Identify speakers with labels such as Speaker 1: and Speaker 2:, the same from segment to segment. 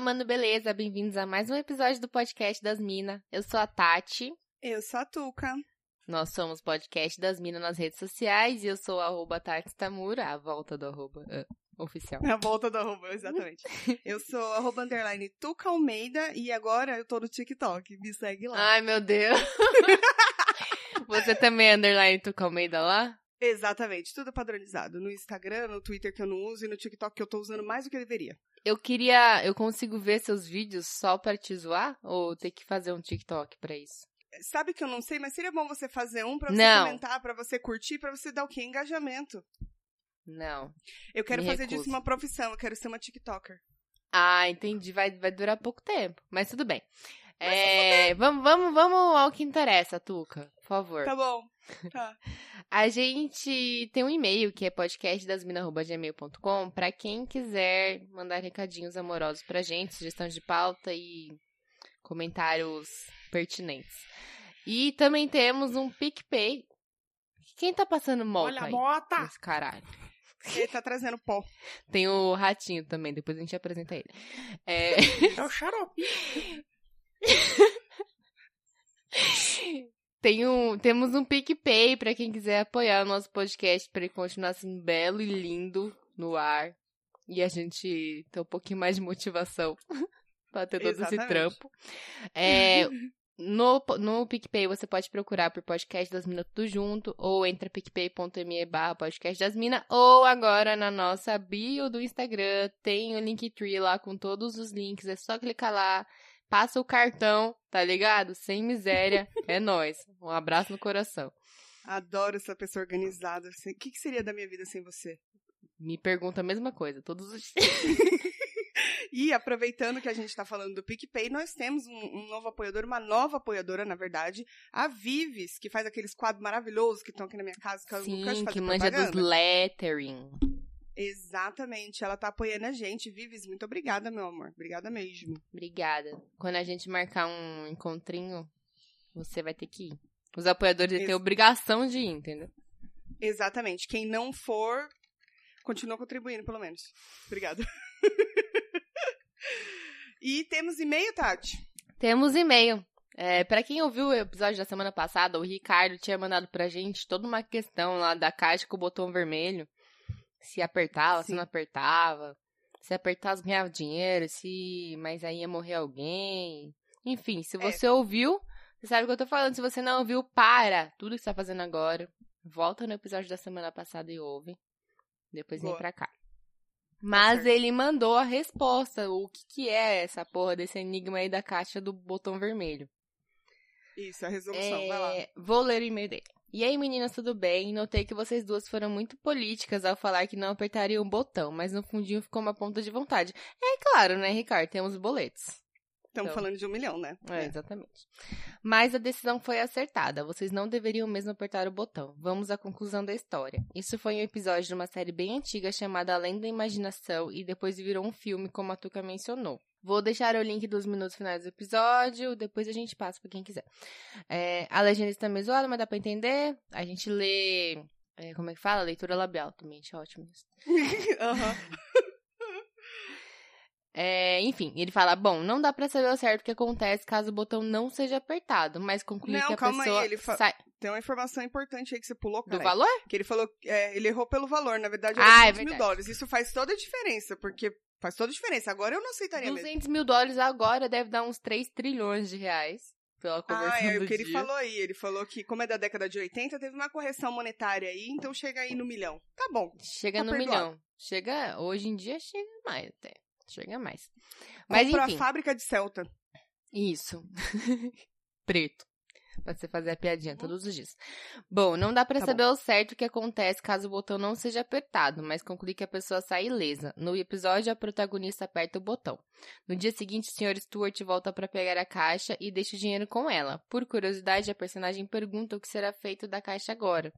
Speaker 1: mano, beleza? Bem-vindos a mais um episódio do podcast das Minas. Eu sou a Tati.
Speaker 2: Eu sou a Tuca.
Speaker 1: Nós somos podcast das Minas nas redes sociais e eu sou arroba Tati Tamura, a volta do arroba uh, oficial.
Speaker 2: Na volta do arroba, exatamente. eu sou arroba underline Tuca Almeida e agora eu tô no TikTok. Me segue lá.
Speaker 1: Ai, meu Deus. Você também é underline Tuca Almeida lá?
Speaker 2: Exatamente, tudo padronizado. No Instagram, no Twitter que eu não uso e no TikTok que eu tô usando mais do que eu deveria.
Speaker 1: Eu queria. Eu consigo ver seus vídeos só pra te zoar? Ou ter que fazer um TikTok pra isso?
Speaker 2: Sabe que eu não sei, mas seria bom você fazer um pra você
Speaker 1: Não.
Speaker 2: comentar, pra você curtir, pra você dar o quê? Engajamento.
Speaker 1: Não.
Speaker 2: Eu quero
Speaker 1: Me
Speaker 2: fazer
Speaker 1: recuso.
Speaker 2: disso uma profissão, eu quero ser uma TikToker.
Speaker 1: Ah, entendi. Vai, vai durar pouco tempo. Mas tudo bem. É, vamos, vamos, vamos ao que interessa, Tuca. Por favor.
Speaker 2: Tá bom. Tá.
Speaker 1: A gente tem um e-mail que é podcastdasmina.gmail.com pra quem quiser mandar recadinhos amorosos pra gente, sugestão de pauta e comentários pertinentes. E também temos um PicPay. Quem tá passando moto
Speaker 2: Olha a
Speaker 1: aí?
Speaker 2: mota!
Speaker 1: Esse caralho.
Speaker 2: Ele tá trazendo pó.
Speaker 1: Tem o ratinho também, depois a gente apresenta ele. É...
Speaker 2: É o xarope.
Speaker 1: Tem um, temos um PicPay pra quem quiser apoiar o nosso podcast pra ele continuar assim belo e lindo no ar. E a gente ter um pouquinho mais de motivação pra ter todo esse
Speaker 2: Exatamente.
Speaker 1: trampo. É, no, no PicPay você pode procurar por Podcast das Minas tudo junto, ou entra picpay.me barra podcast das minas, ou agora na nossa bio do Instagram tem o Linktree lá com todos os links, é só clicar lá passa o cartão, tá ligado? Sem miséria, é nóis. Um abraço no coração.
Speaker 2: Adoro essa pessoa organizada. Assim, O que, que seria da minha vida sem você?
Speaker 1: Me pergunta a mesma coisa todos os
Speaker 2: E aproveitando que a gente tá falando do PicPay, nós temos um, um novo apoiador, uma nova apoiadora, na verdade, a Vives, que faz aqueles quadros maravilhosos que estão aqui na minha casa, que é eu não canso de
Speaker 1: Sim,
Speaker 2: fazer
Speaker 1: que manja
Speaker 2: propaganda.
Speaker 1: dos lettering.
Speaker 2: Exatamente, ela tá apoiando a gente. Vives, muito obrigada, meu amor. Obrigada mesmo.
Speaker 1: Obrigada. Quando a gente marcar um encontrinho, você vai ter que ir. Os apoiadores têm
Speaker 2: Ex-
Speaker 1: obrigação de ir, entendeu?
Speaker 2: Exatamente. Quem não for, continua contribuindo, pelo menos. Obrigada. e temos e-mail, Tati.
Speaker 1: Temos e-mail. É, para quem ouviu o episódio da semana passada, o Ricardo tinha mandado pra gente toda uma questão lá da caixa com o botão vermelho. Se apertava, se
Speaker 2: Sim.
Speaker 1: não apertava. Se apertasse, ganhava dinheiro. Se... Mas aí ia morrer alguém. Enfim, se
Speaker 2: É.
Speaker 1: você ouviu, você sabe o que eu tô falando. Se você não ouviu, para tudo que você tá fazendo agora. Volta no episódio da semana passada e ouve. Depois vem
Speaker 2: Boa. Tá
Speaker 1: pra cá. Mas
Speaker 2: certo.
Speaker 1: ele mandou a resposta. O que, que é essa porra desse enigma aí da caixa do botão vermelho?
Speaker 2: Isso, a resolução. Vai lá.
Speaker 1: É, Vou ler o e-mail dele. E aí, meninas, tudo bem? Notei que vocês duas foram muito políticas ao falar que não apertariam o botão, mas no fundinho ficou uma ponta de vontade. É claro, né, Ricardo? Temos boletos.
Speaker 2: Estamos
Speaker 1: então.
Speaker 2: falando de um milhão, né?
Speaker 1: É, exatamente. Mas a decisão foi acertada. Vocês não deveriam mesmo apertar o botão. Vamos à conclusão da história. Isso foi um episódio de uma série bem antiga chamada Além da Imaginação e depois virou um filme, como a Tuca mencionou. Vou deixar o link dos minutos finais do episódio, depois a gente passa pra quem quiser. É, a legenda está meio zoada, mas dá pra entender. A gente lê. é, como é que fala? Leitura labial também, acho ótimo isso.
Speaker 2: Aham.
Speaker 1: É, enfim, ele fala: Bom, não dá pra saber ao certo o que acontece caso o botão não seja apertado, mas conclui
Speaker 2: Não,
Speaker 1: que a
Speaker 2: calma aí,
Speaker 1: pessoa
Speaker 2: ele fa-
Speaker 1: sai
Speaker 2: Tem uma Então, informação importante aí que você pulou,
Speaker 1: do
Speaker 2: cara.
Speaker 1: valor?
Speaker 2: Que ele falou que é, ele errou pelo valor. Na verdade,
Speaker 1: Ah, é
Speaker 2: era 200 mil
Speaker 1: verdade.
Speaker 2: dólares. Isso faz toda a diferença, porque faz toda a diferença. Agora eu não aceitaria mesmo.
Speaker 1: 200 mil dólares agora deve dar uns 3 trilhões de reais. Pela conversão
Speaker 2: Ah, é
Speaker 1: do
Speaker 2: o que ele
Speaker 1: dia.
Speaker 2: falou aí. Ele falou que, como é da década de 80, teve uma correção monetária aí, então chega aí no milhão. Tá bom.
Speaker 1: Chega
Speaker 2: Tá
Speaker 1: no
Speaker 2: perdoado.
Speaker 1: milhão. Chega, hoje em dia chega mais até. Chega mais. Mas
Speaker 2: Compra
Speaker 1: enfim,
Speaker 2: a fábrica de Celta.
Speaker 1: isso. Preto. Pra você fazer a piadinha todos os dias. Bom, não dá pra
Speaker 2: Tá
Speaker 1: saber ao certo o que acontece caso o botão não seja apertado, mas conclui que a pessoa sai ilesa. No episódio, a protagonista aperta o botão. No dia seguinte, o Sr. Stuart volta pra pegar a caixa e deixa o dinheiro com ela. Por curiosidade, a personagem pergunta o que será feito da caixa agora.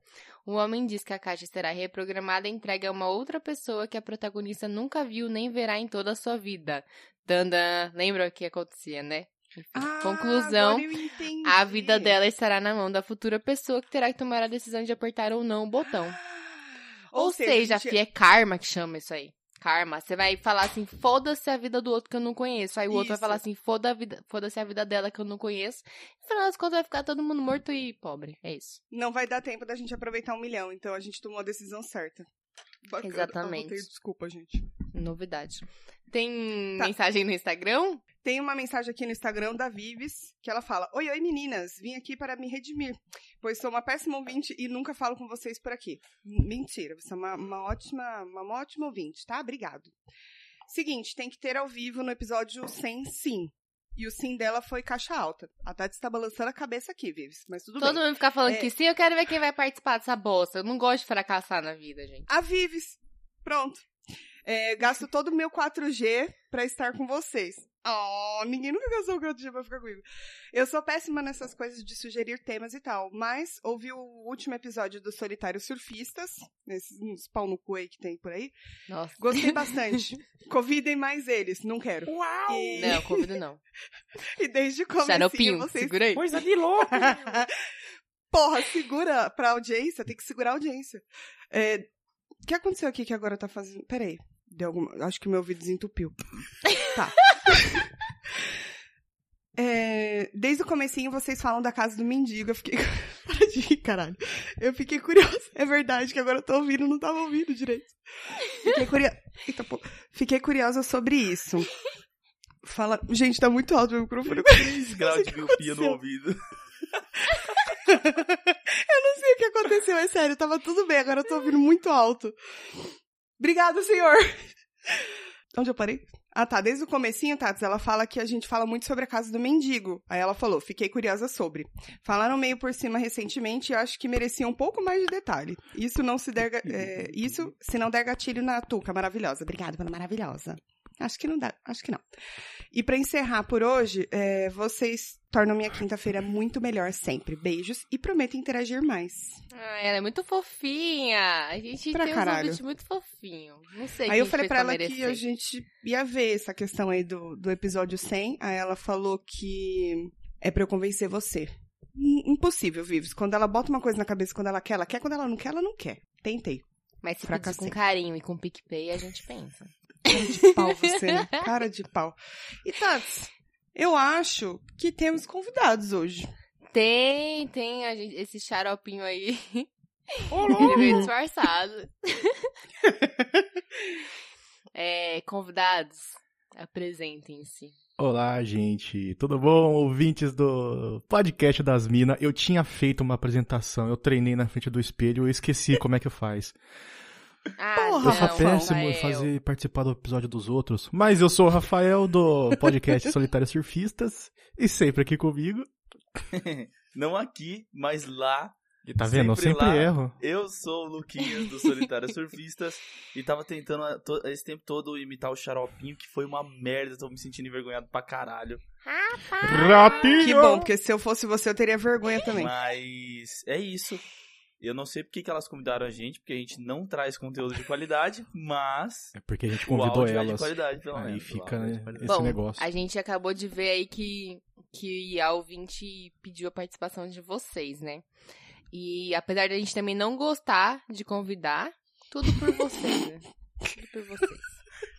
Speaker 1: O homem diz que a caixa será reprogramada e entregue a uma outra pessoa que a protagonista nunca viu nem verá em toda a sua vida. Tandã, lembra o que acontecia, né? Enfim,
Speaker 2: Ah,
Speaker 1: conclusão.
Speaker 2: agora eu entendi.
Speaker 1: A vida dela estará na mão da futura pessoa que terá que tomar a decisão de apertar ou não o botão.
Speaker 2: Ah,
Speaker 1: Ou, seja,
Speaker 2: a gente-
Speaker 1: fi, é karma que chama isso aí. Karma. Você vai falar assim, foda-se a vida do outro que eu não conheço. Aí o outro vai
Speaker 2: Isso.
Speaker 1: falar assim, foda a vida- foda-se a vida dela que eu não conheço. No final das contas vai ficar todo mundo morto e pobre. É isso.
Speaker 2: Não vai dar tempo da gente aproveitar um milhão, então a gente tomou a decisão certa. Bacana.
Speaker 1: Exatamente.
Speaker 2: Anotei, desculpa, gente.
Speaker 1: Novidade. Tem
Speaker 2: Tá.
Speaker 1: mensagem no Instagram?
Speaker 2: Tem uma mensagem aqui no Instagram da Vives que ela fala: Oi, oi meninas, vim aqui para me redimir, pois sou uma péssima ouvinte e nunca falo com vocês por aqui. M- Mentira, você é uma, uma ótima, uma ótima ouvinte, tá? Obrigado. Seguinte, tem que ter ao vivo no episódio 100 sim. E o sim dela foi caixa alta. A Tati está balançando a cabeça aqui, Vives, mas tudo
Speaker 1: todo
Speaker 2: bem.
Speaker 1: mundo fica falando
Speaker 2: É.
Speaker 1: que sim, eu quero ver quem vai participar dessa bosta. Eu não gosto de fracassar na vida, gente.
Speaker 2: A Vives, pronto. É, gasto todo o meu 4G para estar com vocês. Oh, ninguém nunca gastou o 4G pra ficar comigo. Eu sou péssima nessas coisas de sugerir temas e tal, mas ouvi o último episódio do Solitário Surfistas, nesses uns pau no cu aí que tem por aí.
Speaker 1: Nossa.
Speaker 2: Gostei bastante. Convidem mais eles, não quero.
Speaker 3: Uau!
Speaker 2: E,
Speaker 1: Não, convido não.
Speaker 2: e desde o comecinho
Speaker 1: Xaropinho,
Speaker 2: assim? vocês...
Speaker 1: segura aí.
Speaker 3: Coisa de louco!
Speaker 2: Porra, segura pra audiência, tem que segurar a audiência. É, o que aconteceu aqui que agora tá fazendo... Peraí, deu alguma... Acho que meu ouvido desentupiu. Tá. É, desde o comecinho vocês falam da casa do mendigo, eu fiquei... Para de rir, caralho. Eu fiquei curiosa. É verdade que agora eu tô ouvindo, não tava ouvindo direito. Fiquei curiosa... Eita, pô. Fiquei curiosa sobre isso. Fala... Gente, tá muito alto o meu microfone.
Speaker 3: 3
Speaker 2: graus de miopia no
Speaker 3: ouvido.
Speaker 2: Não sei o que aconteceu, é sério, tava tudo bem, agora eu tô ouvindo muito alto. Obrigada, senhor. Onde eu parei? Ah, tá. Desde o comecinho, Tats, ela fala que a gente fala muito sobre a casa do mendigo. Aí ela falou, fiquei curiosa sobre. Falaram meio por cima recentemente e eu acho que merecia um pouco mais de detalhe. Isso não se der. ga- é, isso se não der gatilho na tuca maravilhosa. Obrigada pela maravilhosa. Acho que não dá, acho que não. E pra encerrar por hoje, é, vocês tornam minha quinta-feira muito melhor sempre. Beijos e prometo interagir mais.
Speaker 1: Ah, ela é muito fofinha. A gente
Speaker 2: Pra
Speaker 1: tem
Speaker 2: caralho.
Speaker 1: um vídeo muito fofinho. Não sei
Speaker 2: Aí
Speaker 1: quem
Speaker 2: eu
Speaker 1: fez
Speaker 2: falei pra ela
Speaker 1: merecer.
Speaker 2: que a gente ia ver essa questão aí do, do episódio 100. Aí ela falou que é pra eu convencer você. Im- Impossível, Vives. Quando ela bota uma coisa na cabeça, quando ela quer, ela quer. Quando ela não quer, ela não quer. Tentei.
Speaker 1: Mas se pedir
Speaker 2: fracassei.
Speaker 1: com carinho e com PicPay, a gente pensa.
Speaker 2: Cara de pau você, né? Cara de pau. E Tats, eu acho que temos convidados hoje.
Speaker 1: Tem, tem a gente- esse xaropinho aí.
Speaker 3: Ô,
Speaker 1: Ele
Speaker 3: louco!
Speaker 1: veio disfarçado. É, convidados, apresentem-se.
Speaker 4: Olá, gente. Tudo bom, ouvintes do podcast das minas? Eu tinha feito uma apresentação, eu treinei na frente do espelho, eu esqueci como é que faz.
Speaker 1: Ah,
Speaker 2: Porra,
Speaker 4: Eu
Speaker 1: não, é
Speaker 4: sou péssimo em
Speaker 1: Rafael.
Speaker 4: fazer participar do episódio dos outros, mas eu sou o Rafael do podcast Solitários Surfistas e sempre aqui comigo.
Speaker 3: Não aqui, mas lá.
Speaker 4: E tá vendo?
Speaker 3: Sempre
Speaker 4: eu sempre
Speaker 3: lá.
Speaker 4: erro.
Speaker 3: Eu sou o Luquinhas do Solitário Surfistas e tava tentando a- to- esse tempo todo imitar o xaropinho, que foi uma merda, tô me sentindo envergonhado pra caralho.
Speaker 1: Ah,
Speaker 4: Ratinho!
Speaker 2: Que bom, porque se eu fosse você, eu teria vergonha também.
Speaker 3: Mas é isso. Eu não sei porque que elas convidaram a gente, porque a gente não traz conteúdo de qualidade, mas
Speaker 4: É porque a gente
Speaker 3: o
Speaker 4: convidou
Speaker 3: áudio é de
Speaker 4: elas.
Speaker 3: qualidade, pelo
Speaker 4: Aí
Speaker 3: menos. o
Speaker 4: fica
Speaker 3: áudio é de
Speaker 4: né,
Speaker 3: qualidade.
Speaker 4: esse
Speaker 1: Bom,
Speaker 4: negócio.
Speaker 1: A gente acabou de ver aí que, que a ouvinte pediu a participação de vocês, né? E apesar de a gente também não gostar de convidar, tudo por vocês, né? Tudo por vocês.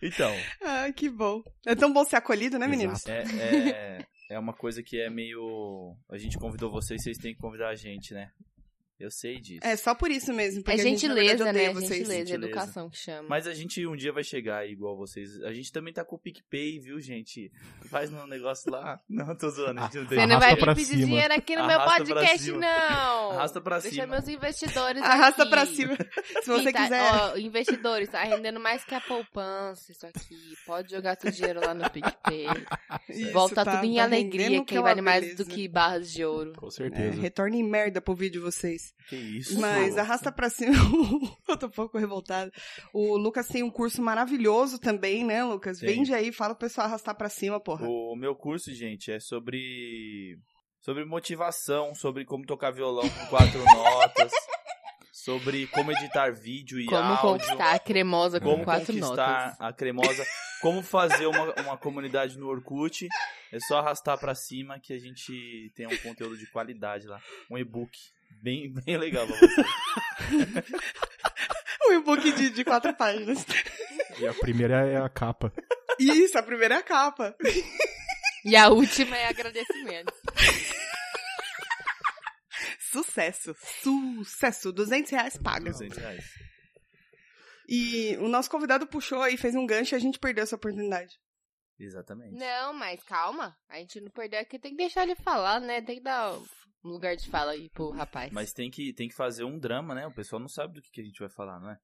Speaker 3: Então,
Speaker 2: Ai, que bom. É tão bom ser acolhido, né, meninos?
Speaker 4: Exato.
Speaker 3: é, é, é uma coisa que é meio. A gente convidou vocês, vocês têm que convidar a gente, né? Eu sei disso.
Speaker 2: É só por isso mesmo.
Speaker 1: É
Speaker 2: Porque
Speaker 1: gentileza,
Speaker 2: a gente, na
Speaker 1: né?
Speaker 2: verdade, odeia
Speaker 1: É
Speaker 2: vocês.
Speaker 1: Gentileza,
Speaker 3: Gentileza.
Speaker 1: educação que chama.
Speaker 3: Mas a gente um dia vai chegar aí igual vocês. A gente também tá com o PicPay, viu, gente? Faz um negócio lá. Não, tô zoando, a gente não tem.
Speaker 1: Você não vai
Speaker 4: Arrasta
Speaker 1: vir
Speaker 4: pra
Speaker 1: pedir
Speaker 4: cima.
Speaker 1: dinheiro aqui no
Speaker 3: Arrasta
Speaker 1: meu
Speaker 3: pra
Speaker 1: podcast,
Speaker 3: cima.
Speaker 1: não!
Speaker 3: Arrasta pra
Speaker 1: Deixa
Speaker 3: cima.
Speaker 1: meus investidores
Speaker 2: Arrasta
Speaker 1: aqui.
Speaker 2: pra cima. Se você
Speaker 1: Quem tá-
Speaker 2: quiser.
Speaker 1: ó, investidores, tá rendendo mais que a poupança isso aqui. Pode jogar seu dinheiro lá no PicPay.
Speaker 2: Isso,
Speaker 1: Volta
Speaker 2: tá-
Speaker 1: tudo em
Speaker 2: tá
Speaker 1: alegria,
Speaker 2: rendendo
Speaker 1: que aí
Speaker 2: é
Speaker 1: vale
Speaker 2: uma
Speaker 1: mais
Speaker 2: beleza.
Speaker 1: do que barras de ouro.
Speaker 4: Com
Speaker 2: É,
Speaker 4: certeza.
Speaker 2: retorna em merda pro vídeo vocês.
Speaker 3: Que isso?
Speaker 2: Mas arrasta pra cima. eu tô um pouco revoltada. O Lucas tem um curso maravilhoso também, né, Lucas?
Speaker 3: Tem.
Speaker 2: Vende aí, fala pro pessoal arrastar pra cima, porra.
Speaker 3: O meu curso, gente, é sobre. Sobre motivação, sobre como tocar violão com quatro notas, sobre como editar vídeo e
Speaker 1: Como
Speaker 3: áudio.
Speaker 1: conquistar a cremosa com
Speaker 3: Como
Speaker 1: quatro
Speaker 3: conquistar
Speaker 1: notas.
Speaker 3: a cremosa. Como fazer uma, uma comunidade no Orkut. É só arrastar pra cima que a gente tem um conteúdo de qualidade lá. Um e-book bem, bem legal pra você.
Speaker 2: Um e-book de, de quatro páginas.
Speaker 4: E a primeira é a capa.
Speaker 2: Isso, a primeira é a capa.
Speaker 1: E a última é agradecimento.
Speaker 2: Sucesso. Sucesso. 200 reais paga.
Speaker 3: 200 reais.
Speaker 2: E o nosso convidado puxou aí, fez um gancho e a gente perdeu essa oportunidade.
Speaker 3: Exatamente.
Speaker 1: Não, mas calma. A gente não perdeu aqui, tem que deixar ele falar, né? Tem que dar um lugar de fala aí pro rapaz.
Speaker 3: Mas tem que, tem que fazer um drama, né? O pessoal não sabe do que, que a gente vai falar, não é?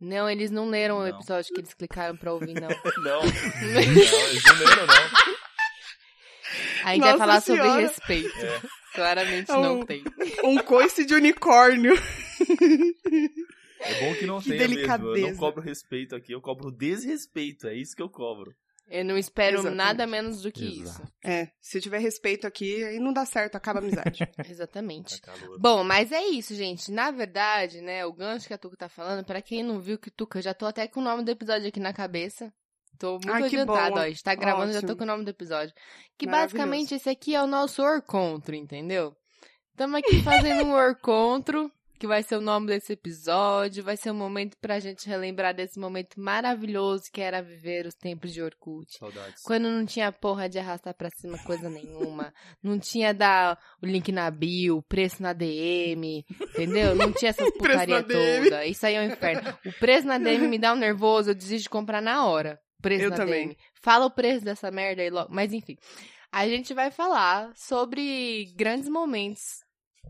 Speaker 1: Não, eles não leram o
Speaker 3: Não.
Speaker 1: episódio que eles clicaram pra ouvir, não.
Speaker 3: Não, não eles não leram, não.
Speaker 1: A gente vai
Speaker 2: Nossa
Speaker 1: falar sobre
Speaker 2: Senhora.
Speaker 1: respeito.
Speaker 3: É.
Speaker 1: Claramente
Speaker 2: É
Speaker 1: não
Speaker 2: um-
Speaker 1: tem.
Speaker 2: Um coice de unicórnio.
Speaker 3: É bom que não
Speaker 2: Que
Speaker 3: tenha mesmo. Eu não
Speaker 2: delicadeza.
Speaker 3: cobro respeito aqui, eu cobro desrespeito. É isso que eu cobro.
Speaker 1: Eu não espero
Speaker 2: Exatamente.
Speaker 1: nada menos do que
Speaker 4: Exato.
Speaker 2: É, se tiver respeito aqui, aí não dá certo, acaba a amizade.
Speaker 1: isso. Exatamente.
Speaker 3: Tá calor.
Speaker 1: Bom, mas é isso, gente. Na verdade, né, o gancho que a Tuca tá falando, pra quem não viu que Tuca, eu já tô até com o nome do episódio aqui na cabeça. Tô muito
Speaker 2: Ai, que
Speaker 1: adiantada,
Speaker 2: bom.
Speaker 1: ó. A gente tá gravando, já tô
Speaker 2: Ótimo.
Speaker 1: com o nome do episódio. Que
Speaker 2: Maravilhoso.
Speaker 1: basicamente esse aqui é o nosso orcontro, entendeu? Tamo aqui fazendo um orcontro, que vai ser o nome desse episódio, vai ser um momento pra gente relembrar desse momento maravilhoso que era viver os tempos de Orkut.
Speaker 3: Saudades.
Speaker 1: Quando não tinha porra de arrastar pra cima coisa nenhuma. Não tinha dar o link na bio, preço na DM, entendeu? Não tinha essas
Speaker 2: Preço
Speaker 1: putaria
Speaker 2: na DM.
Speaker 1: toda. Isso aí é um inferno. O preço na DM me dá um nervoso, eu desisto de comprar na hora. Preço
Speaker 2: Eu
Speaker 1: na
Speaker 2: também.
Speaker 1: DM. Fala o preço dessa merda aí logo. Mas enfim. A gente vai falar sobre grandes momentos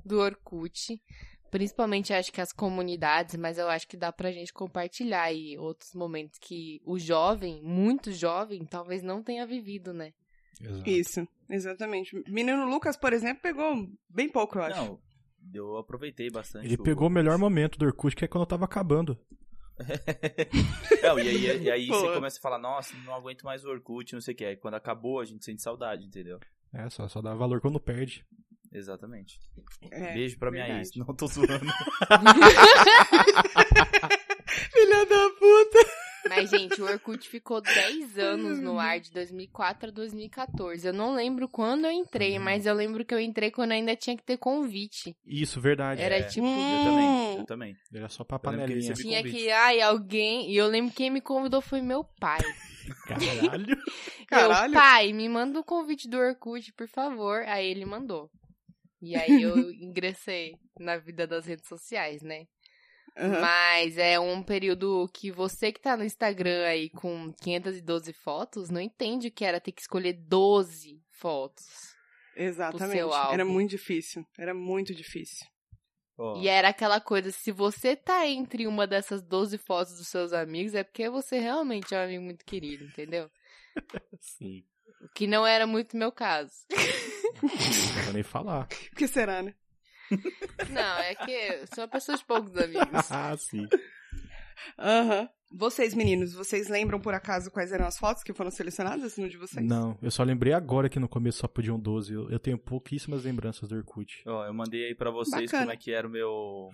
Speaker 1: do Orkut. Principalmente acho que as comunidades, mas eu acho que dá pra gente compartilhar aí outros momentos que o jovem, muito jovem, talvez não tenha vivido, né?
Speaker 4: Exato.
Speaker 2: Isso, exatamente. Menino Lucas, por exemplo, pegou bem pouco, eu acho.
Speaker 3: Não, eu aproveitei bastante.
Speaker 4: Ele pegou o melhor momento do Orkut, que é quando eu tava acabando.
Speaker 3: Não, e aí, e aí
Speaker 2: Pô.
Speaker 3: você começa a falar, nossa, não aguento mais o Orkut, não sei o que. Aí quando acabou, a gente sente saudade, entendeu?
Speaker 4: É, só, só dá valor quando perde.
Speaker 3: Exatamente.
Speaker 2: É,
Speaker 3: Beijo pra minha
Speaker 2: verdade.
Speaker 3: ex. Não tô zoando.
Speaker 2: Filha da puta!
Speaker 1: Mas, gente, o Orkut ficou 10 anos no ar, de 2004 a 2014. Eu não lembro quando eu entrei, mas eu lembro que eu entrei quando ainda tinha que ter convite.
Speaker 4: Isso, verdade.
Speaker 1: Era
Speaker 3: É.
Speaker 1: tipo.
Speaker 3: Eu também, eu também.
Speaker 4: Era só pra
Speaker 3: Eu lembro que eu
Speaker 4: panelinha.
Speaker 3: recebi
Speaker 1: Tinha
Speaker 3: convite.
Speaker 1: que, ai, alguém. E eu lembro que quem me convidou foi meu pai.
Speaker 4: Caralho.
Speaker 1: Meu
Speaker 2: Caralho.
Speaker 1: pai, me manda o convite do Orkut, por favor. Aí ele mandou. E aí eu ingressei na vida das redes sociais, né?
Speaker 2: Aham.
Speaker 1: Mas é um período que você que tá no Instagram aí com 512 fotos, não entende o que era ter que escolher 12 fotos. pro
Speaker 2: Exatamente.
Speaker 1: seu álbum.
Speaker 2: Era muito difícil. Era muito difícil.
Speaker 3: Ó,
Speaker 1: E
Speaker 2: é
Speaker 1: era aquela coisa, se você tá entre uma dessas 12 fotos dos seus amigos, é porque você realmente é um amigo muito querido, entendeu?
Speaker 4: Sim.
Speaker 1: O que não era muito meu caso.
Speaker 4: Não vou nem falar.
Speaker 2: O que será, né?
Speaker 1: Não, é que eu sou uma pessoa de poucos amigos.
Speaker 4: Ah, sim.
Speaker 2: Aham. Vocês, meninos, vocês lembram por acaso quais eram as fotos que foram selecionadas no de vocês?
Speaker 4: Não, eu só lembrei agora que no começo só podiam 12. Eu, eu tenho pouquíssimas lembranças do Orkut.
Speaker 3: ó, eu mandei aí pra vocês
Speaker 2: Bacana.
Speaker 3: como é que era o meu.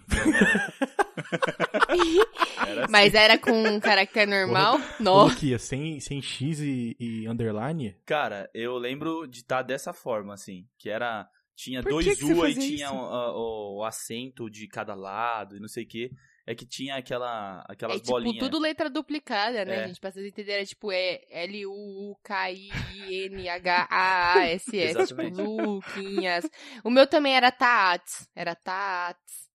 Speaker 1: Mas era com um caráter normal? É Nossa.
Speaker 4: Coloquia sem, sem X e, e underline?
Speaker 3: Cara, eu lembro de estar dessa forma, assim. Que era. Tinha
Speaker 2: Por que
Speaker 3: dois
Speaker 2: que você
Speaker 3: U e
Speaker 2: fazia
Speaker 3: tinha
Speaker 2: isso?
Speaker 3: o, a- o- o acento de cada lado e não sei o quê. É que tinha aquela, aquelas
Speaker 1: É tipo
Speaker 3: bolinhas.
Speaker 1: tudo letra duplicada, né,
Speaker 3: É.
Speaker 1: gente? Pra vocês entenderem, é tipo é L-U-U-K-I-N-H-A-A-S-S. tipo,
Speaker 3: Exatamente.
Speaker 1: Luquinhas. O meu também era Taats. Era Taats.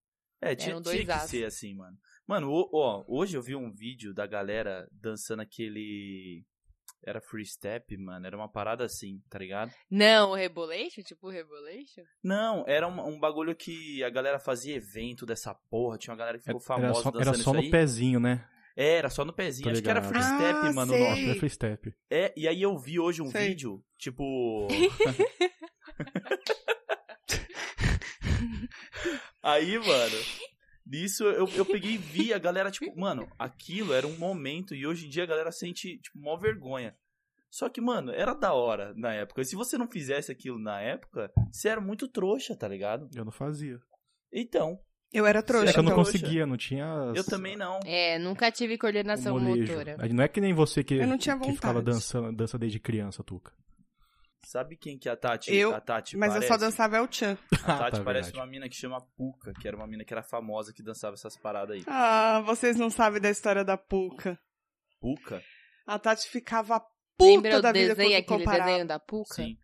Speaker 3: É, tinha,
Speaker 1: Eram dois
Speaker 3: tinha que
Speaker 1: aços.
Speaker 3: ser assim, mano. Mano, o- ó, hoje eu vi um vídeo da galera dançando aquele. Era free step, mano. Era uma parada assim, tá ligado?
Speaker 1: Não, o Rebolation? Tipo o Rebolation?
Speaker 3: Não, era um, um bagulho que a galera fazia evento dessa porra. Tinha uma galera que
Speaker 4: É, Era
Speaker 3: ficou famosa
Speaker 4: só,
Speaker 3: dançando
Speaker 4: era só
Speaker 3: isso
Speaker 4: no
Speaker 3: aí.
Speaker 4: pezinho, né?
Speaker 3: É, Era só no pezinho.
Speaker 4: Tô
Speaker 3: Acho que era
Speaker 4: ligado.
Speaker 3: free step,
Speaker 2: Ah,
Speaker 3: mano. o
Speaker 2: sei.
Speaker 3: nome.
Speaker 4: Acho que era freestep.
Speaker 3: É, e aí eu vi hoje um
Speaker 2: Sei.
Speaker 3: vídeo, tipo. aí, mano. Nisso eu, eu peguei e vi a galera, tipo, mano, aquilo era um momento e hoje em dia a galera sente, tipo, mó vergonha. Só que, mano, era da hora na época. E se você não fizesse aquilo na época, você era muito trouxa, tá ligado?
Speaker 4: Eu não fazia.
Speaker 3: Então,
Speaker 2: Eu era
Speaker 4: É
Speaker 2: trouxa,
Speaker 4: que eu não
Speaker 2: então.
Speaker 3: trouxa.
Speaker 4: conseguia, não tinha. as-
Speaker 3: eu também não.
Speaker 1: É, nunca tive
Speaker 4: o
Speaker 1: coordenação
Speaker 4: molejo.
Speaker 1: motora.
Speaker 4: Aí Não é que nem você que,
Speaker 2: Eu não tinha
Speaker 4: que ficava
Speaker 2: vontade.
Speaker 4: dançando dança desde criança, Tuca.
Speaker 3: Sabe quem que é a Tati?
Speaker 2: Eu,
Speaker 3: a Tati
Speaker 2: Mas eu só
Speaker 3: parece?
Speaker 2: dançava El Chan.
Speaker 3: A Tati
Speaker 4: Ah, tá,
Speaker 3: parece
Speaker 4: verdade.
Speaker 3: uma mina que chama Puca, que era uma mina que era famosa que dançava essas paradas aí.
Speaker 2: Ah, vocês não sabem da história da Puca.
Speaker 3: Puca?
Speaker 2: A Tati ficava puta
Speaker 1: Lembra o
Speaker 2: da
Speaker 1: desenho,
Speaker 2: vida quando
Speaker 1: aquele
Speaker 2: comparava.
Speaker 1: desenho da Puca?
Speaker 3: Sim.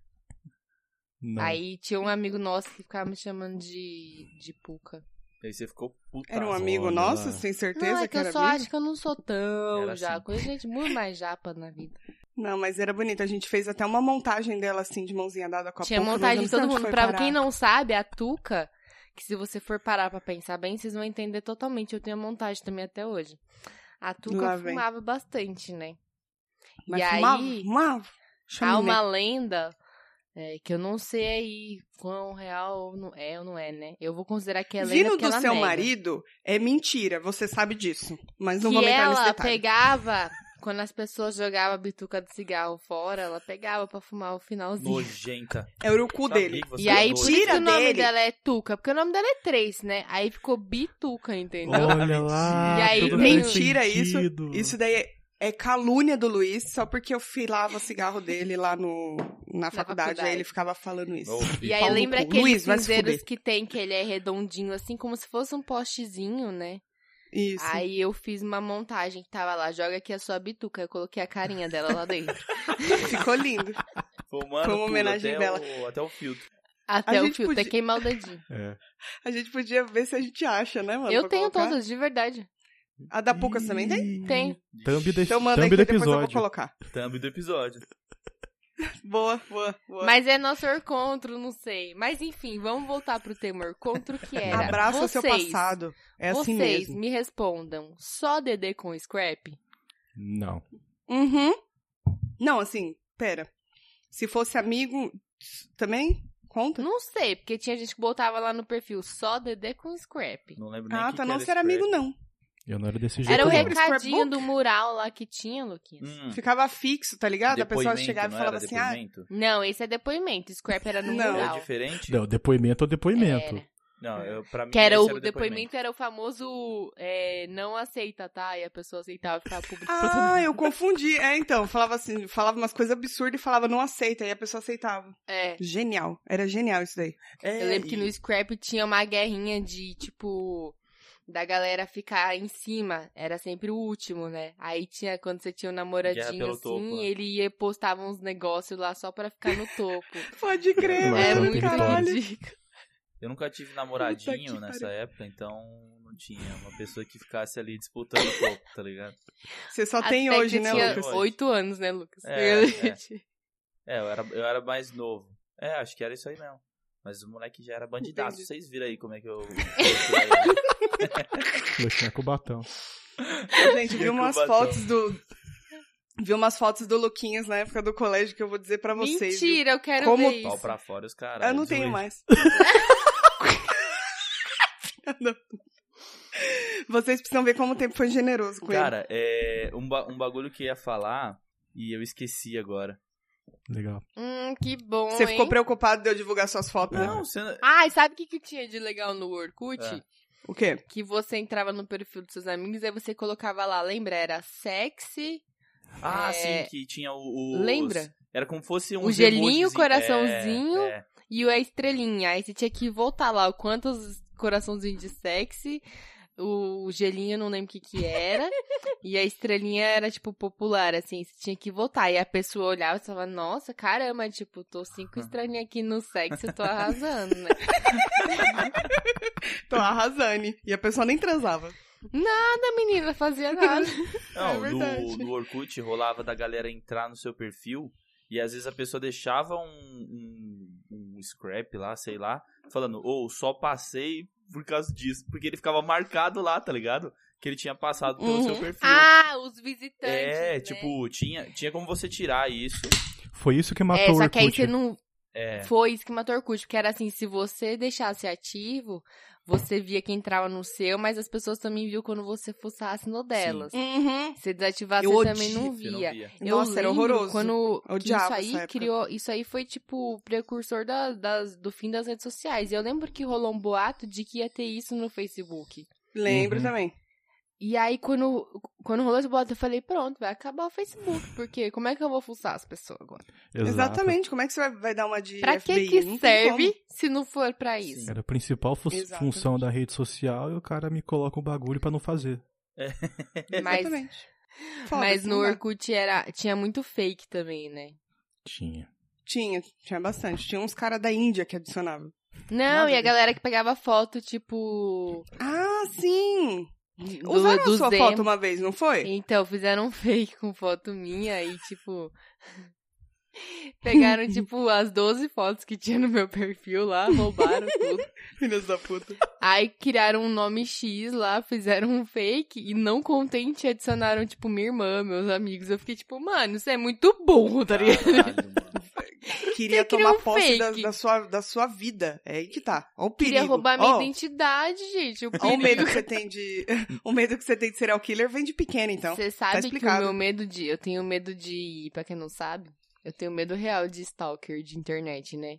Speaker 4: Não.
Speaker 1: Aí tinha um amigo nosso que ficava me chamando de, de Puca.
Speaker 3: Aí você ficou puta.
Speaker 2: Era um
Speaker 4: Olha
Speaker 2: amigo
Speaker 4: lá.
Speaker 2: nosso, sem certeza
Speaker 1: não, é que,
Speaker 2: que
Speaker 1: eu
Speaker 2: era
Speaker 1: só
Speaker 2: amigo?
Speaker 1: acho que eu não sou tão
Speaker 3: Era
Speaker 1: japa.
Speaker 3: assim.
Speaker 1: Conheço gente muito mais japa na vida.
Speaker 2: Não, mas era bonito. A gente fez até uma montagem dela, assim, de mãozinha dada com a
Speaker 1: Tinha
Speaker 2: Puca, mas eu
Speaker 1: montagem
Speaker 2: não
Speaker 1: de
Speaker 2: sei
Speaker 1: todo
Speaker 2: onde
Speaker 1: mundo.
Speaker 2: foi
Speaker 1: Pra
Speaker 2: parar.
Speaker 1: quem não sabe, a Tuca, que se você for parar pra pensar bem, vocês vão entender totalmente. Eu tenho a montagem também até hoje. A
Speaker 2: Lá
Speaker 1: Tuca
Speaker 2: vem.
Speaker 1: fumava bastante, né?
Speaker 2: Mas
Speaker 1: E
Speaker 2: fumava,
Speaker 1: aí-
Speaker 2: fumava.
Speaker 1: Há
Speaker 2: Chaminé.
Speaker 1: uma lenda é, que eu não sei aí quão real ou não é ou não é, né? Eu vou considerar que é lenda
Speaker 2: Vindo
Speaker 1: porque
Speaker 2: do
Speaker 1: ela
Speaker 2: seu
Speaker 1: nega.
Speaker 2: marido é mentira, você sabe disso. Mas não
Speaker 1: que
Speaker 2: vou entrar nesse
Speaker 1: ela
Speaker 2: detalhe.
Speaker 1: pegava, quando as pessoas jogavam a bituca de cigarro fora, ela pegava pra fumar o finalzinho.
Speaker 3: Nojenta.
Speaker 2: É o cu
Speaker 3: Sabia
Speaker 2: dele.
Speaker 3: que você
Speaker 1: E
Speaker 3: era
Speaker 1: aí, por
Speaker 3: nojo.
Speaker 1: isso que
Speaker 2: Tira
Speaker 1: o nome
Speaker 2: dele.
Speaker 1: dela é Tuca, porque o nome dela é três, né? Aí ficou Bituca, entendeu?
Speaker 4: Olha lá.
Speaker 1: E aí
Speaker 4: tudo
Speaker 1: tem-
Speaker 4: faz
Speaker 2: Mentira, isso-
Speaker 4: sentido.
Speaker 2: Isso daí é, é calúnia do Luiz, só porque eu filava cigarro dele lá no, na, faculdade,
Speaker 1: faculdade.
Speaker 2: Aí ele ficava falando isso.
Speaker 3: Nojo.
Speaker 1: E aí
Speaker 2: Paulo
Speaker 1: lembra
Speaker 2: Cu.
Speaker 1: aqueles
Speaker 2: Luiz, vai se
Speaker 1: cinzeiros
Speaker 2: fuder.
Speaker 1: que tem, que ele é redondinho, assim, como se fosse um postezinho, né?
Speaker 2: Isso.
Speaker 1: Aí eu fiz uma montagem que tava lá, joga aqui a sua bituca, eu coloquei a carinha dela lá dentro.
Speaker 2: então Ficou lindo.
Speaker 3: Fumando
Speaker 2: Foi uma
Speaker 3: tudo,
Speaker 2: homenagem
Speaker 3: até
Speaker 2: dela.
Speaker 3: O, até o filtro.
Speaker 1: Até
Speaker 2: A
Speaker 1: o
Speaker 2: gente
Speaker 1: filtro, até
Speaker 2: podia-
Speaker 1: queimar o dedinho.
Speaker 4: É.
Speaker 2: A gente podia ver se a gente acha, né, mano?
Speaker 1: eu
Speaker 2: pra
Speaker 1: tenho
Speaker 2: colocar.
Speaker 1: todas, de verdade.
Speaker 2: A da Pucas também tem?
Speaker 1: Tem.
Speaker 4: Thumb, de...
Speaker 2: Então manda aí
Speaker 4: thumb
Speaker 2: que
Speaker 4: do
Speaker 2: depois eu vou
Speaker 4: episódio.
Speaker 2: colocar.
Speaker 3: Thumb do episódio.
Speaker 2: Boa, boa, boa.
Speaker 1: Mas é nosso encontro, não sei. Mas enfim, vamos voltar pro tema encontro que era.
Speaker 2: Abraça o seu
Speaker 1: Vocês-
Speaker 2: passado. É assim
Speaker 1: vocês
Speaker 2: mesmo.
Speaker 1: me respondam, só Dedê com Scrap?
Speaker 4: Não.
Speaker 2: Uhum. Não, assim, pera. Se fosse amigo, também? Conta?
Speaker 1: Não sei, porque tinha gente que botava lá no perfil só Dedê com Scrap.
Speaker 3: Não lembro nem
Speaker 2: ah,
Speaker 3: que
Speaker 2: tá.
Speaker 3: que
Speaker 2: Não
Speaker 3: era
Speaker 2: ser
Speaker 3: esse
Speaker 2: amigo,
Speaker 3: prédio.
Speaker 2: não.
Speaker 4: Eu não era desse jeito.
Speaker 1: Era o
Speaker 4: não.
Speaker 2: recado.
Speaker 1: recadinho
Speaker 2: scrapbook?
Speaker 1: do mural lá que tinha, Luquinhas.
Speaker 3: Hum.
Speaker 2: Ficava fixo, tá ligado? a pessoa
Speaker 3: Depoimento,
Speaker 2: chegava
Speaker 3: não
Speaker 2: e falava
Speaker 3: era
Speaker 2: assim, ah,
Speaker 3: depoimento?
Speaker 1: Não, esse é depoimento. Scrap era no
Speaker 2: Não.
Speaker 3: É
Speaker 1: mural.
Speaker 3: diferente?
Speaker 4: Não, depoimento ou depoimento.
Speaker 1: Era.
Speaker 3: Não, eu, pra mim
Speaker 1: Que era
Speaker 3: esse
Speaker 1: o
Speaker 3: era
Speaker 1: depoimento. era o famoso é, não aceita, tá? E a pessoa aceitava ficar público. pra todo
Speaker 2: ah,
Speaker 1: mundo.
Speaker 2: eu confundi. É, então, falava assim, falava umas coisas absurdas e falava, não aceita, e a pessoa aceitava.
Speaker 1: É.
Speaker 2: Genial, era genial isso daí.
Speaker 3: É,
Speaker 1: Eu lembro que
Speaker 3: e-
Speaker 1: no Scrap tinha uma guerrinha de, tipo, da galera ficar em cima. Era sempre o último, né? Aí tinha, quando você tinha um
Speaker 3: Guerra
Speaker 1: namoradinho
Speaker 3: pelo
Speaker 1: assim,
Speaker 3: topo, né?
Speaker 1: ele ia postava uns negócios lá só pra ficar no topo.
Speaker 2: Pode crer,
Speaker 4: Nossa,
Speaker 1: é
Speaker 2: mano,
Speaker 4: Nossa,
Speaker 1: muito
Speaker 4: território.
Speaker 2: caralho.
Speaker 1: ridículo.
Speaker 3: Eu nunca tive
Speaker 2: Puta que
Speaker 3: namoradinho nessa época, então não tinha uma pessoa que ficasse ali disputando o corpo, tá ligado?
Speaker 2: Você só
Speaker 1: Até
Speaker 2: tem
Speaker 1: que
Speaker 2: hoje,
Speaker 1: eu
Speaker 2: né,
Speaker 1: tinha
Speaker 2: Lucas?
Speaker 1: oito anos, né, Lucas?
Speaker 3: É, É, eu era, eu era mais novo. É, acho que era isso aí mesmo. Mas o moleque já era bandidaço.
Speaker 2: Entendi.
Speaker 3: Vocês viram aí como é que eu.
Speaker 4: Luxinha com batão.
Speaker 2: Gente, vi
Speaker 3: Tinha
Speaker 2: umas
Speaker 3: incubação.
Speaker 2: fotos do... Vi umas fotos do Luquinhas na época do colégio que eu vou dizer pra vocês. viu?
Speaker 1: Mentira, eu quero
Speaker 2: Como
Speaker 1: ver
Speaker 3: Pau
Speaker 1: isso.
Speaker 3: pra fora os caras.
Speaker 2: Eu não tenho mais. Vocês precisam ver como o tempo foi generoso com ele.
Speaker 3: Cara, é, um, ba- um bagulho que eu ia falar e eu esqueci agora.
Speaker 4: Legal.
Speaker 1: Hum, que bom,
Speaker 2: Você ficou
Speaker 1: hein?
Speaker 2: preocupado de eu divulgar suas fotos? né?
Speaker 3: Não, você.
Speaker 1: Ai, sabe o que, que tinha de legal no Orkut?
Speaker 3: É.
Speaker 2: O quê?
Speaker 1: Que você entrava no perfil dos seus amigos e você colocava lá, lembra? Era sexy,
Speaker 3: Ah,
Speaker 1: É.
Speaker 3: sim, que tinha o. os-
Speaker 1: lembra?
Speaker 3: Era como fosse um.
Speaker 1: O gelinho,
Speaker 3: emojizinho.
Speaker 1: o coraçãozinho.
Speaker 3: É, é.
Speaker 1: E o a estrelinha. Aí você tinha que voltar lá, o quantos coraçãozinhos de sexy, o gelinho, eu não lembro o que que era. e a estrelinha era, tipo, popular, assim, você tinha que voltar. E a pessoa olhava e falava, nossa, caramba, tipo, tô cinco estrelinhas aqui no sexy, eu tô arrasando, né?
Speaker 2: Tô arrasando. E a pessoa nem transava.
Speaker 1: Nada, menina, fazia nada.
Speaker 3: Não,
Speaker 2: É
Speaker 3: no,
Speaker 2: verdade.
Speaker 3: no Orkut rolava da galera entrar no seu perfil e às vezes a pessoa deixava um, um, um scrap lá, sei lá, falando, ou só passei por causa disso, porque ele ficava marcado lá, tá ligado? Que ele tinha passado pelo
Speaker 2: Uhum.
Speaker 3: seu perfil.
Speaker 1: ah, os visitantes.
Speaker 3: é,
Speaker 1: né?
Speaker 3: tipo, tinha, tinha como você tirar isso.
Speaker 4: Foi isso que matou
Speaker 1: É,
Speaker 4: o
Speaker 1: só que aí
Speaker 4: Orkut.
Speaker 1: você não,
Speaker 3: É,
Speaker 1: Foi isso que matou o Orkut, porque era assim, se você deixasse ativo, você via que entrava no seu, mas as pessoas também viam quando você fuçasse no delas.
Speaker 2: Uhum.
Speaker 1: Se desativasse,
Speaker 2: Eu
Speaker 1: você também
Speaker 2: odio
Speaker 1: não
Speaker 3: você não
Speaker 1: via.
Speaker 3: via.
Speaker 1: Eu
Speaker 2: Nossa, era
Speaker 1: lembro
Speaker 2: horroroso.
Speaker 1: Quando que isso
Speaker 2: Odiava essa
Speaker 1: aí
Speaker 2: época.
Speaker 1: criou, isso aí foi tipo o precursor da- das- do fim das redes sociais. Eu lembro que rolou um boato de que ia ter isso no Facebook.
Speaker 2: Lembro
Speaker 4: Uhum.
Speaker 2: também.
Speaker 1: E aí quando quando rolou esse boato, eu falei, pronto, vai acabar o Facebook, porque como é que eu vou fuçar as pessoas agora?
Speaker 4: Exato.
Speaker 2: Exatamente. Como é que você vai, vai dar uma de
Speaker 1: Pra que
Speaker 2: FBI?
Speaker 1: que
Speaker 2: Não tem
Speaker 1: serve se não for pra É isso?
Speaker 3: Sim.
Speaker 4: Era a principal fu-
Speaker 2: Exatamente.
Speaker 4: função da rede social e o cara me coloca um bagulho pra não fazer.
Speaker 2: como.
Speaker 1: Mas
Speaker 2: Exatamente. Foda,
Speaker 1: Mas
Speaker 2: assim,
Speaker 1: no
Speaker 2: não dá.
Speaker 1: Orkut era, tinha muito fake também, né?
Speaker 4: Tinha.
Speaker 2: Tinha, tinha bastante. Tinha uns caras da Índia que adicionavam.
Speaker 1: Não,
Speaker 2: Nada
Speaker 1: e a
Speaker 2: disso.
Speaker 1: galera que pegava foto, tipo.
Speaker 2: Ah, sim!
Speaker 1: do-
Speaker 2: Usaram
Speaker 1: dos
Speaker 2: a sua
Speaker 1: emo.
Speaker 2: foto uma vez, não foi?
Speaker 1: Então, fizeram um fake com foto minha e, tipo. Pegaram, tipo, as 12 fotos que tinha no meu perfil lá, roubaram tudo.
Speaker 2: Filhas da puta.
Speaker 1: Aí criaram um nome X lá, fizeram um fake e não contente adicionaram, tipo, minha irmã, meus amigos. Eu fiquei tipo, mano, isso é muito burro,
Speaker 2: Ah,
Speaker 1: tá ligado?
Speaker 3: Caralho, mano.
Speaker 2: Queria
Speaker 1: Você cria
Speaker 2: tomar
Speaker 1: um
Speaker 2: posse da,
Speaker 1: fake.
Speaker 2: da sua, da sua vida. É aí que tá. Ó o perigo.
Speaker 1: Queria roubar minha
Speaker 2: Ó,
Speaker 1: identidade, gente. O
Speaker 2: ó o medo
Speaker 1: perigo.
Speaker 2: que você tem de... o medo que você tem de serial killer vem de pequeno, então.
Speaker 1: Você sabe que o
Speaker 2: explicado.
Speaker 1: meu medo de. Eu tenho medo de. Pra quem não sabe, eu tenho medo real de stalker de internet, né?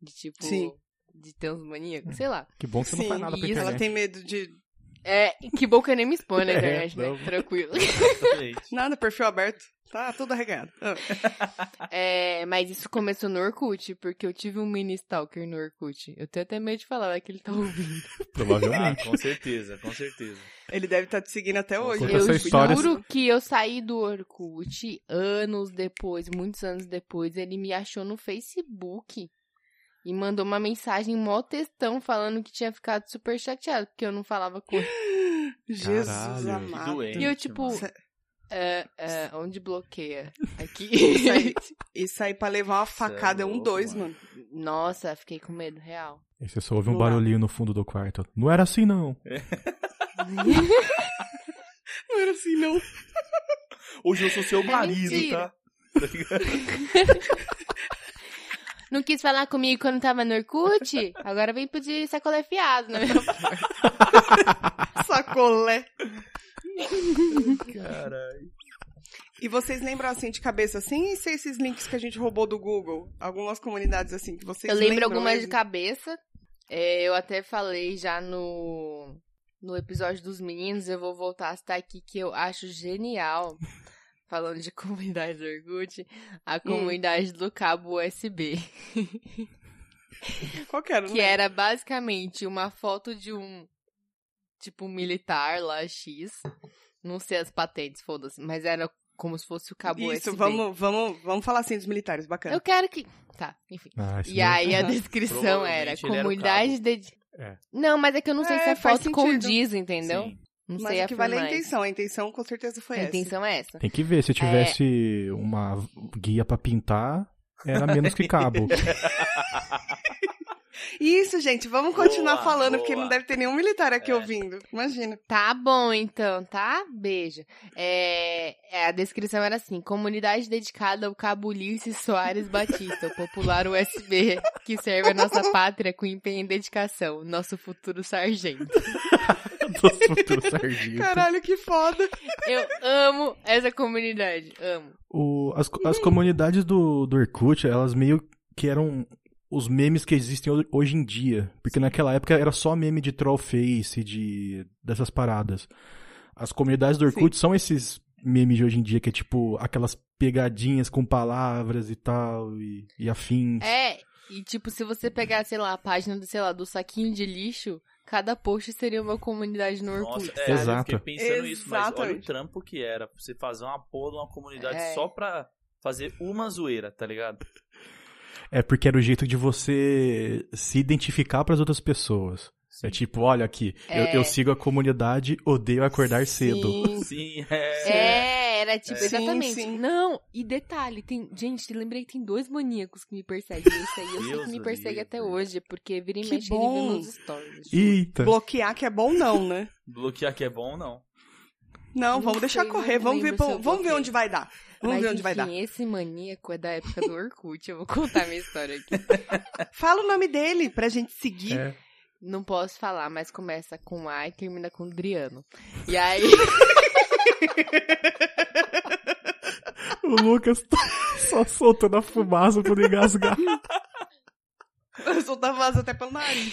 Speaker 1: De tipo.
Speaker 2: Sim.
Speaker 1: De ter uns maníacos, sei lá.
Speaker 4: Que bom que você não
Speaker 2: Sim,
Speaker 4: faz nada pra
Speaker 1: e
Speaker 4: internet.
Speaker 2: Ela tem medo de...
Speaker 1: É, que bom que eu nem me exponho na
Speaker 4: É,
Speaker 1: internet, né?
Speaker 4: não.
Speaker 1: Tranquilo.
Speaker 3: Exatamente.
Speaker 2: Nada, perfil aberto. Tá tudo arregado. Ah.
Speaker 1: É, mas isso começou no Orkut, porque eu tive um mini stalker no Orkut. Eu tenho até medo de falar vai que ele tá ouvindo.
Speaker 3: Ah,
Speaker 4: Provavelmente.
Speaker 3: com certeza, com certeza.
Speaker 2: Ele deve estar te seguindo até hoje.
Speaker 4: Conta
Speaker 1: eu
Speaker 4: essa história.
Speaker 2: assim.
Speaker 1: juro que eu saí do Orkut anos depois, muitos anos depois. Ele me achou no Facebook e mandou uma mensagem mó textão falando que tinha ficado super chateado, porque eu não falava com ele.
Speaker 2: Jesus
Speaker 4: Caralho, que
Speaker 2: amado.
Speaker 3: doente.
Speaker 1: E eu, tipo,
Speaker 2: mano.
Speaker 1: é, é, onde bloqueia?
Speaker 2: Isso
Speaker 1: Aqui.
Speaker 2: aí, isso aí pra levar uma facada é um
Speaker 3: louco,
Speaker 2: dois,
Speaker 3: mano.
Speaker 2: mano.
Speaker 1: Nossa, fiquei com medo, real.
Speaker 4: E você só ouve um
Speaker 2: Não dá.
Speaker 4: barulhinho no fundo do quarto. Não era assim, não.
Speaker 2: Não era assim, não.
Speaker 3: Hoje eu sou seu marido,
Speaker 1: é mentira.
Speaker 3: tá? Tá ligado?
Speaker 1: Não quis falar comigo quando tava no Orkut? Agora vem pedir sacolé fiado, né?
Speaker 2: Sacolé.
Speaker 3: Caralho.
Speaker 2: E vocês lembram assim de cabeça assim? E se esses links que a gente roubou do Google? Algumas comunidades assim que vocês
Speaker 1: Eu lembro
Speaker 2: lembram
Speaker 1: algumas de
Speaker 2: mesmo?
Speaker 1: cabeça. É, eu até falei já no, no episódio dos meninos, eu vou voltar a citar aqui que eu acho genial. Falando de comunidade do Orkut, a
Speaker 2: Hum.
Speaker 1: comunidade do cabo USB.
Speaker 2: Qual que era?
Speaker 1: Que era basicamente uma foto de um tipo um militar lá, X. Não sei as patentes, foda-se, mas era como se fosse o cabo
Speaker 2: Isso,
Speaker 1: USB.
Speaker 2: vamos, vamos, vamos falar assim dos militares, bacana.
Speaker 1: Eu quero que. Tá, enfim.
Speaker 4: Ah, esse
Speaker 1: E
Speaker 4: não-
Speaker 1: aí a
Speaker 2: Aham.
Speaker 1: descrição era
Speaker 3: Provavelmente ele era o
Speaker 1: comunidade de.
Speaker 4: É.
Speaker 1: Não, mas é que eu não sei
Speaker 2: É,
Speaker 1: se a
Speaker 2: faz
Speaker 1: foto
Speaker 2: sentido.
Speaker 1: condiz, entendeu?
Speaker 3: Sim.
Speaker 1: Não
Speaker 2: Mas
Speaker 1: sei
Speaker 2: o que vale é a
Speaker 1: afirmar isso.
Speaker 2: intenção. A intenção com certeza foi
Speaker 1: A
Speaker 2: essa.
Speaker 1: intenção é essa.
Speaker 4: Tem que ver. Se tivesse uma guia pra pintar, era menos que cabo.
Speaker 2: Isso, gente, vamos continuar
Speaker 3: Boa,
Speaker 2: falando, porque
Speaker 3: boa.
Speaker 2: não deve ter nenhum militar aqui
Speaker 3: É.
Speaker 2: ouvindo. Imagina.
Speaker 1: Tá bom, então, tá? Beijo. É, é, a descrição era assim: comunidade dedicada ao Cabulice Soares Batista, o popular USB, que serve a nossa pátria com empenho e dedicação, nosso futuro sargento.
Speaker 4: Dos futuros sargentos.
Speaker 2: Caralho, que foda.
Speaker 1: Eu amo essa comunidade, amo.
Speaker 4: O- as, co- as comunidades do, do Orkut, elas meio que eram os memes que existem ho- hoje em dia. Porque naquela época era só meme de troll face, de, dessas paradas. As comunidades do Orkut são esses memes de hoje em dia, que é tipo aquelas pegadinhas com palavras e tal, e, e afins.
Speaker 1: É, e tipo, se você pegar, sei lá, a página do, sei lá, do saquinho de lixo, cada post seria uma comunidade no Orkut.
Speaker 3: Nossa,
Speaker 1: sabe?
Speaker 3: é,
Speaker 4: Exato.
Speaker 3: eu fiquei pensando isso, mas olha o
Speaker 2: Exatamente.
Speaker 3: trampo que era. pra Você fazer uma porra de uma comunidade
Speaker 1: É.
Speaker 3: só pra fazer uma zoeira, tá ligado?
Speaker 4: É porque era o jeito de você se identificar pras outras pessoas. É tipo, olha aqui, eu-
Speaker 1: É.
Speaker 4: eu, sigo a comunidade, odeio acordar cedo.
Speaker 1: Sim.
Speaker 3: Sim, é.
Speaker 1: É, era tipo,
Speaker 2: Sim,
Speaker 1: exatamente.
Speaker 2: sim.
Speaker 1: Não, e detalhe, tem. Gente, lembrei que tem dois maníacos que me perseguem. Esse aí eu sei
Speaker 3: Deus
Speaker 1: que me
Speaker 3: o
Speaker 1: persegue
Speaker 3: livre.
Speaker 1: até hoje, porque vira e
Speaker 2: Que
Speaker 1: mexe ele
Speaker 2: bom.
Speaker 1: viu nos stories.
Speaker 4: Eita!
Speaker 2: Bloquear que é bom, não, né?
Speaker 3: Bloquear que é bom ou não?
Speaker 2: Não,
Speaker 1: Não
Speaker 2: vamos deixar
Speaker 1: sei,
Speaker 2: correr,
Speaker 1: não
Speaker 2: vamos ver,
Speaker 1: lembro se
Speaker 2: pra-
Speaker 1: eu
Speaker 2: vamos ver
Speaker 1: bloqueei.
Speaker 2: onde vai dar. Vamos
Speaker 1: Mas
Speaker 2: ver onde vai dar.
Speaker 1: enfim, esse maníaco é da época do Orkut. Eu vou contar minha história aqui.
Speaker 2: Fala o nome dele pra gente seguir.
Speaker 4: É.
Speaker 1: Não posso falar, mas começa com A e termina com Driano. E aí.
Speaker 4: O Lucas tá só soltando a fumaça pra não engasgar.
Speaker 2: Eu soltava vaso até pelo nariz.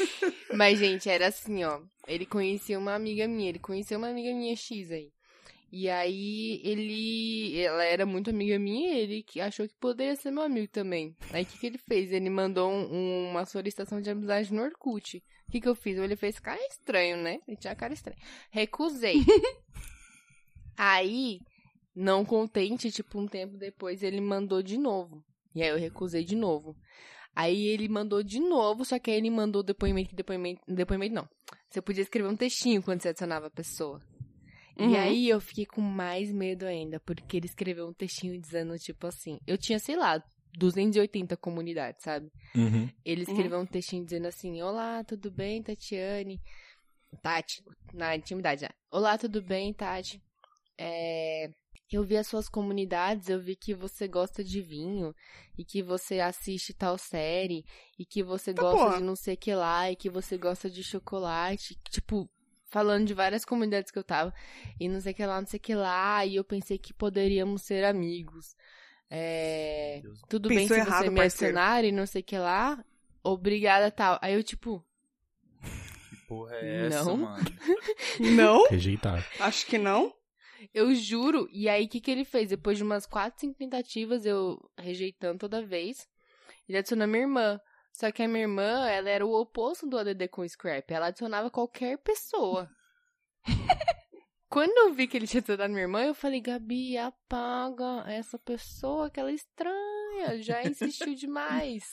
Speaker 1: Mas, gente, era assim, ó. Ele conhecia uma amiga minha, ele conheceu uma amiga minha X aí. E aí, ele. Ela era muito amiga minha e ele que- achou que poderia ser meu amigo também. Aí, o que, que ele fez? Ele mandou um- uma solicitação de amizade no Orkut. O que, que eu fiz? Ele fez cara é estranho, né? Ele tinha cara estranha. Recusei. aí, Não contente, tipo, um tempo depois ele mandou de novo. E aí eu recusei de novo. Aí ele mandou de novo, só que aí ele mandou depoimento, que depoimento, depoimento não. Você podia escrever um textinho quando você adicionava a pessoa.
Speaker 2: Uhum.
Speaker 1: E aí eu fiquei com mais medo ainda, porque ele escreveu um textinho dizendo, tipo assim, eu tinha, sei lá, 280 comunidades, sabe?
Speaker 4: Uhum.
Speaker 1: Ele escreveu um textinho dizendo assim: Olá, tudo bem, Tatiane? Tati, na intimidade já. Olá, tudo bem, Tati? É, Eu vi as suas comunidades, eu vi que você gosta de vinho, e que você assiste tal série, e que você
Speaker 2: Tá,
Speaker 1: gosta
Speaker 2: porra.
Speaker 1: de não sei o que lá, e que você gosta de chocolate. Tipo, falando de várias comunidades que eu tava, e não sei o que lá, não sei o que lá, e eu pensei que poderíamos ser amigos. É
Speaker 3: Deus.
Speaker 1: tudo bem
Speaker 2: Pensou
Speaker 1: se
Speaker 2: errado,
Speaker 1: você me
Speaker 2: parceiro.
Speaker 1: adicionar e não sei o que lá. Obrigada, tal. Aí eu, tipo,
Speaker 3: Que porra é essa,
Speaker 1: Não.
Speaker 3: mano?
Speaker 2: Não,
Speaker 4: Rejeitar.
Speaker 2: acho que não.
Speaker 1: eu juro. E aí, o que, que ele fez? Depois de umas quatro, cinco tentativas, eu rejeitando toda vez, ele adicionou minha irmã. Só que a minha irmã, ela era o oposto do ADD com Scrap. Ela adicionava qualquer pessoa. Quando eu vi que ele tinha adicionado minha irmã, eu falei, Gabi, apaga essa pessoa que ela é estranha. Já insistiu demais.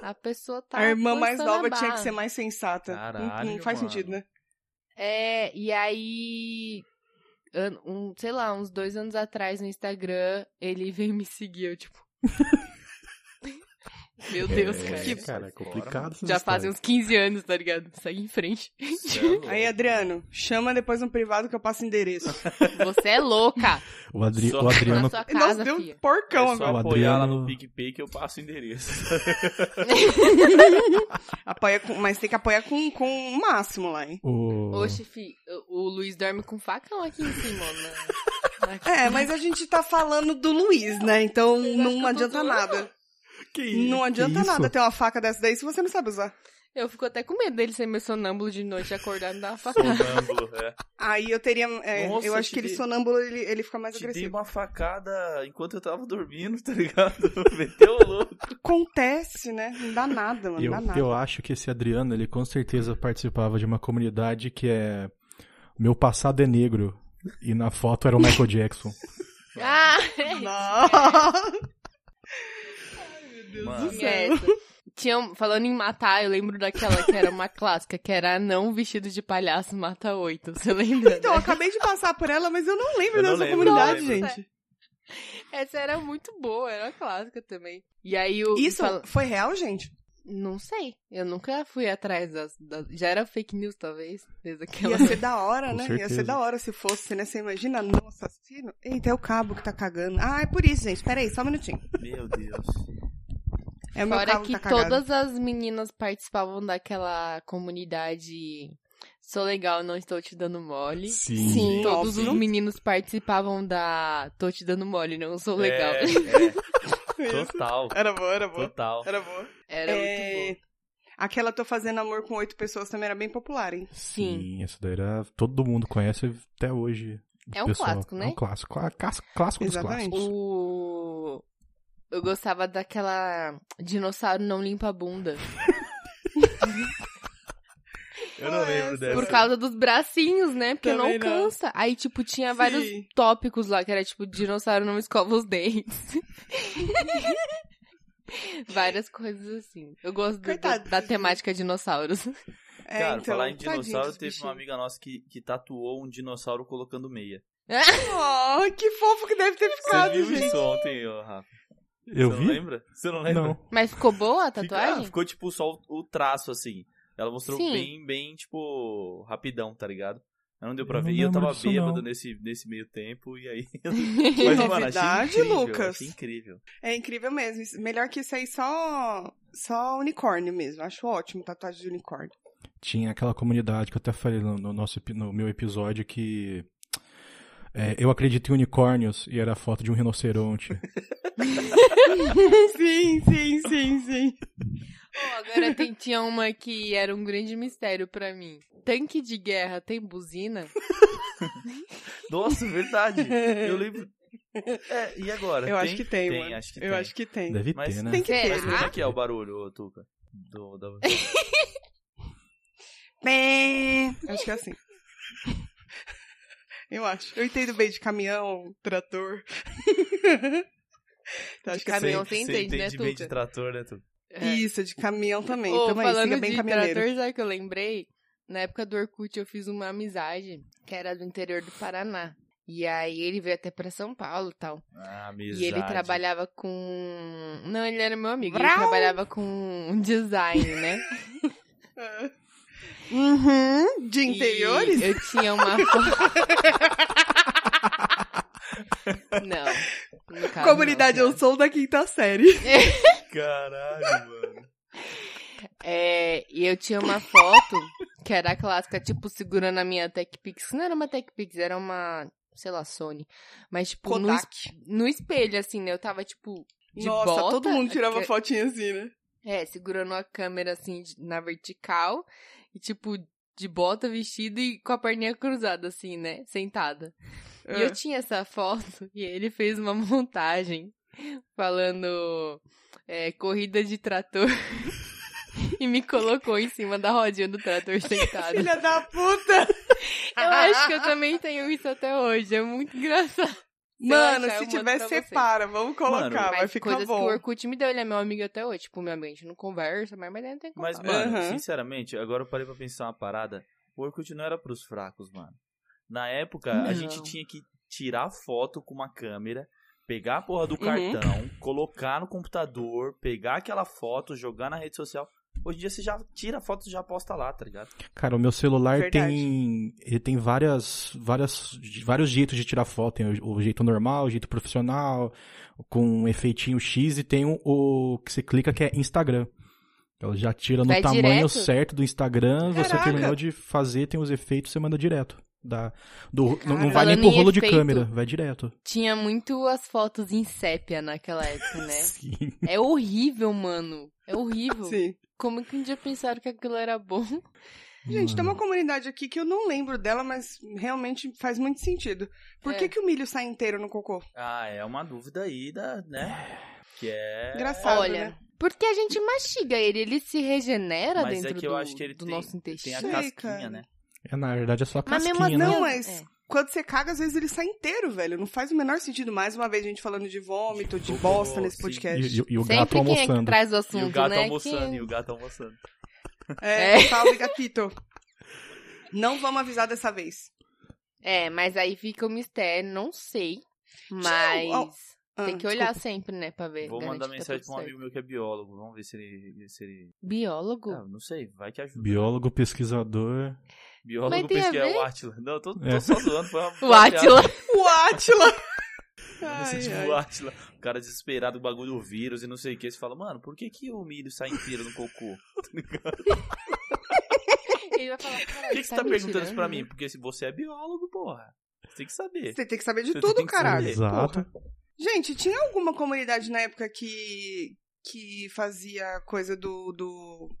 Speaker 1: A pessoa tá.
Speaker 2: a irmã mais
Speaker 1: forçando a
Speaker 2: nova tinha que
Speaker 1: barra."
Speaker 2: ser mais sensata. Não-
Speaker 3: Caralho,
Speaker 2: não faz
Speaker 3: mano.
Speaker 2: sentido, né?
Speaker 1: É, e aí, an- um, sei lá, uns dois anos atrás no Instagram, ele veio me seguir, eu tipo... Meu Deus,
Speaker 4: é,
Speaker 1: cara.
Speaker 2: que-
Speaker 4: cara, é
Speaker 3: Fora,
Speaker 4: complicado. essas
Speaker 1: Já
Speaker 4: histórias.
Speaker 1: fazem uns 15 anos, tá ligado? Segue em frente.
Speaker 3: Cê é louco.
Speaker 2: Aí, Adriano, chama depois no privado que eu passo endereço.
Speaker 1: Você é louca!
Speaker 4: O, Adri-
Speaker 3: Só-
Speaker 4: o
Speaker 1: Na
Speaker 4: Adriano.
Speaker 1: sua
Speaker 2: Nossa,
Speaker 1: casa,
Speaker 2: deu um
Speaker 1: fia.
Speaker 2: porcão
Speaker 3: é só
Speaker 2: agora.
Speaker 4: O
Speaker 3: apoiar lá
Speaker 4: Adriano-
Speaker 3: no PicPay que eu passo o endereço.
Speaker 2: Apoia com- mas tem que apoiar com, com o máximo lá, hein?
Speaker 4: O...
Speaker 1: Oxe, fi, o o Luiz dorme com facão aqui em cima, mano.
Speaker 2: É, mas a gente tá falando do Luiz, né? Então não adianta nada. Não adianta nada ter uma faca dessa daí se você não sabe usar.
Speaker 1: Eu fico até com medo dele ser meu sonâmbulo de noite, acordar e me dar uma facada.
Speaker 3: Sonâmbulo, é.
Speaker 2: Aí eu teria. é,
Speaker 3: Nossa,
Speaker 2: eu acho
Speaker 3: te
Speaker 2: que ele
Speaker 3: dei-
Speaker 2: sonâmbulo, ele, ele fica mais
Speaker 3: Te dei
Speaker 2: agressivo.
Speaker 3: uma facada enquanto eu tava dormindo, tá ligado? Meteu o louco.
Speaker 2: Acontece, né? Não dá nada, mano.
Speaker 4: Eu,
Speaker 2: não dá nada.
Speaker 4: eu acho que esse Adriano, ele com certeza participava de uma comunidade que é. Meu passado é negro. E na foto era o Michael Jackson.
Speaker 1: Ah,
Speaker 2: Não.
Speaker 3: Mano,
Speaker 2: do céu.
Speaker 1: Merda. Tinha, um- falando em matar, eu lembro daquela que era uma clássica, que era não vestido de palhaço mata oito. Você lembra?
Speaker 2: Então, eu
Speaker 1: né?
Speaker 2: acabei de passar por ela, mas eu não lembro
Speaker 3: Eu não
Speaker 2: dessa
Speaker 3: lembro,
Speaker 2: comunidade,
Speaker 3: não lembro.
Speaker 2: gente.
Speaker 1: Essa era muito boa, era uma clássica também. E aí o.
Speaker 2: Isso
Speaker 1: fala-
Speaker 2: foi real, gente?
Speaker 1: Não sei. Eu nunca fui atrás das. das- Já era fake news, talvez. Desde aquela.
Speaker 2: Ia ser da hora,
Speaker 4: Com
Speaker 2: né? Ia
Speaker 4: certeza.
Speaker 2: ser da hora se fosse, né? Você imagina? Não, assassino? Eita, é o cabo que tá cagando. Ah, é por isso, gente. Pera aí, só um minutinho.
Speaker 3: Meu Deus.
Speaker 2: É o meu
Speaker 1: Fora
Speaker 2: cabo
Speaker 1: que
Speaker 2: tá cagado.
Speaker 1: todas as meninas participavam daquela comunidade. Sou legal, não estou te dando mole.
Speaker 4: Sim.
Speaker 2: Sim,
Speaker 1: Todos
Speaker 2: óbvio.
Speaker 1: os meninos participavam da. Tô te dando mole, não sou legal.
Speaker 3: É, é. Total.
Speaker 2: Era boa, era boa.
Speaker 3: Total.
Speaker 2: Era boa.
Speaker 1: Era muito boa.
Speaker 2: É, Aquela Tô Fazendo Amor com Oito Pessoas também era bem popular, hein?
Speaker 1: Sim.
Speaker 4: Sim, essa daí era. Todo mundo conhece até hoje.
Speaker 1: É um
Speaker 4: Pessoal,
Speaker 1: clássico,
Speaker 4: É
Speaker 1: né?
Speaker 4: um clássico. clá- cás- Clássico dos
Speaker 2: Exatamente.
Speaker 4: clássicos.
Speaker 1: O... Eu gostava daquela dinossauro não limpa a bunda.
Speaker 3: Eu não lembro
Speaker 2: Por
Speaker 3: dessa.
Speaker 1: Por causa dos bracinhos, né? Porque
Speaker 2: é Também
Speaker 1: não
Speaker 2: não.
Speaker 1: cansa. Aí, tipo, tinha vários
Speaker 2: Sim.
Speaker 1: tópicos lá, que era tipo, dinossauro não escova os dentes. Várias coisas assim. Eu gosto do- da,
Speaker 2: Coitado.
Speaker 1: da temática dinossauros.
Speaker 2: É,
Speaker 3: Cara,
Speaker 2: então,
Speaker 3: falar em
Speaker 2: tadinho
Speaker 3: dinossauro,
Speaker 2: dos
Speaker 3: teve uma
Speaker 2: bichinhos.
Speaker 3: amiga nossa que, que tatuou um dinossauro colocando meia.
Speaker 2: Oh, que fofo que deve ter
Speaker 3: Você
Speaker 2: ficado,
Speaker 3: viu
Speaker 2: gente.
Speaker 3: isso ontem, ó, Rafa?
Speaker 4: Eu
Speaker 3: Você
Speaker 4: vi?
Speaker 3: não lembra? Você não lembra?
Speaker 4: Não.
Speaker 1: Mas ficou boa a
Speaker 3: Fica-
Speaker 1: tatuagem?
Speaker 3: ficou, tipo, só o- o traço, assim. Ela mostrou
Speaker 1: Sim.
Speaker 3: bem, bem, tipo, rapidão, tá ligado? Aí Não deu pra
Speaker 4: Eu
Speaker 3: ver.
Speaker 4: não
Speaker 3: E eu
Speaker 4: lembro
Speaker 3: tava
Speaker 4: disso,
Speaker 3: bêbado
Speaker 4: não.
Speaker 3: nesse, nesse meio tempo, e aí...
Speaker 2: Que
Speaker 3: Mas, mano, achei
Speaker 2: novidade,
Speaker 3: incrível,
Speaker 2: Lucas.
Speaker 3: Achei incrível.
Speaker 2: É incrível mesmo. Isso- Melhor que isso aí, só, só unicórnio mesmo. Acho ótimo tatuagem de unicórnio.
Speaker 4: Tinha aquela comunidade que eu até falei no, no nosso, epi- no meu episódio que. é, eu acredito em unicórnios e era a foto de um rinoceronte.
Speaker 2: sim, sim, sim, sim.
Speaker 1: Pô,
Speaker 2: né?
Speaker 1: agora tem, tinha uma que era um grande mistério pra mim. Tanque de guerra tem buzina?
Speaker 3: Nossa, verdade. Eu lembro... É, e agora?
Speaker 2: Eu acho que tem,
Speaker 3: Tem,
Speaker 2: mano.
Speaker 3: acho que
Speaker 2: Eu
Speaker 3: tem.
Speaker 2: acho que tem.
Speaker 4: Deve
Speaker 3: Mas
Speaker 4: ter, né?
Speaker 2: Tem que
Speaker 1: Será?
Speaker 2: ter,
Speaker 3: Mas
Speaker 2: né?
Speaker 3: como é que é o barulho, ô, Tuca? Do, da...
Speaker 2: Pé. Acho que é assim. é Eu acho. Eu entendo bem de caminhão, trator. então, acho que é
Speaker 1: caminhão,
Speaker 2: caminhão.
Speaker 1: você entende, né,
Speaker 3: bem de
Speaker 1: Tuca?
Speaker 3: trator, né, Tuca?
Speaker 2: Isso, de caminhão também.
Speaker 1: É. Ô,
Speaker 2: então é isso,
Speaker 1: falando
Speaker 2: fica bem
Speaker 1: de
Speaker 2: caminhoneiro.
Speaker 1: trator, sabe que eu lembrei? Na época do Orkut eu fiz uma amizade que era do interior do Paraná. E aí ele veio até pra São Paulo e tal.
Speaker 3: Ah, amizade.
Speaker 1: E ele trabalhava com. Não, ele era meu amigo. Ele
Speaker 2: Vrau!
Speaker 1: trabalhava com design, né?
Speaker 2: Ah. Uhum. De interiores?
Speaker 1: E eu tinha uma foto. não. no caso
Speaker 2: Comunidade,
Speaker 1: não,
Speaker 2: eu sou da quinta série.
Speaker 3: Caralho, mano.
Speaker 1: É, e eu tinha uma foto que era a clássica, tipo, segurando a minha TechPix. Não era uma TechPix, era uma, sei lá, Sony. Mas, tipo, no, es-
Speaker 2: Kodak.
Speaker 1: no espelho, assim, né? Eu tava, tipo, de
Speaker 2: Nossa,
Speaker 1: bota,
Speaker 2: todo mundo tirava
Speaker 1: que-
Speaker 2: fotinha assim, né?
Speaker 1: É, segurando a câmera, assim, de- na vertical. E, tipo, de bota, vestido e com a perninha cruzada, assim, né? Sentada. E
Speaker 2: É.
Speaker 1: eu tinha essa foto e ele fez uma montagem falando é, corrida de trator e me colocou em cima da rodinha do trator sentado.
Speaker 2: É. Filha da puta!
Speaker 1: Eu acho que eu também tenho isso até hoje, é muito engraçado.
Speaker 2: Mano,
Speaker 1: achar, eu
Speaker 2: se
Speaker 1: mando
Speaker 2: tiver,
Speaker 1: pra vocês.
Speaker 2: separa. Vamos colocar,
Speaker 3: Mano,
Speaker 2: vai
Speaker 1: Mas
Speaker 2: ficar
Speaker 1: coisas que o
Speaker 2: bom.
Speaker 1: Orkut me deu, ele é meu amigo até hoje. Tipo, meu amigo, a gente não conversa, mas mas não tem como.
Speaker 3: Mas, mano,
Speaker 2: Aham.
Speaker 3: sinceramente, agora eu parei pra pensar uma parada. O Orkut não era pros fracos, mano. Na época, a
Speaker 1: Não.
Speaker 3: gente tinha que tirar foto com uma câmera, pegar a porra
Speaker 1: Uhum.
Speaker 3: do cartão, colocar no computador, pegar aquela foto, jogar na rede social. Hoje em dia você já tira a foto e já posta lá, tá ligado?
Speaker 4: Cara, o meu celular
Speaker 2: Verdade.
Speaker 4: tem. Ele tem várias, várias. vários jeitos de tirar foto. Tem o, o jeito normal, o jeito profissional, com um efeitinho X e tem o, o que você clica que é Instagram. Ela já tira no
Speaker 1: Vai
Speaker 4: tamanho
Speaker 1: direto?
Speaker 4: certo do Instagram, você
Speaker 2: Caraca!
Speaker 4: terminou de fazer, tem os efeitos, você manda direto. Da, do, não, não
Speaker 2: Cara,
Speaker 4: vai nem
Speaker 1: falando
Speaker 4: pro
Speaker 1: em
Speaker 4: rolo de
Speaker 1: efeito-
Speaker 4: câmera, vai direto.
Speaker 1: Tinha muito as fotos em sépia naquela época, né?
Speaker 4: Sim.
Speaker 1: É horrível, mano. É horrível.
Speaker 2: Sim.
Speaker 1: Como que um dia pensaram que aquilo era bom?
Speaker 3: É
Speaker 2: Gente, tem
Speaker 4: Mano.
Speaker 2: uma comunidade aqui que eu não lembro dela, mas realmente faz muito sentido. Por
Speaker 1: É.
Speaker 2: que, que o milho sai inteiro no cocô?
Speaker 3: Ah, é uma dúvida aí da, né? Que é.
Speaker 2: Engraçado,
Speaker 1: Olha,
Speaker 2: né?
Speaker 1: porque a gente mastiga ele, ele se regenera
Speaker 3: Mas é
Speaker 1: dentro
Speaker 3: que eu
Speaker 1: do,
Speaker 3: acho que ele
Speaker 1: do
Speaker 3: tem-
Speaker 1: nosso
Speaker 3: Tem
Speaker 1: intestino.
Speaker 3: a
Speaker 2: Sei,
Speaker 3: casquinha,
Speaker 2: cara.
Speaker 3: né?
Speaker 4: É, na verdade é só a
Speaker 1: Mas
Speaker 4: casquinha,
Speaker 1: mesmo assim,
Speaker 4: né?
Speaker 2: Não,
Speaker 1: eu-
Speaker 2: mas
Speaker 1: é.
Speaker 2: Quando você caga, às vezes ele sai inteiro, velho. Não faz o menor sentido. Mais uma vez, a gente falando de vômito, de
Speaker 3: cocô,
Speaker 2: bosta nesse
Speaker 3: sim.
Speaker 2: podcast.
Speaker 4: E, e- e o gato
Speaker 1: Sempre quem é que
Speaker 4: almoçando.
Speaker 1: traz o
Speaker 3: E
Speaker 1: assunto,
Speaker 3: o gato
Speaker 1: né?
Speaker 3: almoçando,
Speaker 1: Quem-
Speaker 3: e o gato almoçando.
Speaker 2: É,
Speaker 1: É.
Speaker 2: salve, gatito. Não vamos avisar dessa vez.
Speaker 1: É, mas aí fica o mistério, não sei. Mas
Speaker 2: Tchau, Ah,
Speaker 1: tem que olhar sempre, né, pra ver.
Speaker 3: Vou
Speaker 1: garantir
Speaker 3: mandar
Speaker 1: que tá
Speaker 3: mensagem pra
Speaker 1: tudo
Speaker 3: um
Speaker 1: certo.
Speaker 3: amigo meu que é biólogo. Vamos ver se ele. Se ele...
Speaker 1: Biólogo?
Speaker 3: Ah, não sei, vai que ajuda.
Speaker 4: Biólogo, pesquisador.
Speaker 3: Biólogo
Speaker 1: Mas tem a
Speaker 3: pesquisa é
Speaker 1: ver?
Speaker 3: o Atila. Não, tô, tô
Speaker 4: É.
Speaker 3: só zoando. Foi uma, foi
Speaker 1: O
Speaker 3: uma piada.
Speaker 1: Átila.
Speaker 2: desculpa. O Átila.
Speaker 3: Você, tipo,
Speaker 2: Ai,
Speaker 3: o
Speaker 2: ai.
Speaker 3: Átila, o cara desesperado, o bagulho do vírus e não sei o que. Você fala, mano, por que, que o milho sai inteiro no cocô?
Speaker 1: Ele vai falar,
Speaker 3: Por
Speaker 1: caralho,
Speaker 3: que, que você
Speaker 1: tá
Speaker 3: tá
Speaker 1: me
Speaker 3: perguntando isso
Speaker 1: tirando,
Speaker 3: pra
Speaker 1: né?
Speaker 3: mim? Porque se você é biólogo, porra, você tem que saber.
Speaker 2: Você tem que
Speaker 1: é
Speaker 2: saber de
Speaker 3: Você
Speaker 2: tudo,
Speaker 3: tem que saber.
Speaker 2: caralho.
Speaker 4: Exato.
Speaker 2: porra. Gente, tinha alguma comunidade na época que, que fazia coisa do, do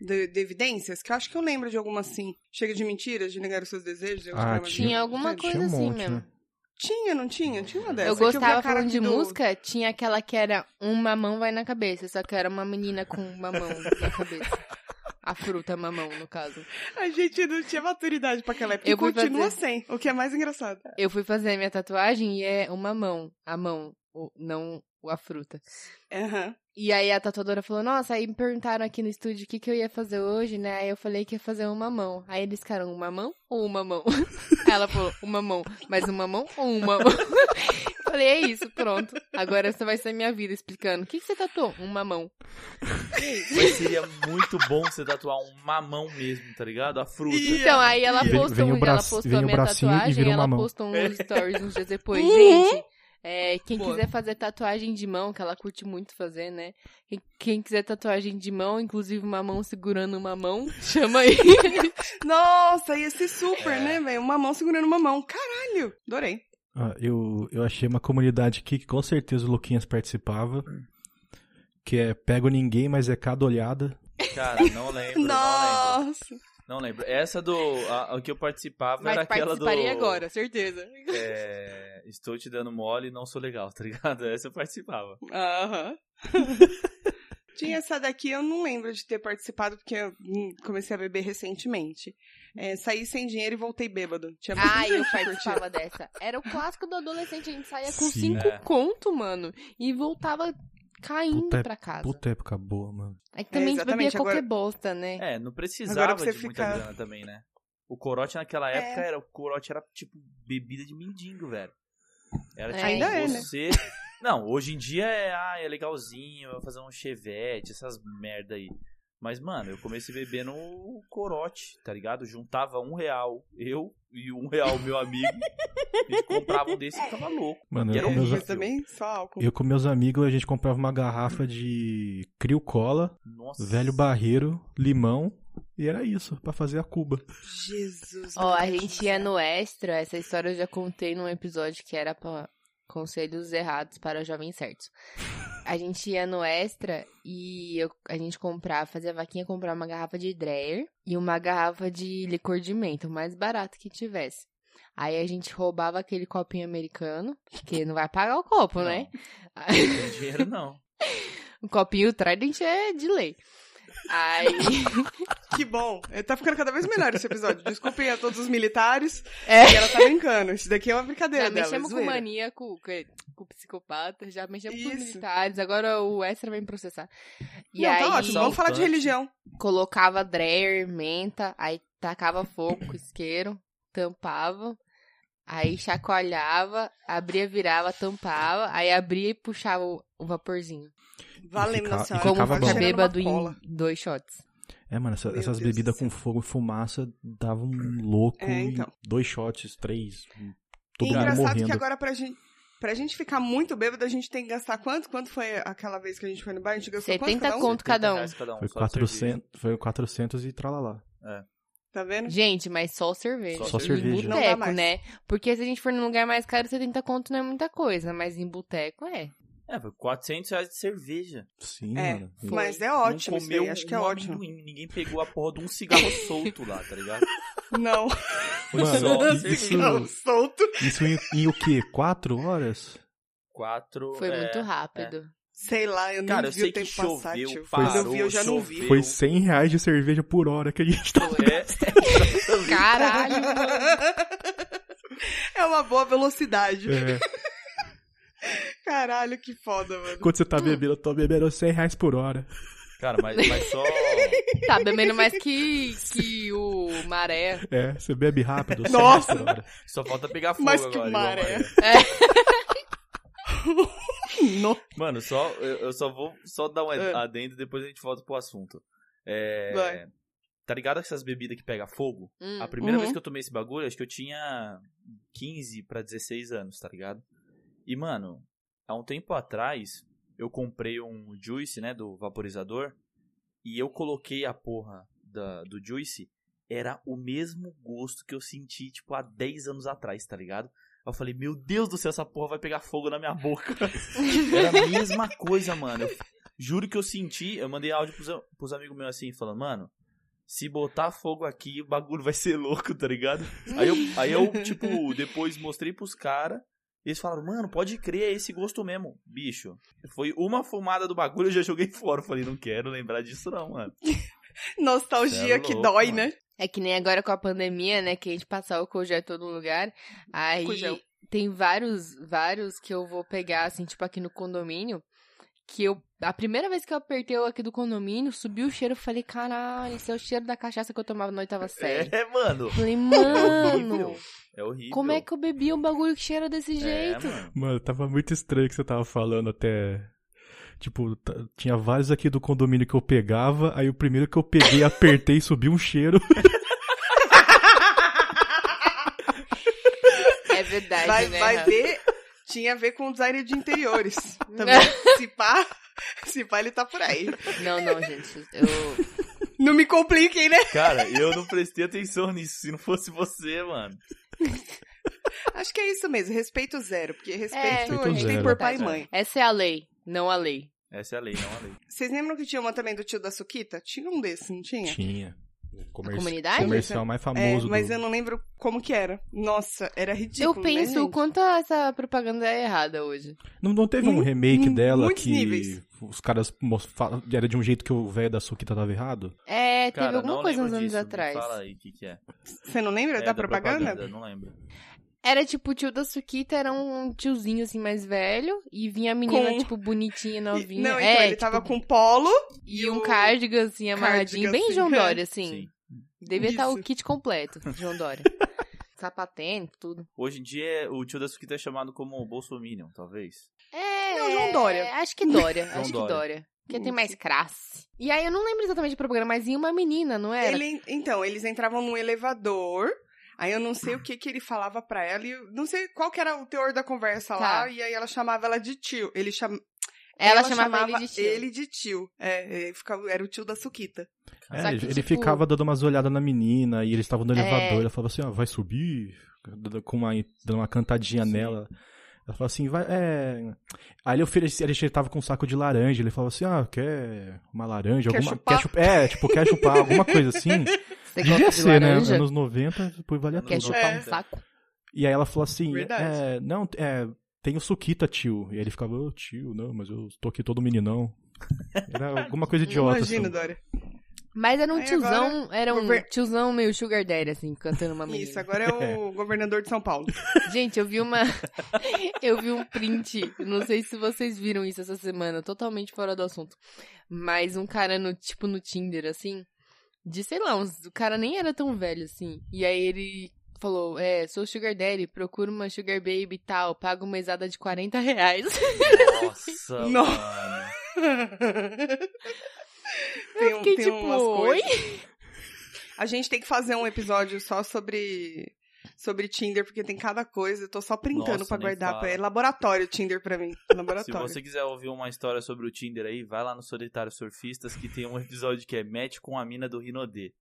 Speaker 2: de, de evidências? Que eu acho que eu lembro de alguma assim. Chega de mentiras, de negar os seus desejos. eu acho
Speaker 4: Ah,
Speaker 2: que era mais
Speaker 4: tinha.
Speaker 1: Tinha alguma
Speaker 2: Tinha
Speaker 1: coisa
Speaker 4: um
Speaker 1: assim
Speaker 4: monte,
Speaker 1: mesmo.
Speaker 4: né?
Speaker 2: Tinha, não tinha? Tinha uma dessas.
Speaker 1: Eu
Speaker 2: É, que vi a
Speaker 1: gostava
Speaker 2: cara
Speaker 1: falando de
Speaker 2: do-
Speaker 1: música, tinha aquela que era uma mão vai na cabeça, só que era uma menina com uma mão na cabeça. A fruta mamão, no caso.
Speaker 2: A gente não tinha maturidade pra aquela época.
Speaker 1: Eu
Speaker 2: e
Speaker 1: fui
Speaker 2: continua
Speaker 1: fazer.
Speaker 2: sem, o que é mais engraçado.
Speaker 1: Eu fui fazer minha tatuagem e é uma mão, a mão, o- não a fruta.
Speaker 2: Aham.
Speaker 1: E aí a tatuadora falou, nossa, aí me perguntaram aqui no estúdio o que, que eu ia fazer hoje, né? Aí eu falei que ia fazer uma mão. Aí eles ficaram, uma mão ou uma mão? Aí ela falou, uma mão, mas uma mão ou uma mão? Eu falei, é isso, pronto. Agora essa vai ser minha vida explicando. O que, que você tatuou? "Um Uma mão.
Speaker 3: Mas seria muito bom você tatuar um mamão mesmo, tá ligado? A fruta.
Speaker 2: E-
Speaker 1: Então, aí ela
Speaker 4: Vem-
Speaker 1: postou,
Speaker 4: vem o
Speaker 1: um-
Speaker 4: bra-
Speaker 1: ela postou
Speaker 4: vem
Speaker 1: a
Speaker 4: o
Speaker 1: minha
Speaker 4: bracinho e
Speaker 1: tatuagem
Speaker 4: vira
Speaker 1: e
Speaker 4: uma
Speaker 1: ela
Speaker 4: mão.
Speaker 1: postou um stories uns dias depois.
Speaker 2: Uhum.
Speaker 1: Gente, é, quem
Speaker 2: Boa.
Speaker 1: quiser fazer tatuagem de mão, que ela curte muito fazer, né? Quem, quem quiser tatuagem de mão, inclusive uma mão segurando uma mão, chama aí.
Speaker 2: Nossa, ia ser super,
Speaker 3: É.
Speaker 2: né, velho? Uma mão segurando uma mão. Caralho, adorei.
Speaker 4: Ah, eu, eu achei uma comunidade aqui que com certeza o Luquinhas participava. Que é Pego Ninguém, mas é cada olhada.
Speaker 3: Cara, não lembro, não lembro.
Speaker 2: Nossa.
Speaker 3: Não lembro. Essa do. A, a que eu participava
Speaker 1: Mas
Speaker 3: era aquela do.
Speaker 1: participaria agora, certeza.
Speaker 3: É, estou te dando mole e não sou legal, tá ligado? Essa eu participava.
Speaker 2: Aham. Tinha essa daqui, eu não lembro de ter participado, porque eu hum, comecei a beber recentemente. É, saí sem dinheiro e voltei bêbado. Tinha muita
Speaker 1: Ah,
Speaker 2: gente
Speaker 1: eu
Speaker 2: que curtia.
Speaker 1: participava dessa. Era o clássico do adolescente, a gente saía com
Speaker 4: Sim. né?
Speaker 1: cinco
Speaker 3: É.
Speaker 1: conto, mano, e voltava caindo
Speaker 4: Puta-
Speaker 1: pra casa.
Speaker 4: Puta época boa, mano.
Speaker 1: É que também a gente bebia
Speaker 2: exatamente, agora-
Speaker 1: qualquer bosta, né?
Speaker 3: É, não
Speaker 2: Agora
Speaker 3: precisava
Speaker 2: pra você É.
Speaker 3: de muita
Speaker 2: ficar-
Speaker 3: grana também, né? O corote naquela época era. O corote era tipo bebida de mendigo, velho. Era
Speaker 1: É.
Speaker 3: tipo
Speaker 2: Ainda é, né?
Speaker 3: você. Não, hoje em dia é, ah, é legalzinho, eu vou fazer um chevette, essas merda aí. Mas, mano, eu comecei bebendo o corote, tá ligado? Juntava um real, eu e um real meu amigo. e comprava um desse e ficava
Speaker 2: É.
Speaker 3: louco.
Speaker 4: Mano,
Speaker 3: E
Speaker 4: eu,
Speaker 3: era
Speaker 4: com
Speaker 3: um
Speaker 4: meus,
Speaker 3: vício.
Speaker 2: Mas também só álcool.
Speaker 4: eu com meus amigos, a gente comprava uma garrafa de Crio Cola,
Speaker 3: Nossa.
Speaker 4: velho barreiro, limão, e era isso, pra fazer a Cuba.
Speaker 2: Jesus.
Speaker 1: Ó, a
Speaker 2: meu Deus
Speaker 1: gente
Speaker 2: do
Speaker 1: ia
Speaker 2: céu.
Speaker 1: no Extra, essa história eu já contei num episódio que era pra Conselhos Errados para Jovens Certos. A gente ia no Extra e eu- a gente comprava, fazia a vaquinha comprar uma garrafa de Dreyer e uma garrafa de licor de menta, o mais barato que tivesse. Aí a gente roubava aquele copinho americano, que não vai pagar o copo,
Speaker 3: Não.
Speaker 1: né?
Speaker 3: Não tem dinheiro, não.
Speaker 1: O copinho Trident é de lei. Aí.
Speaker 2: Que bom. Eh, Tá ficando cada vez melhor esse episódio. Desculpem a todos os militares.
Speaker 1: É.
Speaker 2: E ela tá brincando. Isso daqui é uma brincadeira
Speaker 1: Já
Speaker 2: dela.
Speaker 1: mexemos
Speaker 2: é
Speaker 1: com
Speaker 2: zoeira.
Speaker 1: maníaco, com, com psicopata, já mexemos com
Speaker 2: Isso.
Speaker 1: militares, agora o extra vai me processar. E
Speaker 2: Não,
Speaker 1: aí
Speaker 2: tá ótimo. Vamos falar de
Speaker 3: Soltante.
Speaker 2: religião.
Speaker 1: colocava dreyer, menta, aí tacava fogo com isqueiro, tampava, aí chacoalhava, abria, virava, tampava, aí abria e puxava o, o vaporzinho.
Speaker 2: Valeu,
Speaker 4: fica-
Speaker 2: nossa
Speaker 4: e
Speaker 2: senhora.
Speaker 1: Como
Speaker 4: ficava
Speaker 2: quase
Speaker 4: bom.
Speaker 1: ficar
Speaker 2: cheirando uma
Speaker 1: bêbado em
Speaker 2: cola.
Speaker 1: dois shots.
Speaker 4: É, mano, essa-
Speaker 2: Meu Deus
Speaker 4: essas
Speaker 2: do
Speaker 4: bebidas
Speaker 2: céu.
Speaker 4: com fogo e fumaça davam um louco.
Speaker 2: É,
Speaker 4: e
Speaker 2: então.
Speaker 4: dois shots, três. Todo
Speaker 2: e
Speaker 4: mundo
Speaker 2: engraçado
Speaker 4: morrendo.
Speaker 2: que agora pra gente... Pra gente ficar muito bêbado, a gente tem que gastar quanto? Quanto foi aquela vez que a gente foi no bar? A gente gastou quanto
Speaker 1: 70
Speaker 2: cada um?
Speaker 1: conto cada um.
Speaker 3: reais cada um.
Speaker 4: Foi
Speaker 3: só de cerveja.
Speaker 4: 400, foi 400 e tralalá.
Speaker 2: Tá vendo?
Speaker 1: Gente, mas só cerveja.
Speaker 3: Só
Speaker 1: E
Speaker 4: cerveja.
Speaker 1: Em
Speaker 2: Não dá
Speaker 1: boteco,
Speaker 2: mais.
Speaker 1: né? Porque se a gente for num lugar mais caro, 70 conto não é muita coisa, mas em boteco é.
Speaker 3: É, foi 400 reais de cerveja.
Speaker 4: Sim,
Speaker 2: É.
Speaker 4: mano.
Speaker 1: Foi.
Speaker 2: Mas é ótimo
Speaker 3: não
Speaker 2: isso daí,
Speaker 3: comeu
Speaker 2: acho que é
Speaker 3: um
Speaker 2: ótimo.
Speaker 3: amendoim, Ninguém pegou a porra de um cigarro solto lá, tá ligado?
Speaker 2: Não, assim,
Speaker 3: Foi
Speaker 4: Mano,
Speaker 3: só
Speaker 4: isso-
Speaker 3: cerveja.
Speaker 2: não, solto.
Speaker 4: Isso em, em o quê? Quatro horas?
Speaker 3: quatro.
Speaker 1: Foi
Speaker 3: é,
Speaker 1: muito rápido.
Speaker 2: Sei lá, eu não
Speaker 3: Cara, eu
Speaker 2: vi
Speaker 3: sei
Speaker 2: o
Speaker 3: que
Speaker 2: tempo
Speaker 3: choveu,
Speaker 2: passar, tio.
Speaker 3: parou,
Speaker 2: Quando eu vi, eu já não vi.
Speaker 3: choveu.
Speaker 4: Foi 100 reais de cerveja por hora que a gente tá...
Speaker 3: É, exatamente.
Speaker 1: Caralho, mano.
Speaker 2: É uma boa velocidade.
Speaker 4: É,
Speaker 2: Caralho, que foda, mano.
Speaker 4: quando você tá bebendo, eu tô bebendo 100 reais por hora.
Speaker 3: Cara, mas, mas só.
Speaker 1: Tá bebendo mais que, que o maré.
Speaker 4: É, você bebe rápido. 100
Speaker 2: Nossa!
Speaker 4: reais por hora.
Speaker 3: Só falta pegar fogo
Speaker 2: Mas que é.
Speaker 3: agora. igual
Speaker 2: maré.
Speaker 3: a É.
Speaker 2: No-
Speaker 3: Mano, só, eu, eu só vou só dar um
Speaker 2: É.
Speaker 3: adendo e depois a gente volta pro assunto. É,
Speaker 2: Vai.
Speaker 3: Tá ligado que essas bebidas que pega fogo?
Speaker 1: Hum.
Speaker 3: A primeira
Speaker 2: Uhum.
Speaker 3: vez que eu tomei esse bagulho, acho que eu tinha 15 pra 16 anos, tá ligado? E, mano, há um tempo atrás, eu comprei um Juice, né, do vaporizador, e eu coloquei a porra da- do Juice, era o mesmo gosto que eu senti, tipo, há 10 anos atrás, tá ligado? Eu falei, meu Deus do céu, essa porra vai pegar fogo na minha boca. Era a mesma coisa, mano. Eu juro que eu senti, eu mandei áudio pros, pros amigos meus assim, falando, mano, se botar fogo aqui, o bagulho vai ser louco, tá ligado? Aí eu, aí eu tipo, depois mostrei pros caras. Eles falaram, mano, pode crer, é esse gosto mesmo. Bicho, foi uma fumada do bagulho, eu já joguei fora. Eu Falei, não quero lembrar disso não, mano. Cê
Speaker 2: Nostalgia
Speaker 3: é
Speaker 2: que
Speaker 3: louco,
Speaker 2: dói,
Speaker 3: mano.
Speaker 2: né?
Speaker 1: É que nem agora com a pandemia, né? Que a gente passa álcool gel em todo lugar. Aí
Speaker 2: Álcool gel.
Speaker 1: tem vários, vários que eu vou pegar, assim, tipo aqui no condomínio. Que eu. A primeira vez que eu apertei o aqui do condomínio, subiu o cheiro. Eu falei, caralho, esse é o cheiro da cachaça que eu tomava na oitava série.
Speaker 3: É, mano.
Speaker 1: Falei,
Speaker 3: É
Speaker 1: mano,
Speaker 3: horrível. É horrível.
Speaker 1: como é que eu bebi um bagulho que cheira desse jeito?
Speaker 3: É, mano.
Speaker 4: Mano, tava muito estranho o que você tava falando até. Tipo, t- tinha vários aqui do condomínio que eu pegava, aí o primeiro que eu peguei, apertei e subi um cheiro.
Speaker 1: É verdade,
Speaker 2: Vai,
Speaker 1: né?
Speaker 2: vai
Speaker 1: Rafa?
Speaker 2: ver. Tinha a ver com o design de interiores. Também. se pá, se pá, ele tá por aí.
Speaker 1: Não, não, gente. Eu,
Speaker 2: Não me compliquem, né?
Speaker 3: Cara, eu não prestei atenção nisso, se não fosse você, mano.
Speaker 2: Acho que é isso mesmo. Respeito zero. Porque
Speaker 1: É.
Speaker 2: respeito,
Speaker 4: Respeito
Speaker 2: a gente tem
Speaker 4: zero.
Speaker 2: por pai e
Speaker 1: Verdade.
Speaker 2: mãe.
Speaker 1: Essa é a lei, não a lei.
Speaker 3: Essa é a lei, não a lei.
Speaker 2: Vocês lembram que tinha uma também do tio da Suquita? Tinha um desse, não tinha?
Speaker 4: Tinha. O comer-
Speaker 1: comunidade?
Speaker 4: comercial mais
Speaker 2: É,
Speaker 4: famoso.
Speaker 2: mas
Speaker 4: do-
Speaker 2: eu não lembro como que era. Nossa, era ridículo.
Speaker 1: Eu penso
Speaker 2: né,
Speaker 1: o
Speaker 2: gente?
Speaker 1: quanto essa propaganda é errada hoje.
Speaker 4: não, não teve um
Speaker 2: Mu-
Speaker 4: remake
Speaker 2: mu-
Speaker 4: dela
Speaker 2: muitos
Speaker 4: que
Speaker 2: níveis.
Speaker 4: os caras mos- falam- era de um jeito que o velho da Suquita tava errado?
Speaker 1: É, teve
Speaker 3: Cara,
Speaker 1: alguma
Speaker 3: não
Speaker 1: coisa uns
Speaker 3: lembro
Speaker 1: anos
Speaker 3: disso. Me
Speaker 1: atrás.
Speaker 3: Fala aí o que, que é.
Speaker 2: Você não lembra
Speaker 3: É
Speaker 2: da, propaganda?
Speaker 3: Não lembro.
Speaker 1: Era tipo, o tio da Suquita era um tiozinho assim mais velho e vinha a menina,
Speaker 2: Com-
Speaker 1: tipo, bonitinha,
Speaker 2: E-
Speaker 1: novinha.
Speaker 2: Não, então
Speaker 1: é,
Speaker 2: ele
Speaker 1: tipo,
Speaker 2: tava com polo.
Speaker 1: E um cardigan assim, amarradinho,
Speaker 2: Cardigan,
Speaker 1: bem
Speaker 2: assim,
Speaker 1: João
Speaker 2: é.
Speaker 1: Dória, assim.
Speaker 3: Sim.
Speaker 1: Devia estar o
Speaker 2: Isso.
Speaker 1: kit completo, João Dória. Sapatênis, tudo.
Speaker 3: Hoje em dia, o tio da Suquita é chamado como Bolsominion, talvez.
Speaker 1: É,
Speaker 2: Não, João Dória.
Speaker 1: Acho que Dória,
Speaker 3: João
Speaker 1: acho que
Speaker 3: Dória.
Speaker 1: Dória. Porque tem mais crasse. E aí, eu não lembro exatamente do programa, mas ia uma menina, não era?
Speaker 2: Ele, então, eles entravam num elevador. Aí eu não sei o que que ele falava pra ela. E eu não sei qual que era o teor da conversa
Speaker 1: Tá.
Speaker 2: lá. E aí ela chamava ela de tio. Ele cham...
Speaker 1: Ela, chamava, ele de tio.
Speaker 2: ele de tio. É, ele ficava- era o tio da Suquita.
Speaker 4: É,
Speaker 1: Só que,
Speaker 4: ele ele
Speaker 1: tipo-
Speaker 4: ficava dando umas olhadas na menina e eles estavam no
Speaker 1: É.
Speaker 4: elevador. Ela falava assim: ó, vai subir, dando- com uma, dando uma cantadinha
Speaker 3: Sim.
Speaker 4: nela. Ela falava assim: vai. É... Aí ele oferecia, ele tava com um saco de laranja. Ele falava assim: ah, quer uma laranja?
Speaker 2: Quer
Speaker 4: alguma...
Speaker 2: chupar?
Speaker 4: chup- É, tipo, quer chupar alguma coisa assim.
Speaker 1: Você gosta
Speaker 4: Devia
Speaker 1: de
Speaker 4: ser, né?
Speaker 1: laranja?
Speaker 4: Anos 90, depois valia
Speaker 3: Anos
Speaker 1: Quer
Speaker 4: tudo.
Speaker 1: chupar
Speaker 2: É.
Speaker 1: um saco?
Speaker 4: E aí ela falou assim:
Speaker 2: Verdade.
Speaker 4: é, não, é, tem o Suquita, tio. E aí ele ficava: ô, tio, não, mas eu tô aqui todo meninão. Era alguma coisa
Speaker 3: é
Speaker 4: idiota.
Speaker 2: Imagina,
Speaker 4: assim.
Speaker 2: Dória.
Speaker 1: Mas era um
Speaker 2: Aí
Speaker 1: tiozão, era um
Speaker 2: gover-
Speaker 1: tiozão meio sugar daddy, assim, cantando uma menina.
Speaker 3: né?
Speaker 2: Isso, agora é o governador de São Paulo.
Speaker 1: Gente, eu vi uma. eu vi um print. Não sei se vocês viram isso essa semana, totalmente fora do assunto. Mas um cara no, tipo, no Tinder, assim. De sei lá, uns- o cara nem era tão velho assim. E aí ele falou: É, sou Sugar Daddy, procuro uma Sugar Baby e tal, pago uma mesada de 40 reais.
Speaker 3: Nossa,
Speaker 2: Não.
Speaker 3: mano.
Speaker 2: tem
Speaker 1: Eu fiquei
Speaker 2: tem
Speaker 1: tipo,
Speaker 2: umas
Speaker 1: "Oi?"
Speaker 2: coisas. A gente tem que fazer um episódio só sobre sobre Tinder, porque tem cada coisa. Eu tô só printando
Speaker 3: Nossa,
Speaker 2: pra
Speaker 3: nem
Speaker 2: guardar.
Speaker 3: fala.
Speaker 2: pra- É laboratório Tinder pra mim.
Speaker 3: Se
Speaker 2: Laboratório.
Speaker 3: você quiser ouvir uma história sobre o Tinder aí, vai lá no Solitário Surfistas, que tem um episódio que é Match com a mina do Rinodê.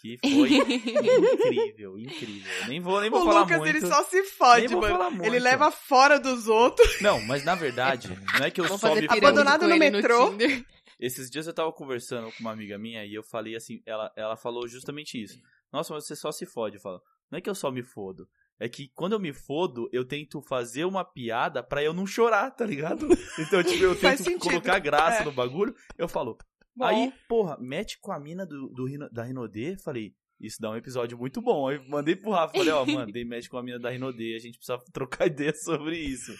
Speaker 3: Que foi incrível, incrível. Eu Nem vou, nem vou
Speaker 2: O
Speaker 3: falar
Speaker 2: Lucas,
Speaker 3: muito.
Speaker 2: ele só se
Speaker 3: Nem
Speaker 2: fode,
Speaker 3: vou
Speaker 2: mano.
Speaker 3: falar muito.
Speaker 2: Ele leva fora dos outros.
Speaker 3: Não, mas na verdade, não é que eu
Speaker 1: Vou
Speaker 3: só
Speaker 1: fazer tá
Speaker 3: me
Speaker 1: pirâmide
Speaker 3: fodo.
Speaker 2: Abandonado
Speaker 1: com
Speaker 2: no
Speaker 1: ele
Speaker 2: metrô.
Speaker 1: Tinder.
Speaker 3: Esses dias eu tava conversando com uma amiga minha e eu falei assim, ela, ela falou justamente isso. Nossa, mas você só se fode, eu falo. Não é que eu só me fodo. É que quando eu me fodo, eu tento fazer uma piada pra eu não chorar, tá ligado? Então, tipo, eu
Speaker 2: Faz
Speaker 3: tento
Speaker 2: sentido.
Speaker 3: colocar graça
Speaker 2: É.
Speaker 3: no bagulho. Eu falo.
Speaker 2: Bom.
Speaker 3: Aí, porra, mete com a mina do, do Rino- da Rinodê, falei, isso dá um episódio muito bom. Aí mandei pro Rafa, falei, ó, mandei mete com a mina da Rinodê, a gente precisa trocar ideia sobre isso.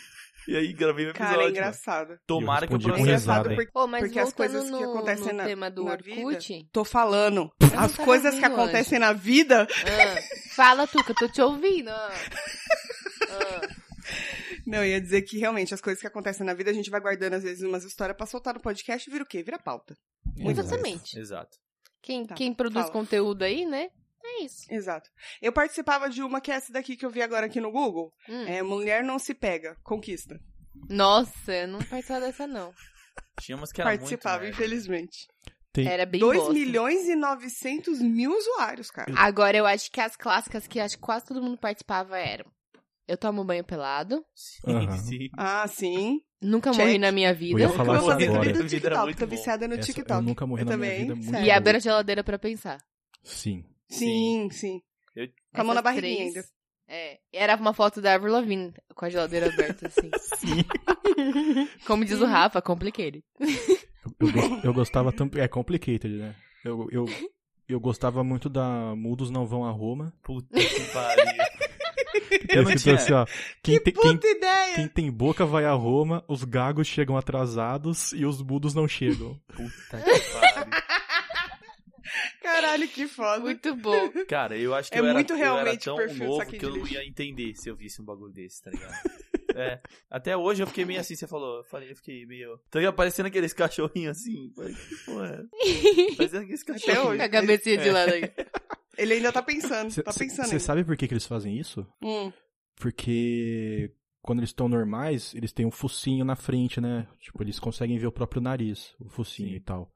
Speaker 3: E aí gravei o episódio.
Speaker 2: Cara, é
Speaker 3: mano.
Speaker 2: engraçado.
Speaker 3: Tomara que eu
Speaker 4: respondi
Speaker 2: É
Speaker 4: com
Speaker 3: processe
Speaker 2: engraçado
Speaker 4: risada, hein?
Speaker 2: porque
Speaker 1: Pô, mas
Speaker 2: Porque as
Speaker 1: voltando
Speaker 2: coisas que
Speaker 1: no,
Speaker 2: acontecem
Speaker 1: no
Speaker 2: na-
Speaker 1: tema do
Speaker 2: na vida-
Speaker 1: Orkut.
Speaker 2: tô falando.
Speaker 1: não
Speaker 2: As
Speaker 1: tava
Speaker 2: coisas que
Speaker 1: ouvindo antes.
Speaker 2: acontecem na vida,
Speaker 1: Ah, fala, Tuca, eu tô te ouvindo. ah. Ah.
Speaker 2: Não, eu ia dizer que realmente as coisas que acontecem na vida a gente vai guardando às vezes umas histórias pra soltar no podcast e vira o quê? Vira pauta.
Speaker 4: Exato.
Speaker 1: Exatamente.
Speaker 3: Exato.
Speaker 1: Quem,
Speaker 2: Tá,
Speaker 1: quem produz
Speaker 2: fala.
Speaker 1: conteúdo aí, né? É isso.
Speaker 2: Exato. Eu participava de uma que é essa daqui que eu vi agora aqui no Google.
Speaker 1: Hum.
Speaker 2: É Mulher não se pega, conquista.
Speaker 3: Tá
Speaker 1: Nossa, eu não participava dessa, não.
Speaker 3: Tinha umas que era
Speaker 2: Participava,
Speaker 3: muito merda.
Speaker 2: infelizmente.
Speaker 4: Tem-
Speaker 1: Era bem
Speaker 2: 2
Speaker 1: bosta.
Speaker 2: milhões e 900 mil usuários, cara.
Speaker 1: Agora, eu acho que as clássicas que acho que quase todo mundo participava eram Eu Tomo Banho Pelado,
Speaker 3: Sim,
Speaker 4: Aham.
Speaker 3: sim.
Speaker 2: Ah, sim.
Speaker 1: Nunca
Speaker 2: Check.
Speaker 1: Morri na Minha
Speaker 4: Eu ia
Speaker 1: Vida
Speaker 4: falar
Speaker 2: é eu
Speaker 4: isso
Speaker 2: fazendo
Speaker 4: agora.
Speaker 2: vídeo
Speaker 3: A
Speaker 2: no
Speaker 3: vida era
Speaker 2: TikTok,
Speaker 3: muito
Speaker 2: tô
Speaker 3: bom.
Speaker 2: viciada no
Speaker 4: é Essa-
Speaker 2: TikTok.
Speaker 4: Eu nunca morri
Speaker 2: Eu
Speaker 4: na
Speaker 2: também,
Speaker 4: minha vida. é Muito
Speaker 2: sério.
Speaker 1: e
Speaker 4: bom.
Speaker 1: Abrir a Geladeira pra Pensar.
Speaker 4: Sim.
Speaker 2: Sim, sim.
Speaker 3: Eu-
Speaker 2: Com a mão na
Speaker 1: assim, Essas
Speaker 2: barriguinha
Speaker 1: três,
Speaker 2: ainda.
Speaker 1: É, era uma foto da Avril Lavigne com a geladeira aberta, assim. Como diz o Rafa, compliquei.
Speaker 4: Eu, gos- eu gostava tanto. É complicated, né? Eu, eu, eu gostava muito da Mudos Não Vão a Roma.
Speaker 3: Puta que pariu.
Speaker 4: Que
Speaker 3: Eu não
Speaker 4: escrito
Speaker 3: tinha.
Speaker 4: assim, ó. Quem,
Speaker 2: Que
Speaker 4: tem,
Speaker 2: puta
Speaker 4: quem,
Speaker 2: ideia!
Speaker 4: quem tem boca vai a Roma, os gagos chegam atrasados e os mudos não chegam.
Speaker 3: Puta que pariu.
Speaker 2: Caralho, que foda.
Speaker 1: Muito bom.
Speaker 3: Cara, eu acho que
Speaker 2: É
Speaker 3: eu, era,
Speaker 2: muito
Speaker 3: eu era
Speaker 2: realmente
Speaker 3: tão
Speaker 2: perfil
Speaker 3: novo
Speaker 2: saquinho
Speaker 3: que eu
Speaker 2: de
Speaker 3: não
Speaker 2: lixo.
Speaker 3: ia entender se eu visse um bagulho desse, tá ligado? É, até hoje eu fiquei meio assim, você falou, eu falei, eu fiquei meio. Tá ligado? Parecendo aqueles cachorrinhos assim. Falei, que porra é? Parecendo aqueles
Speaker 2: Até
Speaker 3: cachorrinhos.
Speaker 2: hoje. né? É.
Speaker 1: Com a cabecinha de lado aí.
Speaker 2: Ele ainda tá pensando, tá pensando
Speaker 4: Você
Speaker 2: ainda.
Speaker 4: sabe por que, que eles fazem isso?
Speaker 2: Hum.
Speaker 4: Porque quando eles estão normais, eles têm um focinho na frente, né? Tipo, eles conseguem ver o próprio nariz, o focinho
Speaker 3: Sim.
Speaker 4: e tal.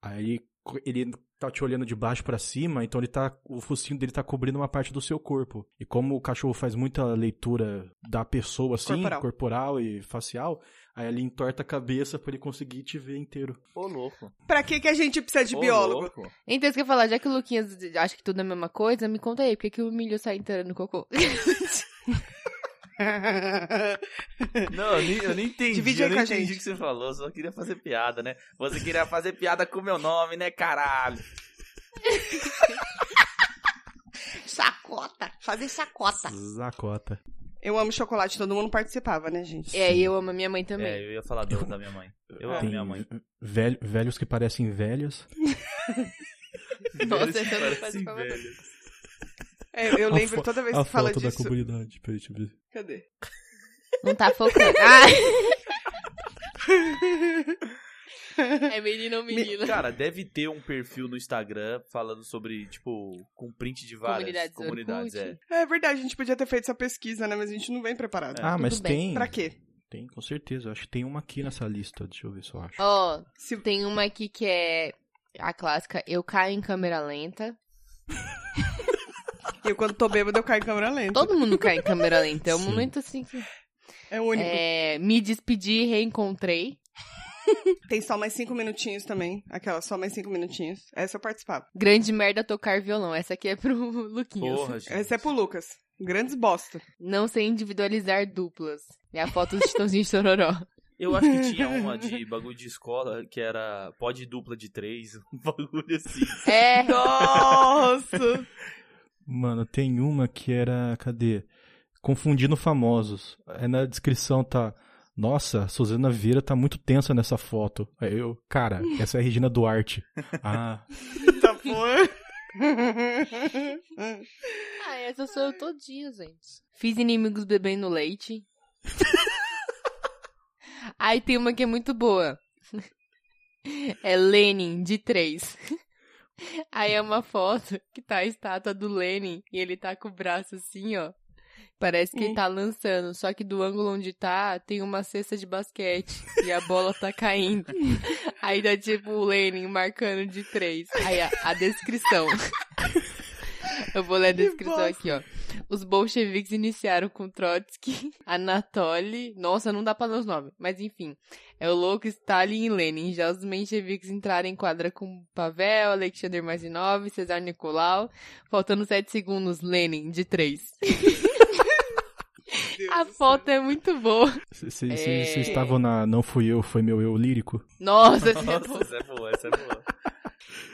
Speaker 4: Aí co- ele tá te olhando de baixo pra cima, então ele tá o focinho dele tá cobrindo uma parte do seu corpo. E como o cachorro faz muita leitura da pessoa assim,
Speaker 2: Corporal.
Speaker 4: corporal, e facial, Aí ele entorta a cabeça pra ele conseguir te ver inteiro.
Speaker 3: Ô, louco.
Speaker 2: Pra que, que a gente precisa de
Speaker 3: Ô,
Speaker 2: biólogo?
Speaker 3: louco.
Speaker 1: Então, isso que eu ia falar, já que o Luquinhas acha que tudo é a mesma coisa, me conta aí, por que, que o milho sai inteiro no cocô?
Speaker 3: Não, eu nem, eu nem entendi.
Speaker 2: Divide
Speaker 3: eu
Speaker 2: aí
Speaker 3: nem
Speaker 2: com a
Speaker 3: entendi
Speaker 2: gente.
Speaker 3: o que você falou. eu Só queria fazer piada, né? Você queria fazer piada com o meu nome, né, caralho?
Speaker 1: Chacota! Fazer chacota!
Speaker 4: Zacota.
Speaker 2: Eu amo chocolate, todo mundo participava, né, gente?
Speaker 1: É, e eu amo a minha mãe também.
Speaker 3: É, eu ia falar do, da minha mãe. Eu
Speaker 4: Ah,
Speaker 2: É.
Speaker 3: amo minha mãe.
Speaker 4: Velho- velhos que parecem velhos.
Speaker 1: Nossa,
Speaker 3: Velhos que
Speaker 1: eu não
Speaker 3: parecem
Speaker 1: faço
Speaker 3: velhos.
Speaker 2: É, eu lembro
Speaker 4: fo-
Speaker 2: toda vez
Speaker 4: A
Speaker 2: que fala
Speaker 4: foto da
Speaker 2: disso.
Speaker 4: comunidade. Peraí, deixa eu ver.
Speaker 2: Cadê?
Speaker 1: Não tá focando. Ai. É menino ou menina?
Speaker 3: Cara, deve ter um perfil no Instagram falando sobre, tipo, com print de várias
Speaker 1: Comunidades
Speaker 3: comunidades.
Speaker 1: do
Speaker 3: é.
Speaker 1: Orkut.
Speaker 2: É verdade, a gente podia ter feito essa pesquisa, né? Mas a gente não vem preparado.
Speaker 4: ah, mas
Speaker 1: tudo bem.
Speaker 4: tem.
Speaker 2: É, Pra quê?
Speaker 4: Tem, com certeza. Eu Acho que tem uma aqui nessa lista. Deixa eu ver se eu acho.
Speaker 1: Ó,
Speaker 2: Se...
Speaker 1: tem uma aqui que é a clássica Eu Caio em Câmera Lenta.
Speaker 2: Eu, quando tô bêbado, eu caio em câmera lenta.
Speaker 1: Todo mundo cai em câmera lenta. É um
Speaker 4: Sim.
Speaker 1: momento assim que.
Speaker 2: É o único.
Speaker 1: É, me despedi, reencontrei.
Speaker 2: Tem só mais cinco minutinhos também. Aquela, só mais cinco minutinhos. Essa eu participava.
Speaker 1: Grande merda tocar violão. Essa aqui é pro Luquinhas.
Speaker 3: Porra, gente.
Speaker 2: Essa é pro Lucas. Grandes bosta.
Speaker 1: Não sei individualizar duplas. É a foto do Chitãozinho de Chororó.
Speaker 3: Eu acho que tinha uma de bagulho de escola que era pó de dupla de três, um bagulho assim.
Speaker 1: É.
Speaker 2: Nossa!
Speaker 4: Mano, tem uma que era. Cadê? Confundindo famosos. Aí na descrição tá. Nossa, Suzana Vieira tá muito tensa nessa foto. Aí eu, cara, essa é a Regina Duarte. Ah,
Speaker 2: tá porra.
Speaker 1: Ah, essa sou eu todinha, gente. Fiz inimigos bebendo leite. Aí tem uma que é muito boa. É Lenin, de três. Aí é uma foto que tá a estátua do Lenin e ele tá com o braço assim, ó. Parece que ele tá lançando, só que do ângulo onde tá, tem uma cesta de basquete e a bola tá caindo. Aí dá tipo o Lenin marcando de três. Aí a, a descrição. Eu vou ler a
Speaker 2: Que
Speaker 1: descrição
Speaker 2: bosta.
Speaker 1: aqui, ó. Os bolcheviques iniciaram com Trotsky, Anatoly. Nossa, não dá pra ler os nomes, mas enfim. É o louco Stalin e Lenin. Já os mencheviques entraram em quadra com Pavel, Alexander Mazinov, Cesar Nicolau. Faltando sete segundos, Lenin, de três. A foto é muito boa.
Speaker 4: vocês
Speaker 1: É.
Speaker 4: estavam na Não Fui Eu, Foi Meu Eu lírico?
Speaker 1: Nossa, essa é
Speaker 3: Nossa,
Speaker 1: boa.
Speaker 3: essa é boa, essa é boa.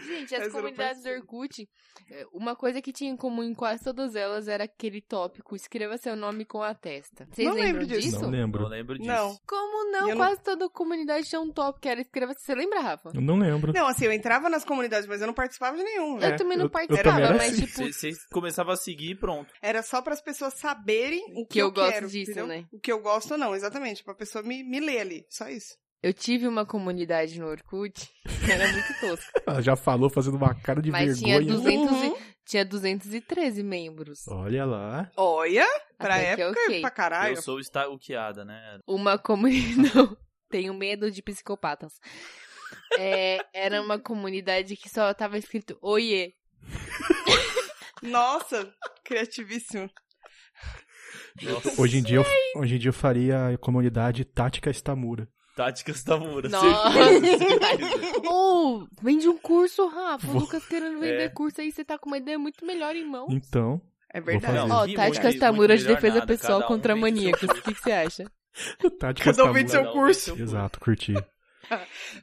Speaker 1: Gente,
Speaker 2: Essa
Speaker 1: as
Speaker 2: eu não
Speaker 1: comunidades do
Speaker 2: participei.
Speaker 1: Orkut, eh, uma coisa que tinha em comum em quase todas elas era aquele tópico, escreva seu nome com a testa. Vocês
Speaker 2: Não
Speaker 1: lembram
Speaker 2: lembro disso.
Speaker 1: disso?
Speaker 4: Não
Speaker 3: Não
Speaker 4: lembro.
Speaker 3: lembro disso.
Speaker 2: Não.
Speaker 1: Como não?
Speaker 2: Eu não-
Speaker 1: Quase toda comunidade tinha um tópico que era escreva... Você lembra, Rafa?
Speaker 4: Eu não lembro.
Speaker 2: Não, assim, eu entrava nas comunidades, mas eu não participava de nenhuma.
Speaker 1: eu também
Speaker 4: eu-
Speaker 1: não
Speaker 4: eu
Speaker 1: participava,
Speaker 4: também era
Speaker 1: mas
Speaker 4: assim.
Speaker 1: tipo...
Speaker 3: Vocês- Vocês começavam a seguir e pronto.
Speaker 2: Era só para as pessoas saberem o que,
Speaker 1: Que eu gosto
Speaker 2: quero,
Speaker 1: disso,
Speaker 2: entendeu?
Speaker 1: né?
Speaker 2: O que eu gosto ou não, exatamente. Pra pessoa me, me ler ali. Só isso.
Speaker 1: Eu tive uma comunidade no Orkut, que era muito tosca.
Speaker 4: Ela já falou fazendo uma cara de
Speaker 1: Mas tinha
Speaker 4: vergonha.
Speaker 1: 200 e-
Speaker 2: Uhum.
Speaker 1: tinha 213 membros.
Speaker 4: Olha lá.
Speaker 2: Olha, pra
Speaker 1: Até que é
Speaker 2: época,
Speaker 1: ok.
Speaker 2: pra caralho.
Speaker 3: Eu sou stalkeada, né?
Speaker 1: Uma comunidade. Não, tenho medo de psicopatas. É, era uma comunidade que só tava escrito Oiê.
Speaker 2: Nossa, criativíssimo.
Speaker 3: Nossa.
Speaker 4: Hoje em, dia eu, hoje em dia eu faria a comunidade Tática Estamura.
Speaker 3: Táticas da Mura.
Speaker 1: Nossa.
Speaker 3: certeza.
Speaker 1: Ou vende um curso, Rafa. O Lucas querendo vender
Speaker 3: É.
Speaker 1: curso aí, você tá com uma ideia muito melhor em mão.
Speaker 4: Então,
Speaker 2: É verdade.
Speaker 4: fazer.
Speaker 3: Não,
Speaker 1: Ó,
Speaker 3: vi muito,
Speaker 1: táticas
Speaker 3: vi
Speaker 1: Tamura
Speaker 3: muito
Speaker 1: de
Speaker 3: um melhor
Speaker 1: defesa
Speaker 3: nada,
Speaker 1: pessoal
Speaker 3: cada um
Speaker 1: contra
Speaker 3: vende seu
Speaker 1: maníacos. O
Speaker 3: curso.
Speaker 1: que, que você acha?
Speaker 4: Tática
Speaker 2: Cada um vende
Speaker 4: Estamura.
Speaker 2: seu curso.
Speaker 3: Seu
Speaker 4: Exato, curti.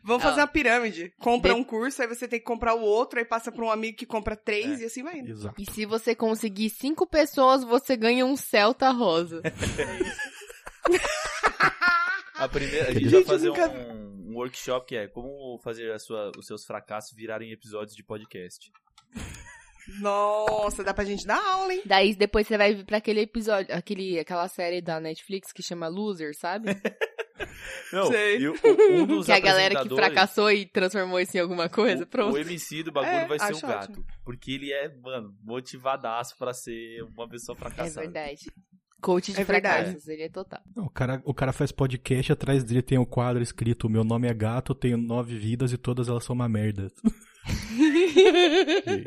Speaker 2: Vamos fazer uma pirâmide. Compra
Speaker 1: Ah. De-
Speaker 2: um curso, aí você tem que comprar o outro, aí passa pra um amigo que compra três e assim vai indo.
Speaker 4: Exato.
Speaker 1: E se você conseguir cinco pessoas, você ganha um Celta rosa.
Speaker 3: A primeira, a gente
Speaker 4: Gente,
Speaker 3: vai
Speaker 2: eu
Speaker 3: fazer
Speaker 2: nunca-
Speaker 3: um, um workshop que é como fazer a sua- os seus fracassos virarem episódios de podcast.
Speaker 2: Nossa, dá pra gente dar aula, hein?
Speaker 1: Daí depois você vai vir pra aquele episódio, aquele, aquela série da Netflix que chama Loser, sabe?
Speaker 3: Não,
Speaker 2: Sei.
Speaker 3: e o- um dos
Speaker 1: Que é a galera que
Speaker 3: apresentadores-
Speaker 1: fracassou e transformou isso em alguma coisa.
Speaker 3: o,
Speaker 1: Pronto.
Speaker 3: o MC do bagulho
Speaker 2: É,
Speaker 3: vai ser o
Speaker 2: acho
Speaker 3: gato. Porque ele é, mano, motivadaço pra ser uma pessoa
Speaker 1: É
Speaker 3: fracassada.
Speaker 1: verdade. Coach de
Speaker 2: É verdade.
Speaker 1: fracassos, ele é total.
Speaker 4: Não, o, cara, o cara faz podcast, atrás dele tem um quadro escrito Meu nome é gato, tenho nove vidas e todas elas são uma merda. E-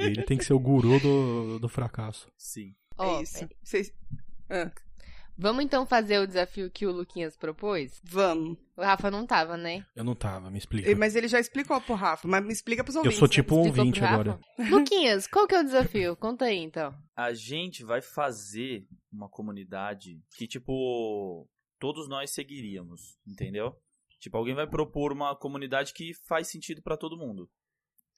Speaker 4: ele tem que ser o guru do, do fracasso.
Speaker 3: Sim.
Speaker 1: Ó, é.
Speaker 2: é isso. Vocês-
Speaker 1: Vamos então fazer o desafio que o Luquinhas propôs?
Speaker 2: Vamos.
Speaker 1: O Rafa não tava, né?
Speaker 4: Eu não tava, me explica.
Speaker 2: Eh, Mas ele já explicou pro Rafa, mas me explica pros
Speaker 4: Eu
Speaker 2: ouvintes. né?
Speaker 4: sou tipo um
Speaker 1: Explicou pro
Speaker 4: ouvinte
Speaker 1: Rafa?
Speaker 4: agora.
Speaker 1: Luquinhas, qual que é o desafio? Conta aí, então.
Speaker 3: A gente vai fazer uma comunidade que, tipo, todos nós seguiríamos, entendeu? Tipo, alguém vai propor uma comunidade que faz sentido pra todo mundo.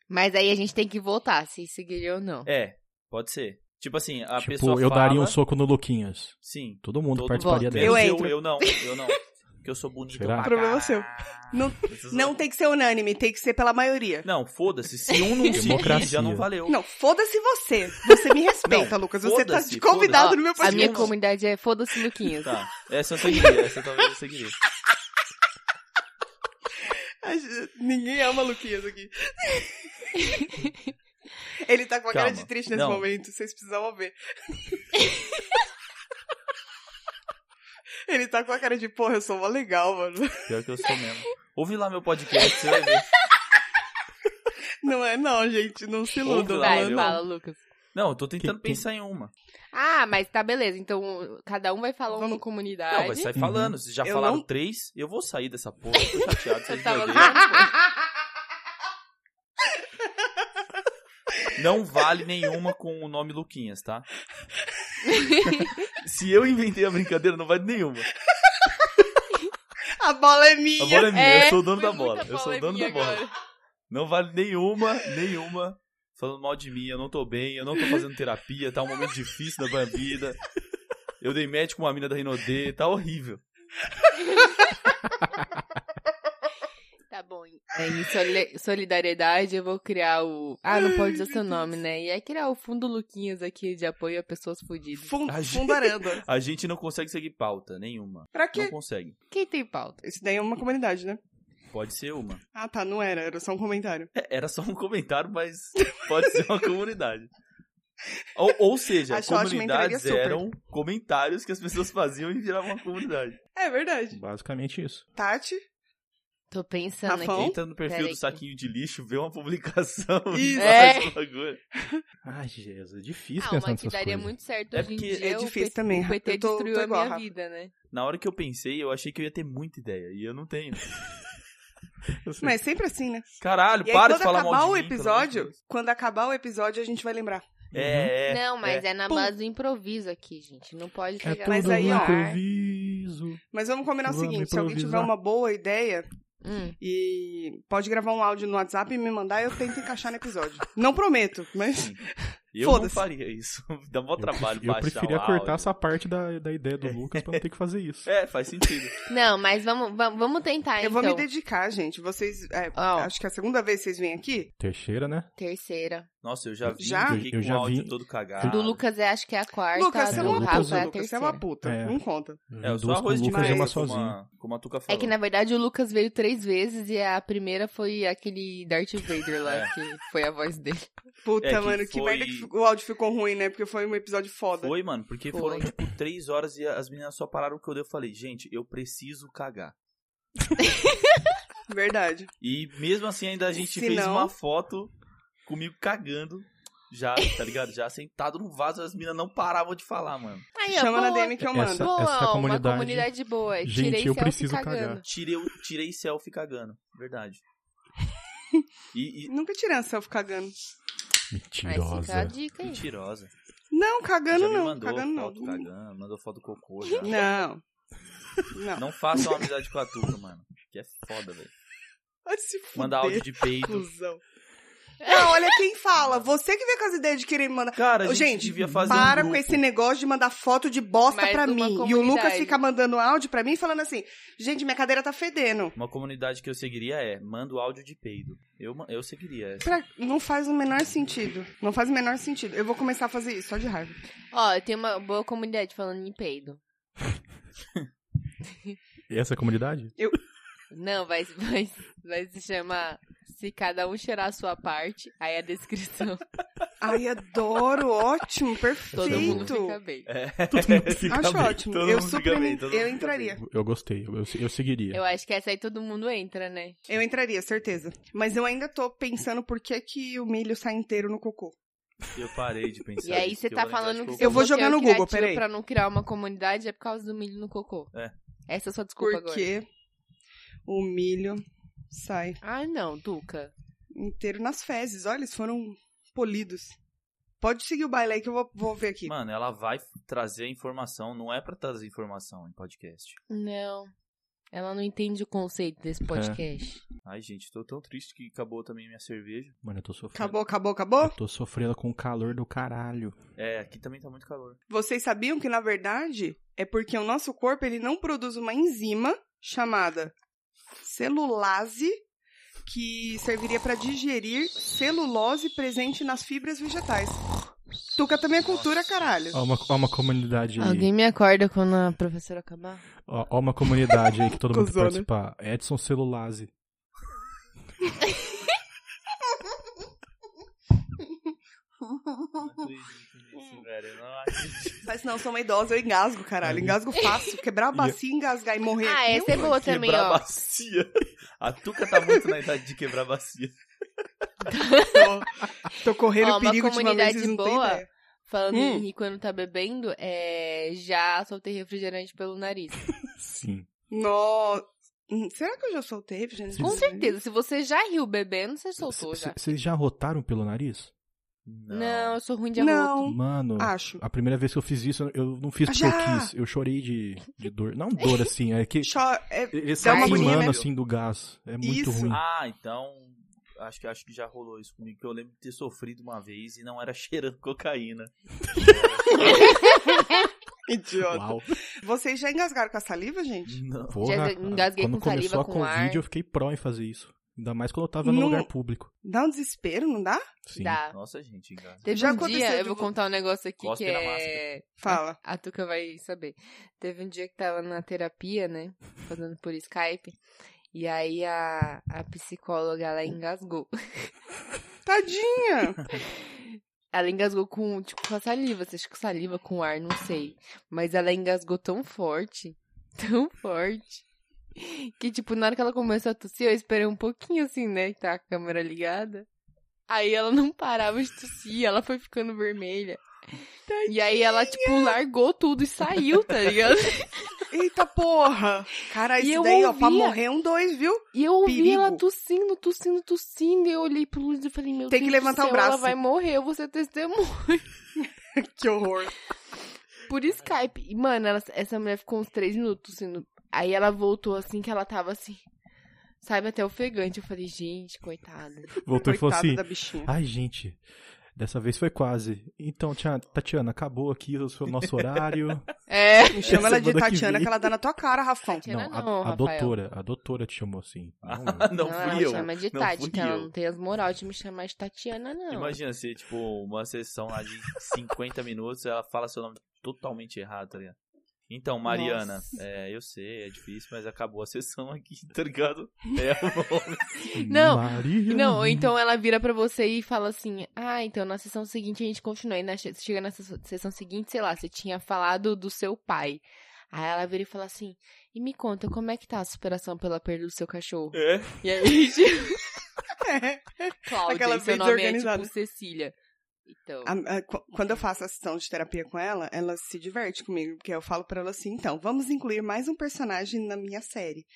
Speaker 1: Mas aí a gente tem que votar se seguiria ou não.
Speaker 3: É, pode ser. Tipo assim, a
Speaker 4: Tipo,
Speaker 3: pessoa
Speaker 4: eu
Speaker 3: fala...
Speaker 4: daria um soco no Luquinhas.
Speaker 3: Sim.
Speaker 4: Todo mundo
Speaker 3: todo
Speaker 4: participaria
Speaker 3: mundo.
Speaker 4: dessa.
Speaker 2: Eu
Speaker 3: Menos
Speaker 2: entro.
Speaker 3: Eu, eu não, eu não. Porque eu sou bonito
Speaker 4: Será?
Speaker 3: pra
Speaker 2: Problema seu.
Speaker 3: caralho.
Speaker 2: Não-
Speaker 3: Vocês
Speaker 2: Não
Speaker 3: vão-
Speaker 2: tem que ser unânime, tem que ser pela maioria.
Speaker 3: Não, foda-se. Se um não seguir,
Speaker 4: Democracia.
Speaker 3: já não valeu.
Speaker 2: Não, foda-se você. Você me respeita, Lucas. Você tá
Speaker 3: foda-se,
Speaker 2: de convidado
Speaker 1: Ó,
Speaker 2: no meu
Speaker 1: a
Speaker 2: podcast.
Speaker 1: minha comunidade é foda-se Luquinhas.
Speaker 3: Tá, essa eu seguiria, essa talvez eu seguiria.
Speaker 2: A gente- Ninguém ama o Luquinhas aqui. Ele tá com uma cara
Speaker 3: Calma.
Speaker 2: de triste nesse
Speaker 3: Não.
Speaker 2: momento, vocês precisavam ver. Ele tá com a cara de, porra, eu sou mó legal, mano.
Speaker 3: Pior que eu sou mesmo. Ouve lá meu podcast, você vai ver.
Speaker 2: Não é não, gente, não se iludam.
Speaker 3: Ouve lá,
Speaker 1: Vai,
Speaker 2: mano.
Speaker 3: eu-
Speaker 1: fala, Lucas.
Speaker 3: Não, eu tô tentando
Speaker 4: Que- que-
Speaker 3: pensar em uma.
Speaker 1: Ah, mas tá beleza. Então, cada um vai falar uma
Speaker 2: Vamos-
Speaker 1: comunidade.
Speaker 3: Não, vai sair
Speaker 4: Uhum.
Speaker 3: falando. Vocês já
Speaker 2: Eu
Speaker 3: falaram
Speaker 2: não- tá
Speaker 3: três, eu vou sair dessa porra. Tô chateado,
Speaker 1: Eu
Speaker 3: vocês
Speaker 1: tava...
Speaker 3: me odeiam. Não vale nenhuma com o nome Luquinhas, tá? Se eu inventei a brincadeira, não vale nenhuma.
Speaker 2: A bola é
Speaker 3: A
Speaker 2: minha.
Speaker 3: bola é minha, eu sou o dono
Speaker 1: foi
Speaker 3: da bola.
Speaker 1: muita
Speaker 3: Eu sou o dono da
Speaker 1: polêmica
Speaker 3: bola.
Speaker 1: agora.
Speaker 3: Não vale nenhuma, nenhuma. Falando mal de mim, eu não tô bem, eu não tô fazendo terapia, tá um momento difícil da minha vida. Eu dei médico com uma mina da Rinodê, tá horrível.
Speaker 1: Tá bom. É, em soli- solidariedade, eu vou criar o. Ah, não pode dizer seu nome, né? E aí criar o Fundo Luquinhas aqui de apoio a pessoas fodidas.
Speaker 2: Fun-
Speaker 3: é A gente-
Speaker 2: Fundaranda.
Speaker 3: A gente não consegue seguir pauta nenhuma.
Speaker 2: Pra
Speaker 3: Não
Speaker 2: quê?
Speaker 3: consegue.
Speaker 1: Quem tem pauta?
Speaker 2: Isso daí é uma comunidade, né?
Speaker 3: Pode ser uma.
Speaker 2: Ah, tá, não era, era só um comentário.
Speaker 3: É, era só um comentário, mas pode ser uma comunidade. Ou, ou seja,
Speaker 2: Acho ótimo, entregaria
Speaker 3: comunidades
Speaker 2: super.
Speaker 3: eram comentários que as pessoas faziam e viravam uma comunidade.
Speaker 2: É verdade.
Speaker 4: Basicamente isso.
Speaker 2: Tati?
Speaker 1: Tô pensando
Speaker 2: Rafão?
Speaker 1: aqui.
Speaker 3: Entra no perfil
Speaker 1: Pera
Speaker 3: do
Speaker 1: aí.
Speaker 3: saquinho de lixo, vê uma publicação e
Speaker 2: Isso.
Speaker 1: É,
Speaker 3: faz o bagulho.
Speaker 4: Ai, Jesus, é difícil
Speaker 1: Ah,
Speaker 4: pensar
Speaker 1: uma
Speaker 4: nessas
Speaker 1: que daria
Speaker 4: coisas.
Speaker 1: muito certo
Speaker 3: É
Speaker 1: hoje em
Speaker 3: porque
Speaker 1: dia.
Speaker 2: é
Speaker 1: o
Speaker 2: difícil
Speaker 1: PT
Speaker 2: também.
Speaker 1: O PT
Speaker 2: Eu tô- tô
Speaker 1: destruiu a
Speaker 2: igual,
Speaker 1: minha
Speaker 2: Rafa.
Speaker 1: vida, né?
Speaker 3: Na hora que eu pensei, eu achei que eu ia ter muita ideia. E eu não tenho.
Speaker 2: Mas sempre assim, né?
Speaker 3: Caralho,
Speaker 2: E aí,
Speaker 3: para de
Speaker 2: quando
Speaker 3: falar
Speaker 2: acabar
Speaker 3: mal de
Speaker 2: o
Speaker 3: mim, pelo amor de
Speaker 2: episódio,
Speaker 3: Deus.
Speaker 2: quando acabar o episódio, a gente vai lembrar.
Speaker 4: Uhum.
Speaker 3: É, é.
Speaker 1: não, mas é, na
Speaker 2: Pum.
Speaker 1: base do improviso aqui, gente. Não pode
Speaker 4: É
Speaker 1: pegar.
Speaker 4: tudo
Speaker 2: Mas aí,
Speaker 4: um
Speaker 2: ó.
Speaker 4: improviso.
Speaker 2: Mas vamos combinar o
Speaker 4: Vamos
Speaker 2: seguinte: se alguém tiver
Speaker 4: improvisar.
Speaker 2: uma boa ideia
Speaker 1: Hum.
Speaker 2: e pode gravar um áudio no WhatsApp e me mandar, eu tento encaixar no episódio. Não prometo, mas.
Speaker 3: Eu não
Speaker 2: Foda-se.
Speaker 3: faria isso. Dá mó trabalho
Speaker 4: Eu
Speaker 3: baixar
Speaker 4: preferia
Speaker 3: o áudio.
Speaker 4: cortar essa parte da, da ideia do Lucas pra não ter que fazer isso.
Speaker 3: É, faz sentido.
Speaker 1: Não, mas vamos, vamos, vamos tentar,
Speaker 2: eu
Speaker 1: então. Ah,
Speaker 2: vou me dedicar, gente. Vocês. é,
Speaker 1: Ó.
Speaker 2: Acho que é a segunda vez que vocês vêm aqui.
Speaker 4: Terceira, né?
Speaker 1: Terceira.
Speaker 3: Nossa, eu já vi
Speaker 2: Já?
Speaker 3: fiquei com
Speaker 4: Eu já
Speaker 3: o áudio
Speaker 4: vi.
Speaker 3: todo cagado.
Speaker 1: Do Lucas, é, acho que é a quarta.
Speaker 2: Lucas, você
Speaker 1: do
Speaker 2: é uma
Speaker 4: Lucas,
Speaker 1: Rafa é
Speaker 2: puta,
Speaker 1: a
Speaker 2: Lucas. Você é
Speaker 1: terceira.
Speaker 2: uma puta.
Speaker 4: É.
Speaker 2: Não conta.
Speaker 3: É, eu sou
Speaker 4: Duas com
Speaker 3: arroz
Speaker 4: o Lucas
Speaker 2: demais,
Speaker 4: e uma
Speaker 3: demais, como
Speaker 4: sozinha.
Speaker 3: a, como a Tuca
Speaker 1: É
Speaker 3: falou.
Speaker 1: que na verdade o Lucas veio três vezes e a primeira foi aquele Darth Vader lá,
Speaker 3: É.
Speaker 1: que foi a voz dele.
Speaker 2: Puta,
Speaker 3: É que
Speaker 2: mano, que
Speaker 3: foi-
Speaker 2: merda que fi- o áudio ficou ruim, né? Porque foi um episódio foda.
Speaker 3: Foi, mano, porque
Speaker 1: Foi.
Speaker 3: foram tipo três horas e as meninas só pararam o que eu dei. Eu falei, gente, eu preciso cagar.
Speaker 2: Verdade.
Speaker 3: E mesmo assim, ainda a gente
Speaker 2: Se
Speaker 3: fez
Speaker 2: não-
Speaker 3: uma foto comigo cagando. Já, tá ligado? Já sentado num vaso, as meninas não paravam de falar, mano.
Speaker 1: Aí, ó,
Speaker 2: Chama na
Speaker 1: boa,
Speaker 2: DM que eu mando.
Speaker 4: Essa-
Speaker 1: boa,
Speaker 4: essa
Speaker 1: uma
Speaker 4: comunidade-
Speaker 1: comunidade boa.
Speaker 4: Gente,
Speaker 1: Tirei
Speaker 4: eu
Speaker 1: selfie
Speaker 4: preciso
Speaker 1: cagando.
Speaker 4: cagar.
Speaker 3: Tirei, tirei selfie cagando, verdade. E, e-
Speaker 2: Nunca tirei a selfie cagando.
Speaker 1: Mas fica a
Speaker 4: Mentirosa.
Speaker 1: dica aí.
Speaker 3: mentirosa.
Speaker 2: Não, cagando
Speaker 3: já me
Speaker 2: não.
Speaker 3: mandou
Speaker 2: Cagando não.
Speaker 3: foto cagando, mandou foto cocô já.
Speaker 2: Não. Não.
Speaker 3: Não façam uma amizade com a Tuca, mano. Que é foda, velho.
Speaker 2: Vai se fuder.
Speaker 3: Mandar áudio de peito.
Speaker 2: Cusão. Não, olha quem fala. Você que vem com as ideias de querer me mandar.
Speaker 3: Cara, a gente,
Speaker 2: Gente,
Speaker 3: devia fazer um
Speaker 2: Para com
Speaker 3: grupo.
Speaker 2: esse negócio de mandar foto de bosta
Speaker 1: Mais
Speaker 2: pra
Speaker 1: uma
Speaker 2: mim. E o
Speaker 1: comunidade.
Speaker 2: Lucas fica mandando áudio pra mim falando assim: gente, minha cadeira tá fedendo.
Speaker 3: Uma comunidade que eu seguiria é manda o áudio de peido. Eu, ma- eu seguiria essa.
Speaker 2: Pra- Não faz o menor sentido. Não faz o menor sentido. Eu vou começar a fazer isso, só de raiva.
Speaker 1: Ó, tem uma boa comunidade falando em peido.
Speaker 4: E Essa é comunidade?
Speaker 1: Não, vai, vai, vai se chamar Se Cada Um Cheirar a Sua Parte. Aí a descrição.
Speaker 2: Ai, adoro. Ótimo,
Speaker 1: Todo mundo
Speaker 2: perfeito.
Speaker 1: fica bem.
Speaker 2: Acho ótimo. Eu super eu entraria.
Speaker 4: Eu gostei, eu, eu- eu seguiria.
Speaker 1: Eu acho que essa aí todo mundo entra, né?
Speaker 2: Eu entraria, certeza. Mas eu ainda tô pensando por que, que o milho sai inteiro no cocô.
Speaker 3: Eu parei de pensar.
Speaker 1: E aí
Speaker 3: nisso,
Speaker 1: você
Speaker 3: que
Speaker 1: tá
Speaker 3: vou lembrar de
Speaker 1: falando que
Speaker 3: qualquer
Speaker 1: se
Speaker 2: Eu vou
Speaker 1: você
Speaker 2: jogar
Speaker 1: é o
Speaker 2: no Google,
Speaker 1: criativo
Speaker 2: peraí.
Speaker 1: Pra não criar uma comunidade é por causa do milho no cocô.
Speaker 3: É.
Speaker 1: Essa é a sua desculpa agora.
Speaker 2: Porque o milho sai
Speaker 1: Ah, não, Duca.
Speaker 2: inteiro nas fezes. Olha, eles foram polidos. Pode seguir o baile aí que eu vou, vou ver aqui.
Speaker 3: Mano, ela vai trazer a informação, não é pra trazer informação em podcast.
Speaker 1: Não. Ela não entende o conceito desse podcast.
Speaker 3: Ai, gente, tô tão triste que acabou também minha cerveja.
Speaker 4: Mano, eu tô sofrendo.
Speaker 2: Acabou, acabou,
Speaker 4: Eu
Speaker 2: acabou?
Speaker 4: tô sofrendo com o calor do caralho.
Speaker 3: É, aqui também tá muito calor.
Speaker 2: Vocês sabiam que, na verdade, é porque o nosso corpo ele não produz uma enzima chamada celulase que serviria para digerir celulose presente nas fibras vegetais. Tuca também é cultura, caralho.
Speaker 4: Ó, uma, ó uma comunidade aí.
Speaker 1: Alguém me acorda quando a professora acabar?
Speaker 4: Ó, ó uma comunidade aí que todo mundo
Speaker 2: Cozona.
Speaker 4: participar. Edson Celulase.
Speaker 3: Não acredito
Speaker 1: É.
Speaker 3: nisso, velho. Eu não acredito.
Speaker 2: Mas não, sou uma idosa, eu engasgo, caralho. Engasgo fácil. Quebrar a bacia, engasgar e morrer.
Speaker 1: Ah,
Speaker 2: aqui,
Speaker 1: essa é
Speaker 2: eu-
Speaker 1: boa também,
Speaker 3: Quebrar
Speaker 1: ó.
Speaker 3: bacia. A Tuca tá muito na idade de quebrar bacia.
Speaker 2: Tô, tô correndo
Speaker 1: é Ó, uma
Speaker 2: perigo de uma vez,
Speaker 1: comunidade
Speaker 2: vocês não têm
Speaker 1: boa.
Speaker 2: ideia.
Speaker 1: Falando
Speaker 2: Hum.
Speaker 1: em rir quando tá bebendo, é... já soltei refrigerante pelo nariz.
Speaker 4: Sim.
Speaker 2: Nossa. Hum, Será que eu já soltei, gente?
Speaker 1: Com certeza, se você já riu bebendo, você soltou já.
Speaker 4: Vocês já rotaram pelo nariz?
Speaker 1: Não, eu sou ruim de arroto.
Speaker 2: Não,
Speaker 4: Mano,
Speaker 2: acho.
Speaker 4: a primeira vez que eu fiz isso, eu não fiz porque
Speaker 2: Já!
Speaker 4: eu quis. Eu chorei de, de dor. Não dor, assim, é que
Speaker 2: Cho... é-
Speaker 4: ele
Speaker 2: Dá
Speaker 4: sai
Speaker 2: uma agonia,
Speaker 4: queimando,
Speaker 2: né?
Speaker 4: assim, do gás. É muito
Speaker 2: Isso.
Speaker 4: ruim.
Speaker 3: Ah, então. Acho que, acho que já rolou isso comigo, que eu lembro de ter sofrido uma vez e não era cheirando cocaína.
Speaker 2: Idiota.
Speaker 4: Uau.
Speaker 2: Vocês já engasgaram com a saliva,
Speaker 1: Hum.
Speaker 2: gente?
Speaker 3: Não.
Speaker 4: Porra,
Speaker 1: engasguei
Speaker 4: né? quando
Speaker 1: com saliva,
Speaker 4: começou a
Speaker 1: com
Speaker 4: Covid,
Speaker 1: ar.
Speaker 4: eu fiquei pró em fazer isso. Ainda mais quando eu tava num
Speaker 2: Não-
Speaker 4: lugar público.
Speaker 2: Dá um desespero, não dá?
Speaker 4: Sim.
Speaker 1: Dá.
Speaker 3: Nossa, gente, engasga.
Speaker 1: Tá. Teve
Speaker 2: Já
Speaker 1: um
Speaker 2: aconteceu
Speaker 1: dia,
Speaker 2: de
Speaker 1: eu vou
Speaker 2: vo-
Speaker 1: contar um negócio aqui
Speaker 3: Cospe
Speaker 1: que
Speaker 3: na
Speaker 1: é...
Speaker 2: Fala.
Speaker 1: A Tuca vai saber. Teve um dia que tava na terapia, né? Fazendo por Skype. E aí a, a psicóloga, ela engasgou. É.
Speaker 2: Tadinha!
Speaker 1: Ela engasgou com, tipo, com a saliva. Você acha que saliva com ar, não sei. Mas ela engasgou tão forte, tão forte, que, tipo, na hora que ela começou a tossir, eu esperei um pouquinho, assim, né? Que tá a câmera ligada. Aí ela não parava de tossir, ela foi ficando vermelha. E aí ela, tipo, largou tudo e saiu, tá ligado?
Speaker 2: Eita porra! Cara,
Speaker 1: E
Speaker 2: isso
Speaker 1: eu
Speaker 2: daí, ó, pra
Speaker 1: ouvia.
Speaker 2: morrer é um dois, viu?
Speaker 1: E eu ouvi
Speaker 2: Perigo.
Speaker 1: ela tossindo, tossindo, tossindo. E eu olhei pro Luiz e falei, meu
Speaker 2: Tem que
Speaker 1: Deus
Speaker 2: levantar o
Speaker 1: do céu, ela
Speaker 2: braço.
Speaker 1: vai morrer, eu vou ser testemunha.
Speaker 2: Que horror.
Speaker 1: Por Skype. E, mano, ela- essa mulher ficou uns três minutos tossindo. Aí ela voltou assim, que ela tava assim, sabe, até ofegante. Eu falei, gente, coitada.
Speaker 4: Voltou e falou
Speaker 2: Coitada
Speaker 4: assim,
Speaker 2: da bichinha.
Speaker 4: Ai, gente, dessa vez foi quase. Então, Tia- Tatiana, acabou aqui o seu- nosso horário.
Speaker 1: É.
Speaker 2: Me chama ela de
Speaker 4: semana que
Speaker 2: Tatiana, que,
Speaker 4: vem.
Speaker 2: ela dá na tua cara, Rafão.
Speaker 1: Tatiana
Speaker 4: a-
Speaker 1: não,
Speaker 4: a,
Speaker 1: Rafael.
Speaker 4: doutora, a doutora te chamou assim. Não, eu.
Speaker 3: Não,
Speaker 1: ela
Speaker 3: fui
Speaker 1: me
Speaker 3: eu.
Speaker 1: chama de
Speaker 3: não
Speaker 1: Tati,
Speaker 3: fui
Speaker 1: que ela
Speaker 3: eu.
Speaker 1: não tem as moral de me chamar de Tatiana, não.
Speaker 3: Imagina ser, tipo, uma sessão lá de 50 minutos ela fala seu nome totalmente errado, tá ligado? Então, Mariana, é, eu sei, é difícil, mas acabou a sessão aqui, tá ligado? É o nome.
Speaker 1: Não,
Speaker 4: Maria.
Speaker 1: Não,
Speaker 2: Uhum.
Speaker 1: ou então ela vira pra você e fala assim: Ah, então na sessão seguinte a gente continua. E na, che- chega na sessão sessão seguinte, sei lá, você tinha falado do seu pai. Aí ela vira e fala assim: E me conta, como é que tá a superação pela perda do seu cachorro?
Speaker 3: É.
Speaker 1: E aí, tipo,
Speaker 2: É.
Speaker 1: Cláudia,
Speaker 2: Aquela
Speaker 1: e seu
Speaker 2: bem
Speaker 1: nome é
Speaker 2: desorganizada.
Speaker 1: tipo Cecília. Então.
Speaker 2: A- a- qu- quando eu faço a sessão de terapia com ela, ela se diverte comigo, porque eu falo pra ela assim, então, vamos incluir mais um personagem na minha série.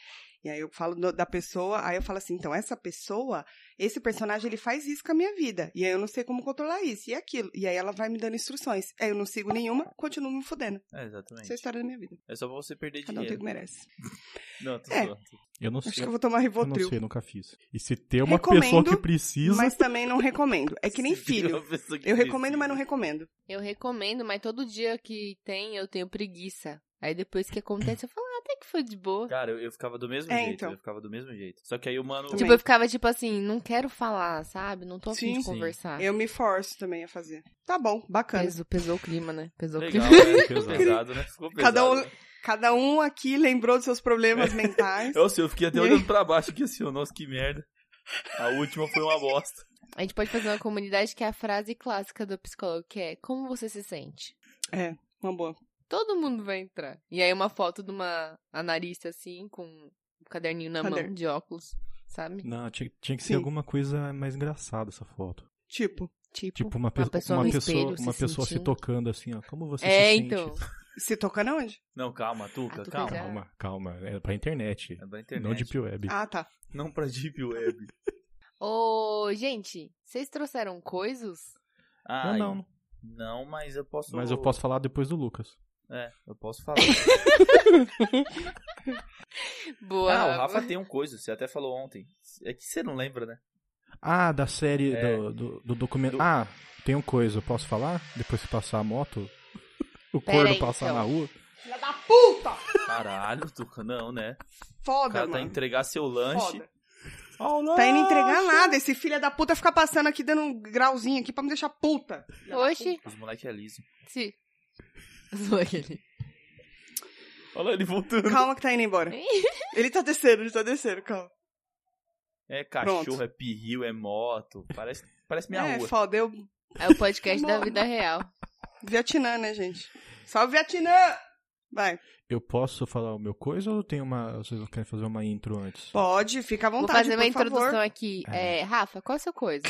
Speaker 2: E aí eu falo do- da pessoa, aí eu falo assim, então, essa pessoa, esse personagem, ele faz isso com a minha vida. E aí eu não sei como controlar isso e aquilo. E aí ela vai me dando instruções. Aí eu não sigo nenhuma, continuo me fudendo. Essa
Speaker 3: É,
Speaker 2: é a
Speaker 3: exatamente.
Speaker 2: história da minha vida.
Speaker 3: É só pra você perder
Speaker 2: Cada um tem o que
Speaker 3: dinheiro.
Speaker 2: merece.
Speaker 3: Não, tô
Speaker 2: É.
Speaker 3: zoando.
Speaker 4: Eu não
Speaker 2: Acho que
Speaker 4: sei.
Speaker 2: eu vou tomar
Speaker 4: Eu não
Speaker 2: Rivotril.
Speaker 4: sei, nunca fiz. E se tem uma
Speaker 2: Recomendo,
Speaker 4: pessoa que precisa.
Speaker 2: Mas também não recomendo. É que nem
Speaker 3: Se tem
Speaker 2: filho.
Speaker 3: uma pessoa que assim,
Speaker 2: Eu recomendo,
Speaker 3: precisa.
Speaker 2: mas não recomendo.
Speaker 1: Eu recomendo, mas todo dia que tem, eu tenho preguiça. Aí depois que acontece, eu falo, ah, até que foi de boa.
Speaker 3: Cara, eu, eu ficava do mesmo
Speaker 2: É,
Speaker 3: jeito.
Speaker 2: então.
Speaker 3: Eu ficava do mesmo jeito. Só que aí o mano.
Speaker 2: Também.
Speaker 1: Tipo, eu ficava tipo assim, não quero falar, sabe? Não tô afim
Speaker 2: Sim.
Speaker 1: de
Speaker 3: Sim.
Speaker 1: conversar.
Speaker 2: Eu me forço também a fazer. Tá bom, bacana.
Speaker 1: Pesou, pesou o clima, né? Pesou o
Speaker 3: Legal,
Speaker 1: clima.
Speaker 3: né? Ficou pesado, né? Ficou pesado.
Speaker 2: Cada um-
Speaker 3: né?
Speaker 2: Cada um aqui lembrou dos seus problemas mentais.
Speaker 3: Eu sei, É eu fiquei até
Speaker 2: E aí?
Speaker 3: olhando pra baixo aqui assim, ó, nossa, que merda. A última foi uma bosta.
Speaker 1: A gente pode fazer uma comunidade que é a frase clássica do psicólogo, que é como você se sente?
Speaker 2: Uma boa.
Speaker 1: Todo mundo vai entrar. E aí uma foto de uma analista assim, com um caderninho na
Speaker 2: Caderno.
Speaker 1: mão de óculos, sabe?
Speaker 4: Não, tinha, tinha que ser
Speaker 2: Sim.
Speaker 4: alguma coisa mais engraçada essa foto.
Speaker 2: Tipo,
Speaker 1: Tipo,
Speaker 4: Tipo, uma, pe-
Speaker 1: pessoa
Speaker 4: uma
Speaker 1: no
Speaker 4: pessoa,
Speaker 1: espelho
Speaker 4: uma
Speaker 1: se
Speaker 4: pessoa se
Speaker 1: sentindo.
Speaker 4: tocando assim, ó. Como você
Speaker 1: É,
Speaker 4: se sente?
Speaker 1: então.
Speaker 2: se tocando onde?
Speaker 3: Não, calma, Tuca,
Speaker 1: Ah, Tuca,
Speaker 3: calma.
Speaker 1: já-
Speaker 4: Calma, calma. É pra internet.
Speaker 3: É da internet.
Speaker 4: Não Deep Web.
Speaker 2: Ah, tá.
Speaker 3: Não pra Deep Web.
Speaker 1: Ô, gente, vocês trouxeram coisas?
Speaker 3: Ah,
Speaker 4: não, não.
Speaker 3: Não, mas eu posso.
Speaker 4: Mas eu posso falar depois do Lucas.
Speaker 3: É, eu posso falar.
Speaker 1: Boa.
Speaker 3: ah, o Rafa tem um coisa, você até falou ontem. É que você não lembra, né?
Speaker 4: Ah, da série
Speaker 3: É.
Speaker 4: do, do, do documento.
Speaker 3: Do-
Speaker 4: Ah, tem uma coisa, eu posso falar? Depois que passar a moto? O
Speaker 1: Pera
Speaker 4: corno
Speaker 1: aí,
Speaker 4: passar
Speaker 1: então.
Speaker 4: na rua?
Speaker 2: Filha da puta!
Speaker 3: Caralho, Tuca, não, né? O
Speaker 2: Foda,
Speaker 3: cara tá
Speaker 2: mano.
Speaker 3: entregar seu lanche.
Speaker 2: Foda.
Speaker 3: Ó, o lanche.
Speaker 2: Tá indo entregar nada. Esse filho da puta fica passando aqui dando um grauzinho aqui pra me deixar puta.
Speaker 3: tá
Speaker 1: Oxi,
Speaker 3: Os moleque é liso.
Speaker 1: se... Zoa ele.
Speaker 3: Olha lá, ele voltando.
Speaker 2: Calma que tá indo embora. Ele tá descendo, ele tá descendo, calma.
Speaker 3: É cachorro,
Speaker 2: Pronto.
Speaker 3: é pirril, é moto. Parece, parece minha
Speaker 2: é,
Speaker 3: rua.
Speaker 2: foda. Eu...
Speaker 1: É o podcast da
Speaker 2: Mano.
Speaker 1: vida real.
Speaker 2: Vietnã, né, gente? Salve, Vietnã! Vai.
Speaker 4: Eu posso falar o meu coisa ou tem uma. Vocês querem fazer uma intro antes?
Speaker 2: Pode, fica à
Speaker 1: Vou
Speaker 2: vontade,
Speaker 1: fazer uma
Speaker 2: por favor.
Speaker 1: introdução aqui. É, Rafa, qual é o seu coisa?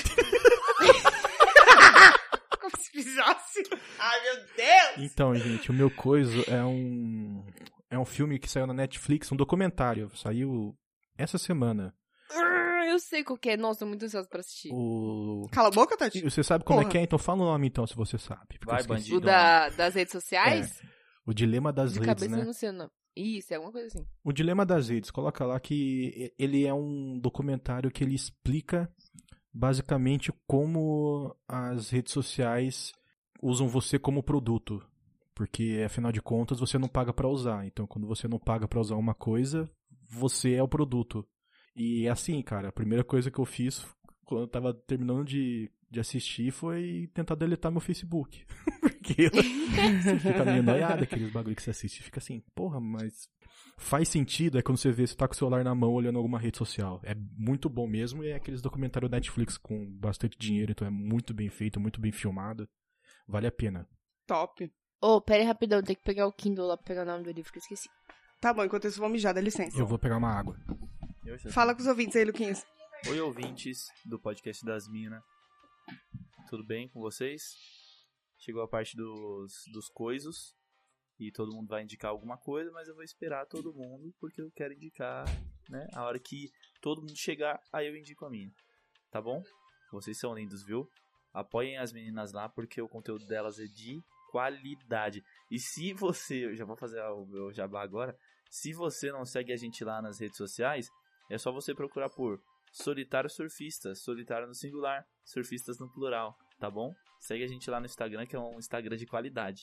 Speaker 2: Como se precisasse. Ai, meu Deus!
Speaker 4: Então, gente, o meu coisa é um. É um filme que saiu na Netflix, um documentário. Saiu essa semana.
Speaker 1: Ah, Eu sei qual que é. Nossa, tô muito ansiosa pra assistir.
Speaker 4: O.
Speaker 2: Cala a boca,
Speaker 4: E
Speaker 2: Tati.
Speaker 4: Você sabe como é
Speaker 2: Porra.
Speaker 4: que é? Então fala o nome então, se você sabe. porque eu
Speaker 3: Vai,
Speaker 4: esqueci.
Speaker 3: bandido.
Speaker 1: O da, das redes sociais?
Speaker 4: O Dilema das
Speaker 1: De
Speaker 4: Redes,
Speaker 1: cabeça
Speaker 4: né?
Speaker 1: eu não sei o nome. Isso, é alguma coisa assim.
Speaker 4: O Dilema das Redes, coloca lá que ele é um documentário que ele explica basicamente como as redes sociais usam você como produto. Porque, afinal de contas, você não paga pra usar. Então, quando você não paga pra usar uma coisa, você é o produto. E é assim, cara, a primeira coisa que eu fiz quando eu tava terminando de, de assistir foi tentar deletar meu Facebook. Porque você fica meio noiado, aqueles bagulho que você assiste. Fica assim, porra, mas faz sentido é quando você vê, você tá com o celular na mão olhando alguma rede social. É muito bom mesmo e é aqueles documentários Netflix com bastante dinheiro, então é muito bem feito, muito bem filmado. Vale a pena.
Speaker 2: Top.
Speaker 1: Ô, pera aí rapidão, tem que pegar o Kindle lá pra pegar o nome do livro que eu esqueci.
Speaker 2: Tá bom, enquanto isso, vou mijar, dá licença.
Speaker 4: Eu vou pegar uma água.
Speaker 3: Eu já-
Speaker 2: Fala com os ouvintes aí, Luquinhas.
Speaker 3: Oi, ouvintes do podcast das Minas. Tudo bem com vocês? Chegou a parte dos, dos coisos. E todo mundo vai indicar alguma coisa, mas eu vou esperar todo mundo, porque eu quero indicar, né? A hora que todo mundo chegar, aí eu indico a minha. Tá bom? Vocês são lindos, viu? Apoiem as meninas lá, porque o conteúdo delas é de qualidade. E se você, eu já vou fazer o meu jabá agora, se você não segue a gente lá nas redes sociais, é só você procurar por Solitário Surfista, solitário no singular, surfistas no plural, tá bom? Segue a gente lá no Instagram, que é um Instagram de qualidade.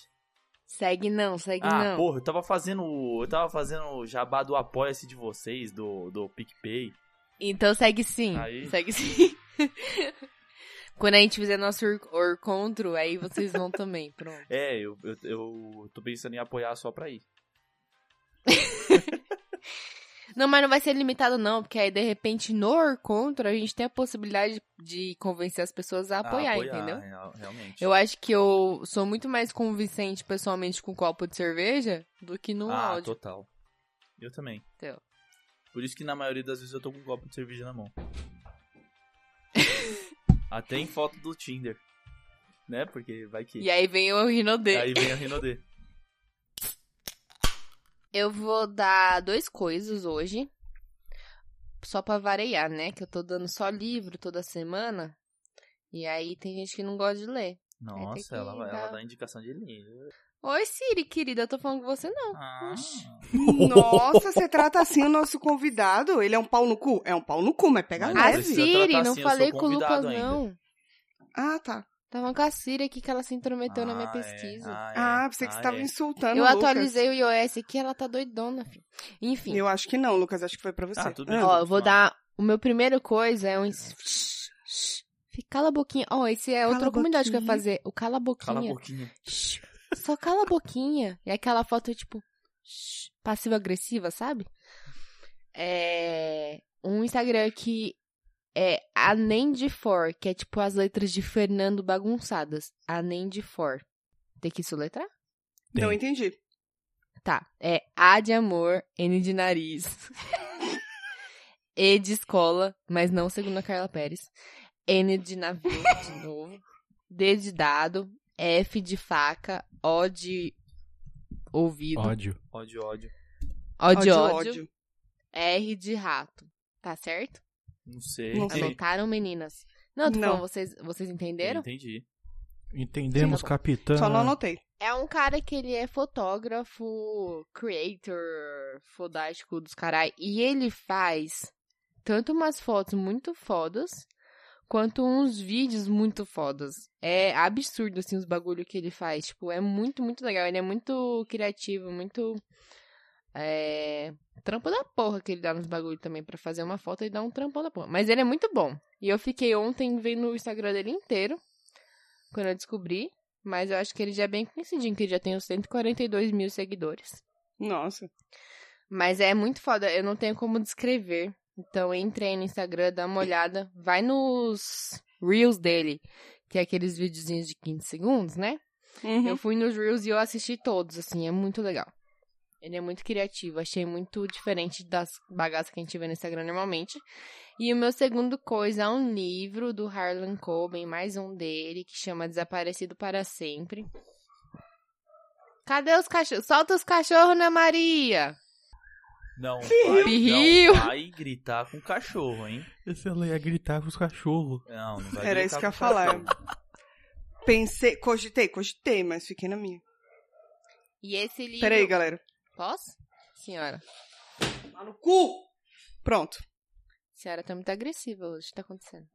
Speaker 1: Segue não, segue
Speaker 3: Ah,
Speaker 1: não.
Speaker 3: porra, eu tava fazendo. o- Eu tava fazendo o jabá do apoia-se de vocês, do, do PicPay.
Speaker 1: Então segue sim.
Speaker 3: Aí.
Speaker 1: Segue sim. Quando a gente fizer nosso or- orcontro, aí vocês vão também, pronto.
Speaker 3: É, eu, eu, eu tô pensando em apoiar só pra ir.
Speaker 1: Não, mas não vai ser limitado não, porque aí de repente no orcontro a gente tem a possibilidade de convencer as pessoas a apoiar, entendeu?
Speaker 3: real- Ah, é, Realmente.
Speaker 1: Eu acho que eu sou muito mais convincente pessoalmente com um copo de cerveja do que no
Speaker 3: ah,
Speaker 1: áudio.
Speaker 3: total. Eu também.
Speaker 1: um Teu.
Speaker 3: Por isso que na maioria das vezes eu tô com um copo de cerveja na mão. Até em foto do Tinder. Né? Porque vai que.
Speaker 1: E aí vem o Rinodê.
Speaker 3: Aí vem a Rinodê.
Speaker 1: Eu vou dar dois coisas hoje. Só pra variar, né? Que eu tô dando só livro toda semana. E aí tem gente que não gosta de ler.
Speaker 2: É,
Speaker 1: que
Speaker 3: Nossa, ela, vai- ela
Speaker 1: dar-
Speaker 3: dá indicação de livro.
Speaker 1: Oi, Siri, querida, eu tô falando com você não.
Speaker 3: Ah,
Speaker 2: Nossa, você trata assim o nosso convidado? Ele é um pau no cu? É um pau no cu, mas pega
Speaker 3: Mas
Speaker 1: a
Speaker 3: não
Speaker 2: leve.
Speaker 3: precisa
Speaker 1: Ah, Siri,
Speaker 3: tratar
Speaker 1: não
Speaker 3: assim, eu
Speaker 1: falei
Speaker 3: sou
Speaker 1: com o Lucas,
Speaker 3: convidado ainda.
Speaker 1: não.
Speaker 2: Ah, tá.
Speaker 1: Tava com a Siri aqui que ela se intrometeu na minha
Speaker 3: ah,
Speaker 1: pesquisa.
Speaker 3: É, ah, é,
Speaker 2: Ah, pensei que você tava
Speaker 3: é.
Speaker 2: insultando
Speaker 1: eu
Speaker 2: o Lucas.
Speaker 1: atualizei o iOS aqui, ela tá doidona, filho. Enfim,
Speaker 2: Eu acho que não, Lucas. Acho que foi pra você.
Speaker 3: Ah, tudo
Speaker 1: ó,
Speaker 3: bem.
Speaker 1: eu
Speaker 3: Vamos
Speaker 1: vou
Speaker 3: lá.
Speaker 1: dar. O meu primeiro coisa é um. Shh, shh. Fica- Cala a boquinha. Ó, esse é
Speaker 2: Cala
Speaker 1: outra
Speaker 2: a
Speaker 1: comunidade que eu ia
Speaker 2: boquinha.
Speaker 1: fazer. O cala a
Speaker 3: Cala a
Speaker 1: boquinha.
Speaker 3: boquinha.
Speaker 1: Shh, Só cala a boquinha. E aquela foto, tipo, shh, passiva-agressiva, sabe? É. Um Instagram que é a nem de for, que é tipo as letras de Fernando bagunçadas. A nem de for. Tem que soletrar?
Speaker 2: Não
Speaker 4: Tem.
Speaker 2: entendi.
Speaker 1: Tá. É A de amor, N de nariz. e de escola, mas não segundo a Carla Pérez. N de navio, de novo. D de dado. F de faca. O de ouvido. O,
Speaker 4: Ódio.
Speaker 3: Ódio, ódio.
Speaker 1: de ódio. R de rato. Tá certo?
Speaker 3: Não sei.
Speaker 2: Não
Speaker 3: entendi.
Speaker 2: sei.
Speaker 1: Anotaram, meninas? Não, tô
Speaker 2: Não.
Speaker 1: falando, vocês, vocês entenderam?
Speaker 3: Entendi.
Speaker 4: Entendemos,
Speaker 1: Sim, tá
Speaker 4: capitã.
Speaker 3: Ah.
Speaker 2: Só não anotei.
Speaker 1: É um cara que ele é fotógrafo, creator, fodástico dos carai. E ele faz tanto umas fotos muito fodas, quanto uns vídeos muito fodas. É absurdo, assim, os bagulho que ele faz. Tipo, é muito, muito legal. Ele é muito criativo, muito... É... Trampo da porra que ele dá nos bagulho também pra fazer uma foto e dá um trampão da porra. Mas ele é muito bom. E eu fiquei ontem vendo o Instagram dele inteiro, quando eu descobri. Mas eu acho que ele já é bem conhecidinho, que ele já tem uns 142 mil seguidores.
Speaker 2: Nossa.
Speaker 1: Mas é muito foda, eu não tenho como descrever. Então entre aí no Instagram, dá uma olhada, vai nos Reels dele, que é aqueles videozinhos de 15 segundos, né?
Speaker 2: Uhum.
Speaker 1: Eu fui nos Reels e eu assisti todos, assim, é muito legal. Ele é muito criativo, achei muito diferente das bagaças que a gente vê no Instagram normalmente. E o meu segundo coisa é um livro do Harlan Coben, mais um dele, que chama Desaparecido para Sempre. Cadê os cachorros? Solta os cachorros, Ana Maria!
Speaker 3: Não
Speaker 1: Rio.
Speaker 3: vai, não vai gritar com o cachorro, hein?
Speaker 4: Se ela ia é gritar com os cachorros.
Speaker 3: Não, não vai
Speaker 2: Era
Speaker 3: gritar
Speaker 2: isso
Speaker 3: com
Speaker 2: que eu ia
Speaker 3: o cachorro.
Speaker 2: falar. Pensei, cogitei, cogitei, mas fiquei na minha.
Speaker 1: E esse livro.
Speaker 2: Peraí, galera.
Speaker 1: Posso? Senhora.
Speaker 2: Lá no cu! Pronto.
Speaker 1: Senhora tá muito agressiva hoje, o que tá acontecendo?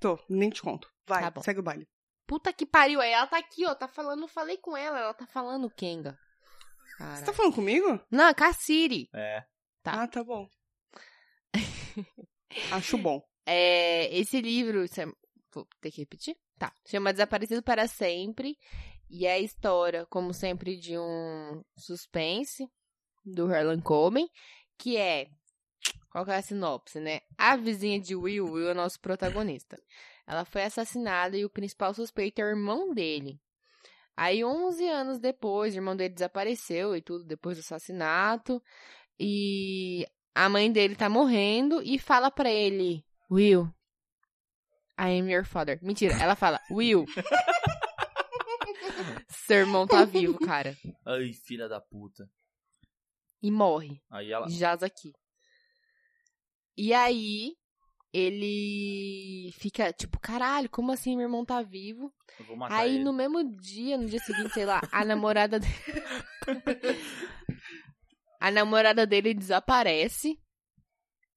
Speaker 2: Tô, nem te conto. Vai,
Speaker 1: Tá bom.
Speaker 2: segue o baile.
Speaker 1: Puta que pariu, aí ela tá aqui, ó, tá falando, eu falei com ela, ela tá falando Kenga.
Speaker 2: Você
Speaker 1: Caralho.
Speaker 2: tá falando comigo?
Speaker 1: Não, é Cassiri.
Speaker 3: É.
Speaker 1: Tá.
Speaker 2: Ah, tá bom. Acho bom.
Speaker 1: É, esse livro, isso é- vou ter que repetir? Tá. Chama Desaparecido para Sempre. E é a história, como sempre, de um suspense do Harlan Coben, que é. Qual que é a sinopse, né? A vizinha de Will, Will é o nosso protagonista. Ela foi assassinada e o principal suspeito é o irmão dele. Aí, 11 anos depois, o irmão dele desapareceu e tudo, depois do assassinato. E a mãe dele tá morrendo e fala pra ele: Will, I am your father. Mentira, ela fala: Will, seu irmão tá vivo, cara.
Speaker 3: Ai, filha da puta.
Speaker 1: E morre.
Speaker 3: Aí ela.
Speaker 1: Jaz aqui. E aí, ele fica tipo: caralho, como assim meu irmão tá vivo?
Speaker 3: Eu vou matar
Speaker 1: Aí
Speaker 3: ele.
Speaker 1: no mesmo dia, no dia seguinte, sei lá, a namorada dele. a namorada dele desaparece.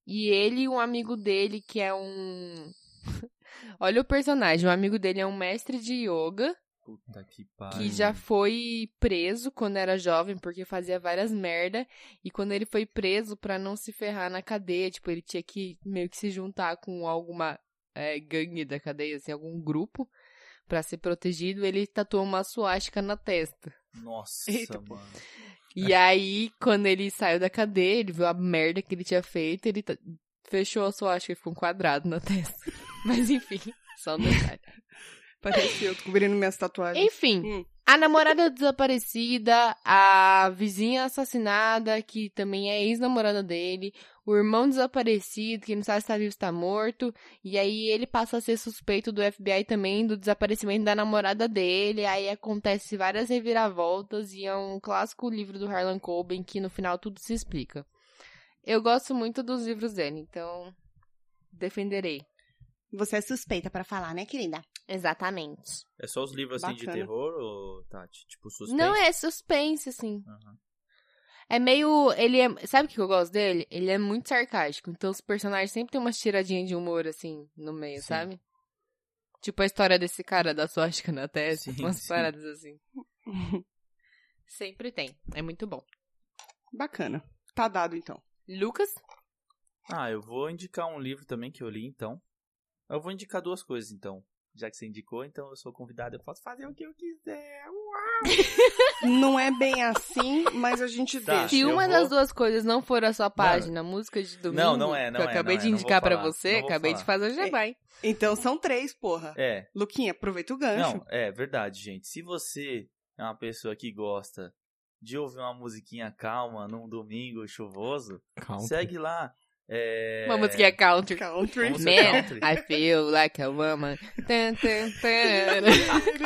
Speaker 1: E ele e um amigo dele, que é um. Olha o personagem, um amigo dele é um mestre de yoga
Speaker 3: Puta que pariu.
Speaker 1: que já foi preso quando era jovem porque fazia várias merda e quando ele foi preso pra não se ferrar na cadeia, tipo, ele tinha que meio que se juntar com alguma é, gangue da cadeia, assim, algum grupo pra ser protegido, ele tatuou uma suástica na testa.
Speaker 3: Nossa,
Speaker 2: Eita,
Speaker 3: mano.
Speaker 1: E aí, quando ele saiu da cadeia, ele viu a merda que ele tinha feito, ele ta- fechou a suástica e ficou um quadrado na testa. Mas enfim, só um detalhe.
Speaker 2: Parece eu descobrindo minhas tatuagens.
Speaker 1: Enfim,
Speaker 2: Hum.
Speaker 1: a namorada desaparecida, a vizinha assassinada, que também é ex-namorada dele, o irmão desaparecido, que não sabe se tá vivo se tá morto, e aí ele passa a ser suspeito do FBI também, do desaparecimento da namorada dele, aí acontece várias reviravoltas, e é um clássico livro do Harlan Coben, que no final tudo se explica. Eu gosto muito dos livros dele, então defenderei.
Speaker 2: Você é suspeita pra falar, né, querida?
Speaker 1: Exatamente.
Speaker 3: É só os livros assim de
Speaker 2: Bacana.
Speaker 3: terror, ou, Tati? Tipo, suspense?
Speaker 1: Não é suspense, assim.
Speaker 3: Aham.
Speaker 1: É meio. Ele é. Sabe o que eu gosto dele? Ele é muito sarcástico. Então os personagens sempre tem umas tiradinhas de humor, assim, no meio,
Speaker 3: Sim.
Speaker 1: sabe? Tipo a história desse cara da suástica na testa,
Speaker 3: Sim,
Speaker 1: umas
Speaker 3: sim.
Speaker 1: paradas assim. Sempre tem. É muito bom.
Speaker 2: Bacana. Tá dado, então.
Speaker 1: Lucas?
Speaker 3: Ah, eu vou indicar um livro também que eu li, então. Eu vou indicar duas coisas, então. Já que você indicou, então eu sou convidado, eu posso fazer o que eu quiser.
Speaker 2: Não é bem assim, mas a gente
Speaker 3: Tá.
Speaker 2: deixa.
Speaker 1: Se
Speaker 3: eu
Speaker 1: uma
Speaker 3: vou-
Speaker 1: das duas coisas não for a sua página, música de domingo.
Speaker 3: Não, não é, não
Speaker 1: que eu
Speaker 3: é,
Speaker 1: acabei
Speaker 3: não
Speaker 1: de
Speaker 3: é, não vou
Speaker 1: indicar pra
Speaker 3: falar,
Speaker 1: você,
Speaker 3: não vou
Speaker 1: acabei de
Speaker 3: falar.
Speaker 1: fazer o jabá, hein?
Speaker 2: Então são três, porra.
Speaker 3: É,
Speaker 2: Luquinha, aproveita o gancho.
Speaker 3: Não, é verdade, gente. Se você é uma pessoa que gosta de ouvir uma musiquinha calma num domingo chuvoso,
Speaker 4: Calma.
Speaker 3: segue lá É...
Speaker 1: Uma música é country.
Speaker 2: Country.
Speaker 3: Vamos- música
Speaker 1: Man,
Speaker 3: country.
Speaker 1: I feel like a woman. Tan, tan, tan.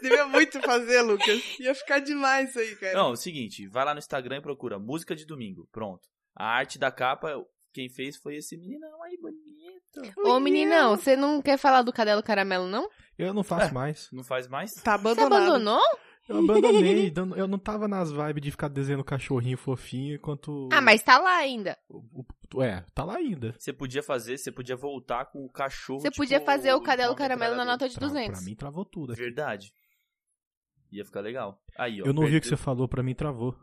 Speaker 2: Devia muito fazer, Lucas. Ia ficar demais isso aí, cara.
Speaker 3: Não, é o seguinte, vai lá no Instagram e procura música de domingo. Pronto. A arte da capa, quem fez foi esse meninão aí bonito.
Speaker 1: Ô, meninão, você não quer falar do Cadelo Caramelo, não?
Speaker 4: Eu não faço mais.
Speaker 3: Não faz mais?
Speaker 2: Tá
Speaker 1: Você
Speaker 2: abandonado.
Speaker 1: abandonou?
Speaker 4: Eu abandonei. eu- Eu não tava nas vibes de ficar desenhando cachorrinho fofinho enquanto.
Speaker 1: Ah, mas tá lá ainda.
Speaker 4: o- o- É, tá lá ainda.
Speaker 3: Você podia fazer, você podia voltar com o cachorro.
Speaker 1: Você
Speaker 3: tipo,
Speaker 1: podia fazer o
Speaker 3: uma
Speaker 1: Cadelo Caramelo na
Speaker 3: metralhadora.
Speaker 1: nota de
Speaker 4: Tra-
Speaker 1: 200.
Speaker 4: Pra mim travou tudo. aqui.
Speaker 3: Verdade. Ia ficar legal. Aí, ó.
Speaker 4: Eu não ouvi o que você
Speaker 3: perdeu-
Speaker 4: falou, pra mim travou.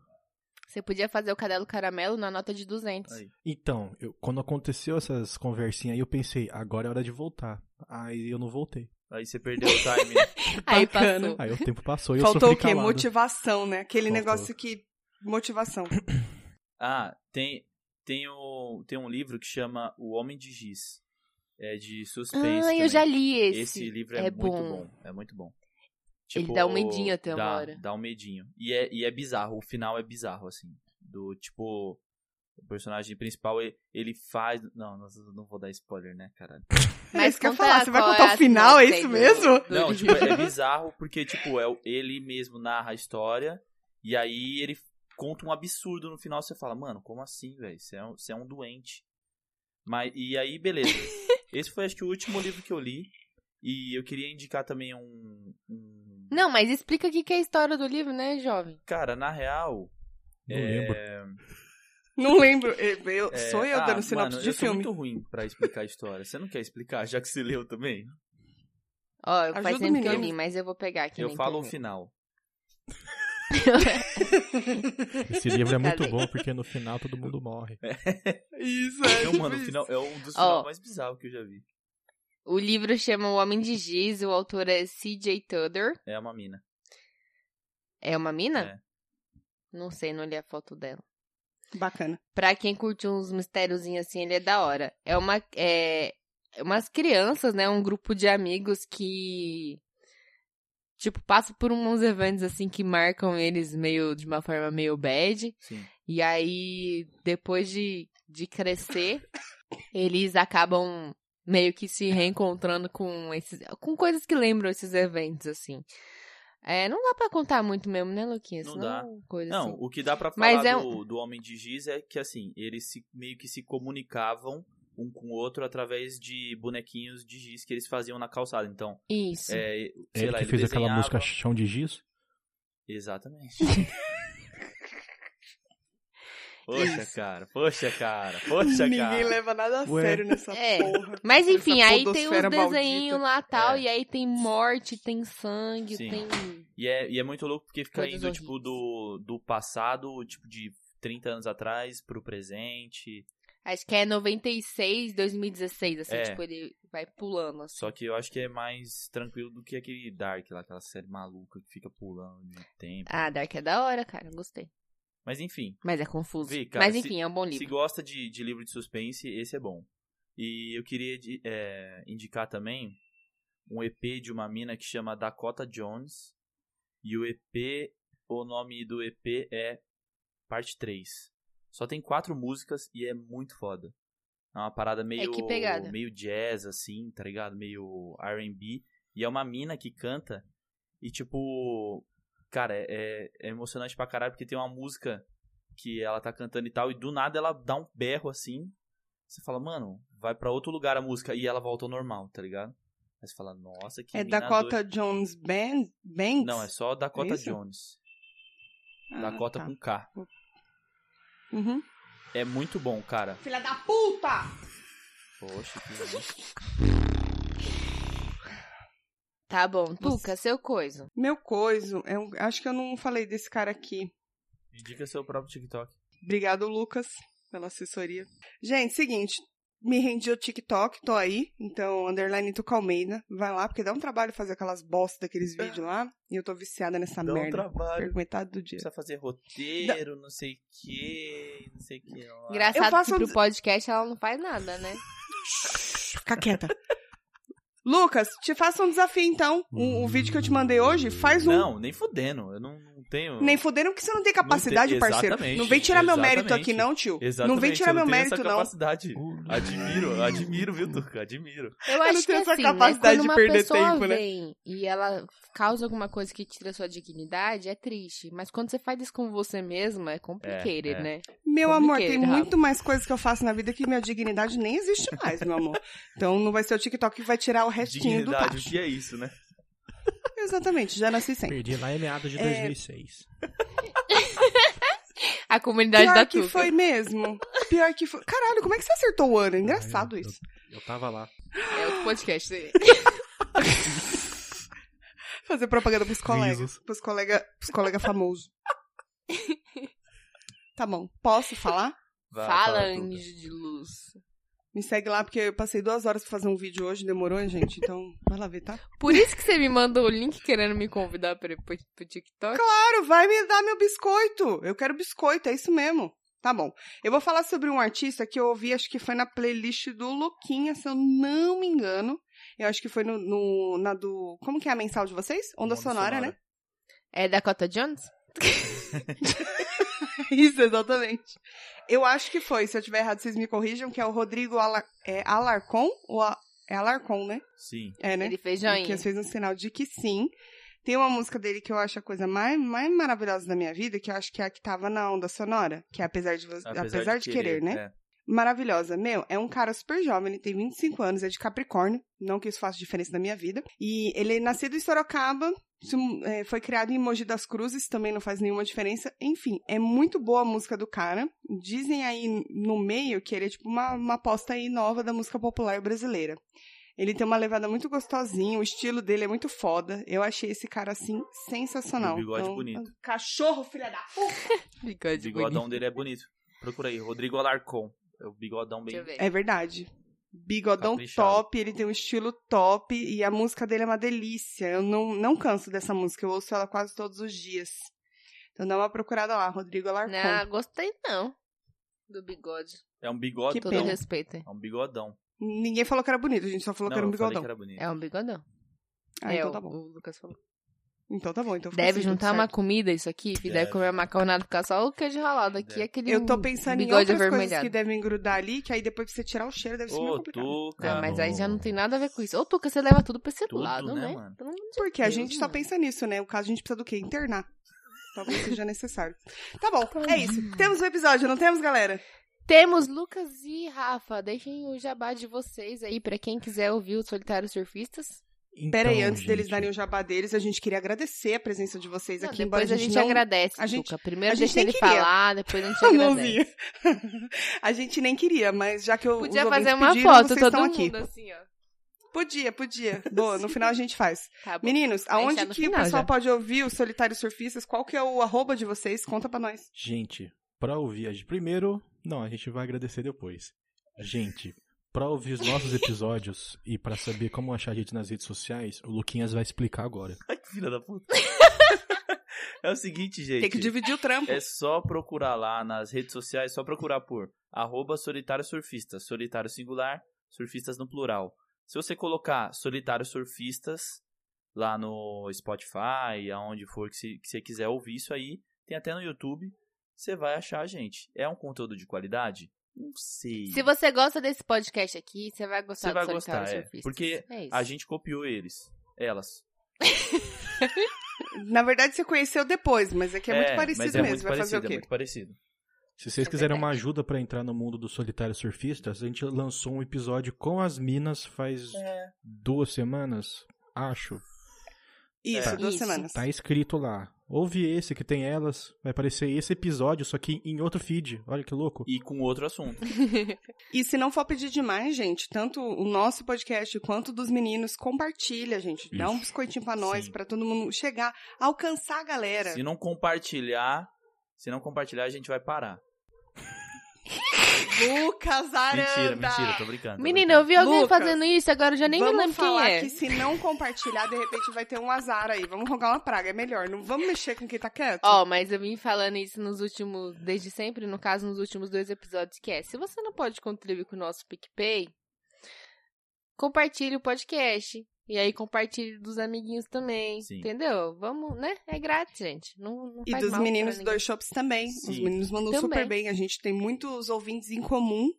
Speaker 1: Você podia fazer o Cadelo Caramelo na nota de 200.
Speaker 3: Aí.
Speaker 4: Então, eu- quando aconteceu essas conversinhas aí, eu pensei, agora é hora de voltar. Aí eu não voltei.
Speaker 3: Aí você perdeu o time. né?
Speaker 1: Aí
Speaker 2: Bacana.
Speaker 1: passou.
Speaker 4: Aí o tempo passou e eu
Speaker 2: Faltou o
Speaker 4: sofri
Speaker 2: quê?
Speaker 4: calado.
Speaker 2: Motivação, né? Aquele
Speaker 4: Faltou.
Speaker 2: negócio que. Motivação.
Speaker 3: ah, tem, tem, o, tem um livro que chama O Homem de Giz. É de suspense.
Speaker 1: Ah, eu
Speaker 3: também.
Speaker 1: já li esse.
Speaker 3: Esse livro é,
Speaker 1: é
Speaker 3: muito
Speaker 1: bom.
Speaker 3: bom. É muito bom. Tipo,
Speaker 1: Ele dá um medinho até uma
Speaker 3: dá,
Speaker 1: hora.
Speaker 3: Dá um medinho. E é, e é bizarro. O final é bizarro, assim. Do tipo. O personagem principal, ele, ele faz. Não, não, não vou dar spoiler, né, caralho?
Speaker 2: É isso que eu ia
Speaker 1: conta
Speaker 2: falar. Você vai
Speaker 1: qual
Speaker 2: contar
Speaker 1: a
Speaker 2: o final, é
Speaker 1: sinopse
Speaker 2: isso
Speaker 1: aí do-
Speaker 2: mesmo?
Speaker 1: do
Speaker 3: Não,
Speaker 1: livro.
Speaker 3: tipo, é bizarro porque, tipo, é, o- ele mesmo narra a história. E aí ele conta um absurdo no final. Você fala, mano, como assim, velho? Você é, um, você é um doente. Mas, e aí, beleza. Esse foi, acho que, o último livro que eu li. E eu queria indicar também um- um
Speaker 1: Não, mas explica o que que é a história do livro, né, jovem?
Speaker 3: Cara, na real.
Speaker 4: Não
Speaker 3: é,
Speaker 4: lembro.
Speaker 2: Não lembro. Eu- eu-
Speaker 3: é,
Speaker 2: sou eu
Speaker 3: ah,
Speaker 2: dando sinopse
Speaker 3: mano,
Speaker 2: de
Speaker 3: eu sou
Speaker 2: filme.
Speaker 3: muito ruim pra explicar a história. Você não quer explicar, já que você leu também?
Speaker 1: Ó,
Speaker 2: Ajuda
Speaker 1: faz
Speaker 2: o
Speaker 1: tempo que eu
Speaker 2: menino.
Speaker 1: li, mas eu vou pegar aqui.
Speaker 3: eu
Speaker 1: na
Speaker 3: falo assim. o
Speaker 1: internet.
Speaker 3: final.
Speaker 4: Esse livro é muito
Speaker 1: Cadê?
Speaker 4: bom porque no final todo mundo morre.
Speaker 3: É,
Speaker 4: É
Speaker 2: Isso, é.
Speaker 3: Não,
Speaker 2: tipo
Speaker 3: mano, o
Speaker 2: isso.
Speaker 3: final é um dos
Speaker 1: Ó.
Speaker 3: finais mais bizarros que eu já vi.
Speaker 1: O livro chama O Homem de Giz, o autor é C.J. Tudor.
Speaker 3: É uma mina.
Speaker 1: É uma mina?
Speaker 3: É.
Speaker 1: Não sei, não li a foto dela.
Speaker 2: Bacana.
Speaker 1: Pra quem curte uns mistériozinhos assim, ele é da hora. É uma. É, umas crianças, né? Um grupo de amigos que. Tipo, passa por uns eventos assim que marcam eles meio de uma forma meio bad.
Speaker 3: Sim.
Speaker 1: E aí, depois de, de crescer, eles acabam meio que se reencontrando com esses. com coisas que lembram esses eventos, assim. É, não dá pra contar muito mesmo, né, Luquinha?
Speaker 3: Não
Speaker 1: Senão,
Speaker 3: dá.
Speaker 1: Coisa
Speaker 3: Não,
Speaker 1: assim.
Speaker 3: o que dá pra falar
Speaker 1: Mas é
Speaker 3: do, do Homem de Giz é que, assim, eles se- meio que se comunicavam um com o outro através de bonequinhos de giz que eles faziam na calçada. Então,
Speaker 1: Isso.
Speaker 3: é,
Speaker 4: É
Speaker 3: sei
Speaker 4: ele
Speaker 3: lá,
Speaker 4: que
Speaker 3: ele
Speaker 4: fez aquela
Speaker 3: desenhava-
Speaker 4: música Chão de Giz?
Speaker 3: Exatamente. poxa, cara, poxa, cara, poxa,
Speaker 2: Ninguém
Speaker 3: cara.
Speaker 2: leva nada a
Speaker 4: Ué.
Speaker 2: sério nessa
Speaker 1: É.
Speaker 2: porra.
Speaker 1: Mas enfim,
Speaker 2: Essa
Speaker 1: aí tem uns
Speaker 2: podosfera
Speaker 1: desenhinhos lá e tal,
Speaker 3: É.
Speaker 1: e aí tem morte, tem sangue,
Speaker 3: Sim.
Speaker 1: tem.
Speaker 3: E é, e é muito louco porque fica
Speaker 1: Coisas
Speaker 3: indo, tipo,
Speaker 1: horríveis.
Speaker 3: do, do passado, tipo, de 30 anos atrás pro presente.
Speaker 1: Acho que é 96, 2016, assim,
Speaker 3: É.
Speaker 1: tipo, ele vai pulando, assim.
Speaker 3: Só que eu acho que é mais tranquilo do que aquele Dark lá, aquela série maluca que fica pulando de tempo.
Speaker 1: Ah, Dark é da hora, cara, gostei.
Speaker 3: Mas enfim,
Speaker 1: Mas é confuso.
Speaker 3: Vi, cara,
Speaker 1: Mas
Speaker 3: se-
Speaker 1: enfim, é um bom
Speaker 3: se
Speaker 1: livro.
Speaker 3: gosta de, de livro de suspense, esse é bom. E eu queria de- é, indicar também um EP de uma mina que chama Dakota Jones. E o EP, o nome do EP é Parte 3. Só tem quatro músicas e é muito foda. É uma parada meio,
Speaker 1: que pegada?
Speaker 3: meio jazz, assim, tá ligado? Meio RB. E é uma mina que canta. E tipo. Cara, é, é emocionante pra caralho, porque tem uma música que ela tá cantando e tal, e do nada ela dá um berro assim. Você fala, mano, vai pra outro lugar a música, e ela volta ao normal, tá ligado? Aí você fala, nossa, que
Speaker 2: É
Speaker 3: mina
Speaker 2: Dakota
Speaker 3: doida.
Speaker 2: Jones Ban- Banks?
Speaker 3: Não, é só
Speaker 2: É
Speaker 3: Dakota
Speaker 2: isso?
Speaker 3: Jones.
Speaker 2: Ah,
Speaker 3: Dakota
Speaker 2: tá.
Speaker 3: com K.
Speaker 2: Uhum.
Speaker 3: É muito bom, cara.
Speaker 2: Filha da puta!
Speaker 3: Poxa, que isso.
Speaker 1: Tá bom, Tuca, seu coisa.
Speaker 2: Meu coiso, é um- acho que eu não falei desse cara aqui.
Speaker 3: Indica seu próprio TikTok.
Speaker 2: Obrigado, Lucas, pela assessoria. Gente, seguinte, me rendi ao TikTok, tô aí, então, underline Tuca Almeida, vai lá, porque dá um trabalho fazer aquelas bosta daqueles vídeos lá, e eu tô viciada nessa
Speaker 3: Dá um
Speaker 2: Tá merda.
Speaker 3: trabalho.
Speaker 2: Perco metade do dia.
Speaker 3: Precisa fazer roteiro, não sei o que, não sei o que lá.
Speaker 1: Engraçado
Speaker 2: faço
Speaker 1: que
Speaker 2: um
Speaker 1: pro
Speaker 2: des-
Speaker 1: podcast ela não faz nada, né?
Speaker 2: Fica quieta.
Speaker 3: Hum.
Speaker 2: Lucas, te faço um desafio então. O, o um vídeo que eu te mandei hoje, faz um.
Speaker 3: Não, nem fudendo. Eu não, não tenho.
Speaker 2: Nem fuderam porque você não tem capacidade,
Speaker 3: tem-
Speaker 2: parceiro.
Speaker 3: exatamente,
Speaker 2: Não vem tirar meu mérito
Speaker 3: exatamente.
Speaker 2: aqui, não, tio.
Speaker 3: Exatamente,
Speaker 2: não vem tirar
Speaker 3: eu
Speaker 2: meu
Speaker 3: tenho
Speaker 2: mérito,
Speaker 3: essa
Speaker 2: não.
Speaker 3: capacidade. Admiro, admiro, viu, Tuca? Admiro.
Speaker 1: Eu
Speaker 2: não
Speaker 1: acho que
Speaker 2: tenho essa
Speaker 1: assim, né,
Speaker 2: capacidade
Speaker 1: quando
Speaker 2: de
Speaker 1: uma
Speaker 2: perder
Speaker 1: pessoa
Speaker 2: tempo, né?
Speaker 1: vem e ela causa alguma coisa que tira sua dignidade, é triste. Mas quando você faz isso com você mesma, é complicated,
Speaker 3: É, é.
Speaker 1: né?
Speaker 2: Meu amor,
Speaker 1: Compliquei,
Speaker 2: tem
Speaker 1: Rafa.
Speaker 2: muito mais coisas que eu faço na vida que minha dignidade nem existe mais, meu amor. Então não vai ser o TikTok que vai tirar o restinho do
Speaker 3: Dignidade, o
Speaker 2: tacho.
Speaker 3: que é isso, né?
Speaker 2: Exatamente, já nasci sem.
Speaker 5: Perdi lá em meados de
Speaker 2: É.
Speaker 5: 2006.
Speaker 1: A comunidade
Speaker 2: Pior
Speaker 1: da
Speaker 2: que
Speaker 1: Tuca.
Speaker 2: foi mesmo. Pior que foi. Caralho, como é que você acertou o ano? É Engraçado
Speaker 5: eu-
Speaker 2: isso.
Speaker 5: Eu tava lá.
Speaker 1: É outro podcast.
Speaker 2: Fazer propaganda pros colegas.
Speaker 4: Risos.
Speaker 2: Pros colegas pros colega famosos. tá bom. Posso falar?
Speaker 3: Vai,
Speaker 1: Fala,
Speaker 3: Tuca.
Speaker 1: anjo de luz.
Speaker 2: Me segue lá, porque eu passei duas horas pra fazer um vídeo hoje, demorou, hein, gente? Então, vai lá ver, tá?
Speaker 1: Por isso que você me mandou o link querendo me convidar pra, pro, pro TikTok?
Speaker 2: Claro, vai me dar meu biscoito. Eu quero biscoito, é isso mesmo. Tá bom. Eu vou falar sobre um artista que eu ouvi, acho que foi na playlist do Luquinha, se eu não me engano. Eu acho que foi no, no- na do. Como que é a mensal de vocês? Onda,
Speaker 3: Onda
Speaker 2: sonora,
Speaker 3: Sonora.
Speaker 2: né?
Speaker 1: É Dakota Jones?
Speaker 2: Isso, exatamente. Eu acho que foi, se eu tiver errado, vocês me corrijam, que é o Rodrigo Ala- é Alarcon? Ou a- É Alarcon, né?
Speaker 3: Sim.
Speaker 2: É, né?
Speaker 1: Ele fez
Speaker 2: Que
Speaker 1: joinha.
Speaker 2: fez um sinal de que sim. Tem uma música dele que eu acho a coisa mais, mais maravilhosa da minha vida, que eu acho que é a que tava na onda sonora, que é Apesar de, Você- apesar de, querer, né?
Speaker 3: é.
Speaker 2: maravilhosa. Meu, é um cara super jovem, ele tem 25 anos, é de Capricórnio, não que isso faça diferença na minha vida. E ele é nascido em Sorocaba, se- é, foi criado em Mogi das Cruzes, também não faz nenhuma diferença. Enfim, é muito boa a música do cara. Dizem aí no meio que ele é tipo uma, uma aposta aí nova da música popular brasileira. Ele tem uma levada muito gostosinha, o estilo dele é muito foda. Eu achei esse cara, assim, sensacional. Então,
Speaker 3: E o bigode é bonito.
Speaker 2: Cachorro, filha da puta!
Speaker 1: Bigode
Speaker 3: O bigodão dele é bonito. Procura aí, Rodrigo Alarcon. É o bigodão
Speaker 1: Deixa
Speaker 3: bem.
Speaker 1: eu ver.
Speaker 2: É verdade. Bigodão
Speaker 3: Caprichado.
Speaker 2: top, ele tem um estilo top e a música dele é uma delícia. Eu não, não canso dessa música, eu ouço ela quase todos os dias. Então dá uma procurada lá, Rodrigo Alarcon.
Speaker 1: Não, gostei não. Do bigode.
Speaker 3: É um bigode.
Speaker 2: Que
Speaker 1: Todo
Speaker 2: pena.
Speaker 1: respeito. hein?
Speaker 3: É um bigodão.
Speaker 2: Ninguém falou que era bonito, a gente só falou
Speaker 3: não,
Speaker 2: que era um
Speaker 3: eu falei
Speaker 2: bigodão.
Speaker 3: que era bonito.
Speaker 1: É um bigodão.
Speaker 2: Ah,
Speaker 1: é,
Speaker 2: então
Speaker 1: o-
Speaker 2: tá bom.
Speaker 1: o Lucas falou.
Speaker 2: Então tá bom, então ficou
Speaker 1: Deve
Speaker 2: assim, tudo
Speaker 1: juntar uma
Speaker 2: certo.
Speaker 1: comida isso aqui, que deve
Speaker 3: Deve.
Speaker 1: comer macarronada, ficar só o queijo ralado aqui,
Speaker 3: Deve.
Speaker 1: aquele
Speaker 2: Eu tô pensando em
Speaker 1: bigode
Speaker 2: outras coisas
Speaker 1: avermelhado.
Speaker 2: que devem grudar ali, que aí depois que você tirar o cheiro deve ser meio
Speaker 3: Ô,
Speaker 2: complicado.
Speaker 3: Tuca.
Speaker 1: Ah,
Speaker 2: Tá
Speaker 1: mas aí já não tem nada a ver com isso. Ô, Tuca, você leva tudo pra esse
Speaker 3: Tudo,
Speaker 1: lado,
Speaker 3: né,
Speaker 1: né?
Speaker 3: mano?
Speaker 1: Pelo amor de
Speaker 2: Porque a
Speaker 1: Deus,
Speaker 2: gente só
Speaker 1: mano.
Speaker 2: pensa nisso, né? O caso a gente precisa do quê? Internar. Talvez seja necessário. Tá bom, é isso. Temos o episódio, não temos, galera?
Speaker 1: Temos Lucas e Rafa. Deixem o jabá de vocês aí pra quem quiser ouvir os Solitários Surfistas.
Speaker 2: Pera aí,
Speaker 4: Então,
Speaker 2: antes deles
Speaker 4: gente,
Speaker 2: darem o jabá deles, a gente queria agradecer a presença de vocês
Speaker 1: Não,
Speaker 2: aqui. embora
Speaker 1: Ah, depois a gente
Speaker 2: não...
Speaker 1: agradece,
Speaker 2: a gente-
Speaker 1: Tuca. Primeiro
Speaker 2: a gente
Speaker 1: deixa
Speaker 2: nem
Speaker 1: ele
Speaker 2: queria.
Speaker 1: falar, depois a gente
Speaker 2: não
Speaker 1: agradece.
Speaker 2: vinha. a gente nem queria, mas já que eu
Speaker 1: Podia
Speaker 2: os ouvintes
Speaker 1: fazer uma
Speaker 2: pediram,
Speaker 1: foto
Speaker 2: vocês
Speaker 1: todo
Speaker 2: estão
Speaker 1: mundo
Speaker 2: aqui.
Speaker 1: assim, ó.
Speaker 2: Podia, podia. Boa, no final a gente faz.
Speaker 1: Tá bom.
Speaker 2: Meninos,
Speaker 1: Vai
Speaker 2: aonde
Speaker 1: encher no
Speaker 2: que
Speaker 1: final
Speaker 2: o pessoal
Speaker 1: já.
Speaker 2: pode ouvir os Solitários Surfistas? Qual que é o arroba de vocês? Conta pra nós.
Speaker 4: Gente, pra ouvir a gente. Primeiro, não, a gente vai agradecer depois. Gente, pra ouvir os nossos episódios e pra saber como achar a gente nas redes sociais, o Luquinhas vai explicar agora.
Speaker 3: Ai, que filha da puta. é o seguinte, gente.
Speaker 2: Tem que dividir o trampo.
Speaker 3: É só procurar lá nas redes sociais, só procurar por arroba solitário surfistas, solitário singular, surfistas no plural. Se você colocar solitário surfistas lá no Spotify, aonde for que, se- que você quiser ouvir isso aí, tem até no YouTube, você vai achar a gente. É um conteúdo de qualidade? Não sei.
Speaker 1: Se você gosta desse podcast aqui, você vai gostar
Speaker 3: Você vai
Speaker 1: do Solitário
Speaker 3: gostar, é.
Speaker 1: Surfistas.
Speaker 3: Porque
Speaker 1: é isso.
Speaker 3: A gente copiou eles. Elas.
Speaker 2: Na verdade, você conheceu depois, mas é que é, muito parecido
Speaker 3: mas é
Speaker 2: mesmo.
Speaker 3: muito
Speaker 2: Vai fazer
Speaker 3: parecido,
Speaker 2: o
Speaker 3: É
Speaker 2: quê?
Speaker 3: muito parecido.
Speaker 4: Se vocês
Speaker 1: É
Speaker 4: quiserem
Speaker 1: verdade.
Speaker 4: uma ajuda pra entrar no mundo dos solitários surfistas, a gente lançou um episódio com as minas faz
Speaker 1: É.
Speaker 4: duas semanas, acho.
Speaker 2: Isso,
Speaker 3: É.
Speaker 2: duas
Speaker 1: Isso.
Speaker 2: semanas.
Speaker 4: Tá escrito lá. Ouve esse que tem elas, vai aparecer esse episódio, só que em outro feed. Olha que louco.
Speaker 3: E com outro assunto.
Speaker 2: E se não for pedir demais, gente, tanto o nosso podcast quanto dos meninos, compartilha, gente. Dá um
Speaker 4: Isso.
Speaker 2: biscoitinho pra nós,
Speaker 3: Sim.
Speaker 2: pra todo mundo chegar, alcançar a galera.
Speaker 3: Se não compartilhar, se não compartilhar, a gente vai parar.
Speaker 2: Lucas Aranda!
Speaker 3: Mentira, mentira, tô brincando. tô
Speaker 1: Menina, eu vi alguém
Speaker 2: Lucas,
Speaker 1: fazendo isso, agora eu já nem
Speaker 2: vamos
Speaker 1: me lembro
Speaker 2: falar
Speaker 1: quem é.
Speaker 2: que se não compartilhar, de repente vai ter um azar aí. Vamos rogar uma praga, é melhor. Não vamos mexer com quem tá quieto.
Speaker 1: Ó, mas eu vim falando isso nos últimos, desde sempre, no caso, nos últimos dois episódios, que é, se você não pode contribuir com o nosso PicPay, compartilhe o podcast. E aí compartilhe dos amiguinhos também,
Speaker 3: Sim.
Speaker 1: entendeu? Vamos, né? É grátis, gente. Não, não
Speaker 2: E
Speaker 1: faz
Speaker 2: dos
Speaker 1: mal pra
Speaker 2: meninos do
Speaker 1: ninguém.
Speaker 2: Dois Shops também. Os
Speaker 3: Sim.
Speaker 2: meninos mandam
Speaker 1: Também.
Speaker 2: super bem. A gente tem muitos ouvintes em comum.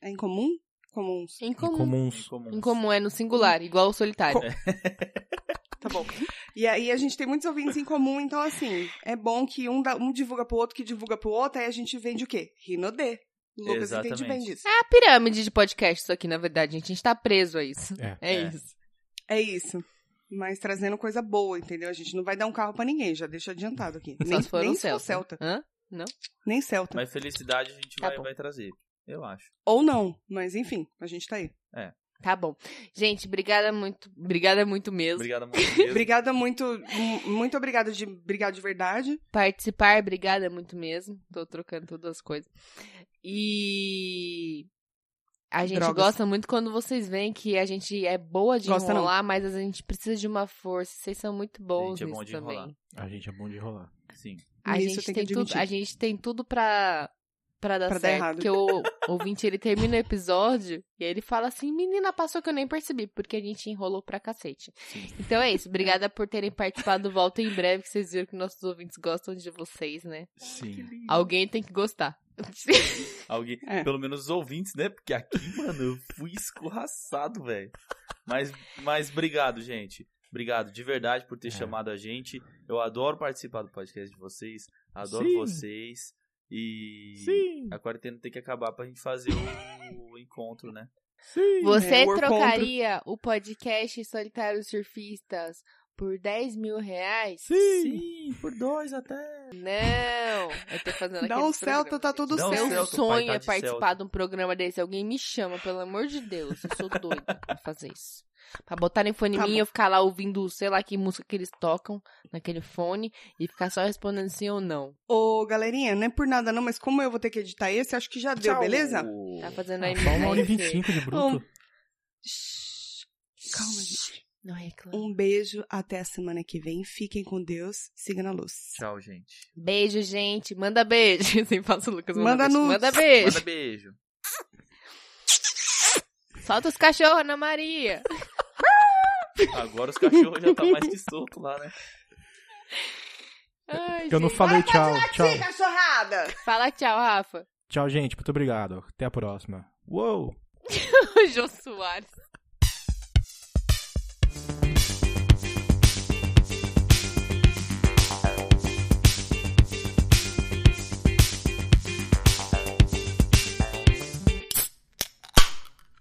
Speaker 2: É em comum? Comuns.
Speaker 1: Em comum.
Speaker 4: Comuns.
Speaker 3: Incomum.
Speaker 1: Em comum é no singular, igual o solitário. É
Speaker 2: Tá bom. E aí a gente tem muitos ouvintes em comum, então assim, é bom que um, dá- um divulga pro outro, que divulga pro outro, aí a gente vende o quê? Rinodê. Lucas entende bem
Speaker 3: Exatamente.
Speaker 2: disso.
Speaker 1: É a pirâmide de podcast isso aqui, na verdade, gente. A gente tá preso a isso.
Speaker 4: É.
Speaker 1: É,
Speaker 3: É.
Speaker 1: isso.
Speaker 2: É isso. Mas trazendo coisa boa, entendeu? A gente não vai dar um carro pra ninguém, já deixa adiantado aqui.
Speaker 1: Só
Speaker 2: Nem,
Speaker 1: se for
Speaker 2: nem
Speaker 1: um
Speaker 2: se for
Speaker 1: Celta.
Speaker 2: Celta.
Speaker 1: Hã?
Speaker 2: Nem Celta.
Speaker 3: Mas felicidade a gente
Speaker 1: Tá
Speaker 3: vai,
Speaker 1: bom.
Speaker 3: vai trazer. Eu acho.
Speaker 2: Ou não, mas enfim, a gente tá aí.
Speaker 1: Tá bom. Gente, obrigada muito. Obrigada muito mesmo.
Speaker 3: Obrigado, muito mesmo.
Speaker 2: Obrigada muito, mu- muito obrigada de, obrigado de verdade.
Speaker 1: Participar, obrigada muito mesmo. Tô trocando todas as coisas. E. A gente
Speaker 2: Drogas.
Speaker 1: gosta muito quando vocês veem que a gente é boa de
Speaker 2: Gosta não.
Speaker 1: enrolar, mas a gente precisa de uma força. Vocês são muito bons
Speaker 3: gente é bom
Speaker 1: nisso
Speaker 3: de
Speaker 1: também.
Speaker 3: enrolar.
Speaker 4: A gente é bom de enrolar.
Speaker 3: Sim.
Speaker 1: A
Speaker 2: Nisso eu
Speaker 1: gente
Speaker 2: tenho que
Speaker 1: tem tudo,
Speaker 2: admitir.
Speaker 1: a gente tem tudo pra, pra dar
Speaker 2: Pra dar
Speaker 1: certo.
Speaker 2: errado.
Speaker 1: Porque o ouvinte, ele termina o episódio e aí ele fala assim, menina, passou que eu nem percebi, porque a gente enrolou pra cacete. Então é isso, obrigada por terem participado. Volta em breve, que vocês viram que nossos ouvintes gostam de vocês, né?
Speaker 4: Sim.
Speaker 1: Alguém tem que gostar.
Speaker 3: Alguém,
Speaker 2: É.
Speaker 3: pelo menos os ouvintes, né? Porque aqui, mano, eu fui escorraçado, velho. Mas, mas obrigado, gente. Obrigado de verdade por ter
Speaker 4: É.
Speaker 3: chamado a gente. Eu adoro participar do podcast de vocês. Adoro
Speaker 4: Sim.
Speaker 3: vocês. E
Speaker 4: Sim.
Speaker 3: a quarentena tem que acabar pra gente fazer o, o encontro, né?
Speaker 4: Sim.
Speaker 1: Você
Speaker 2: É, o
Speaker 1: trocaria o podcast Solitário Surfistas por 10 mil reais?
Speaker 3: Sim, por dois até.
Speaker 1: Não! Eu tô fazendo aqui.
Speaker 2: Dá o Celta, tá tudo
Speaker 3: Dá o
Speaker 2: certo.
Speaker 1: Meu
Speaker 3: Celta, o pai
Speaker 1: sonho
Speaker 3: tá
Speaker 1: é
Speaker 3: de
Speaker 1: participar
Speaker 3: Celta.
Speaker 1: de um programa desse. Alguém me chama, pelo amor de Deus. Eu sou doida pra fazer isso. Pra botarem fone
Speaker 2: Tá
Speaker 1: em mim,
Speaker 2: bom.
Speaker 1: eu ficar lá ouvindo, sei lá, que música que eles tocam naquele fone e ficar só respondendo sim ou não.
Speaker 2: Ô, galerinha, não é por nada não, mas como eu vou ter que editar esse, acho que já deu,
Speaker 3: Tchau.
Speaker 2: beleza?
Speaker 1: Tá fazendo aí
Speaker 4: Ah, só uma hora e
Speaker 1: aí,
Speaker 4: vinte e cinco de bruto.
Speaker 2: Shhh, Calma, gente.
Speaker 1: Não é, reclama.
Speaker 2: Um beijo, até a semana que vem. Fiquem com Deus, siga na luz.
Speaker 3: Tchau, gente.
Speaker 1: Beijo, gente. Manda beijo. Sem faço Lucas.
Speaker 2: Manda
Speaker 1: beijo.
Speaker 2: nudes.
Speaker 1: Manda beijo.
Speaker 3: Manda beijo.
Speaker 1: Solta os cachorros, Ana Maria.
Speaker 3: Agora os cachorros já tá mais que solto lá, né?
Speaker 1: Ai,
Speaker 4: Eu não
Speaker 1: gente.
Speaker 4: falei tchau. Tchau.
Speaker 2: Sim, cachorrada!
Speaker 1: Fala tchau, Rafa.
Speaker 4: Tchau, gente. Muito obrigado. Até a próxima. Uou!
Speaker 1: Jô Soares.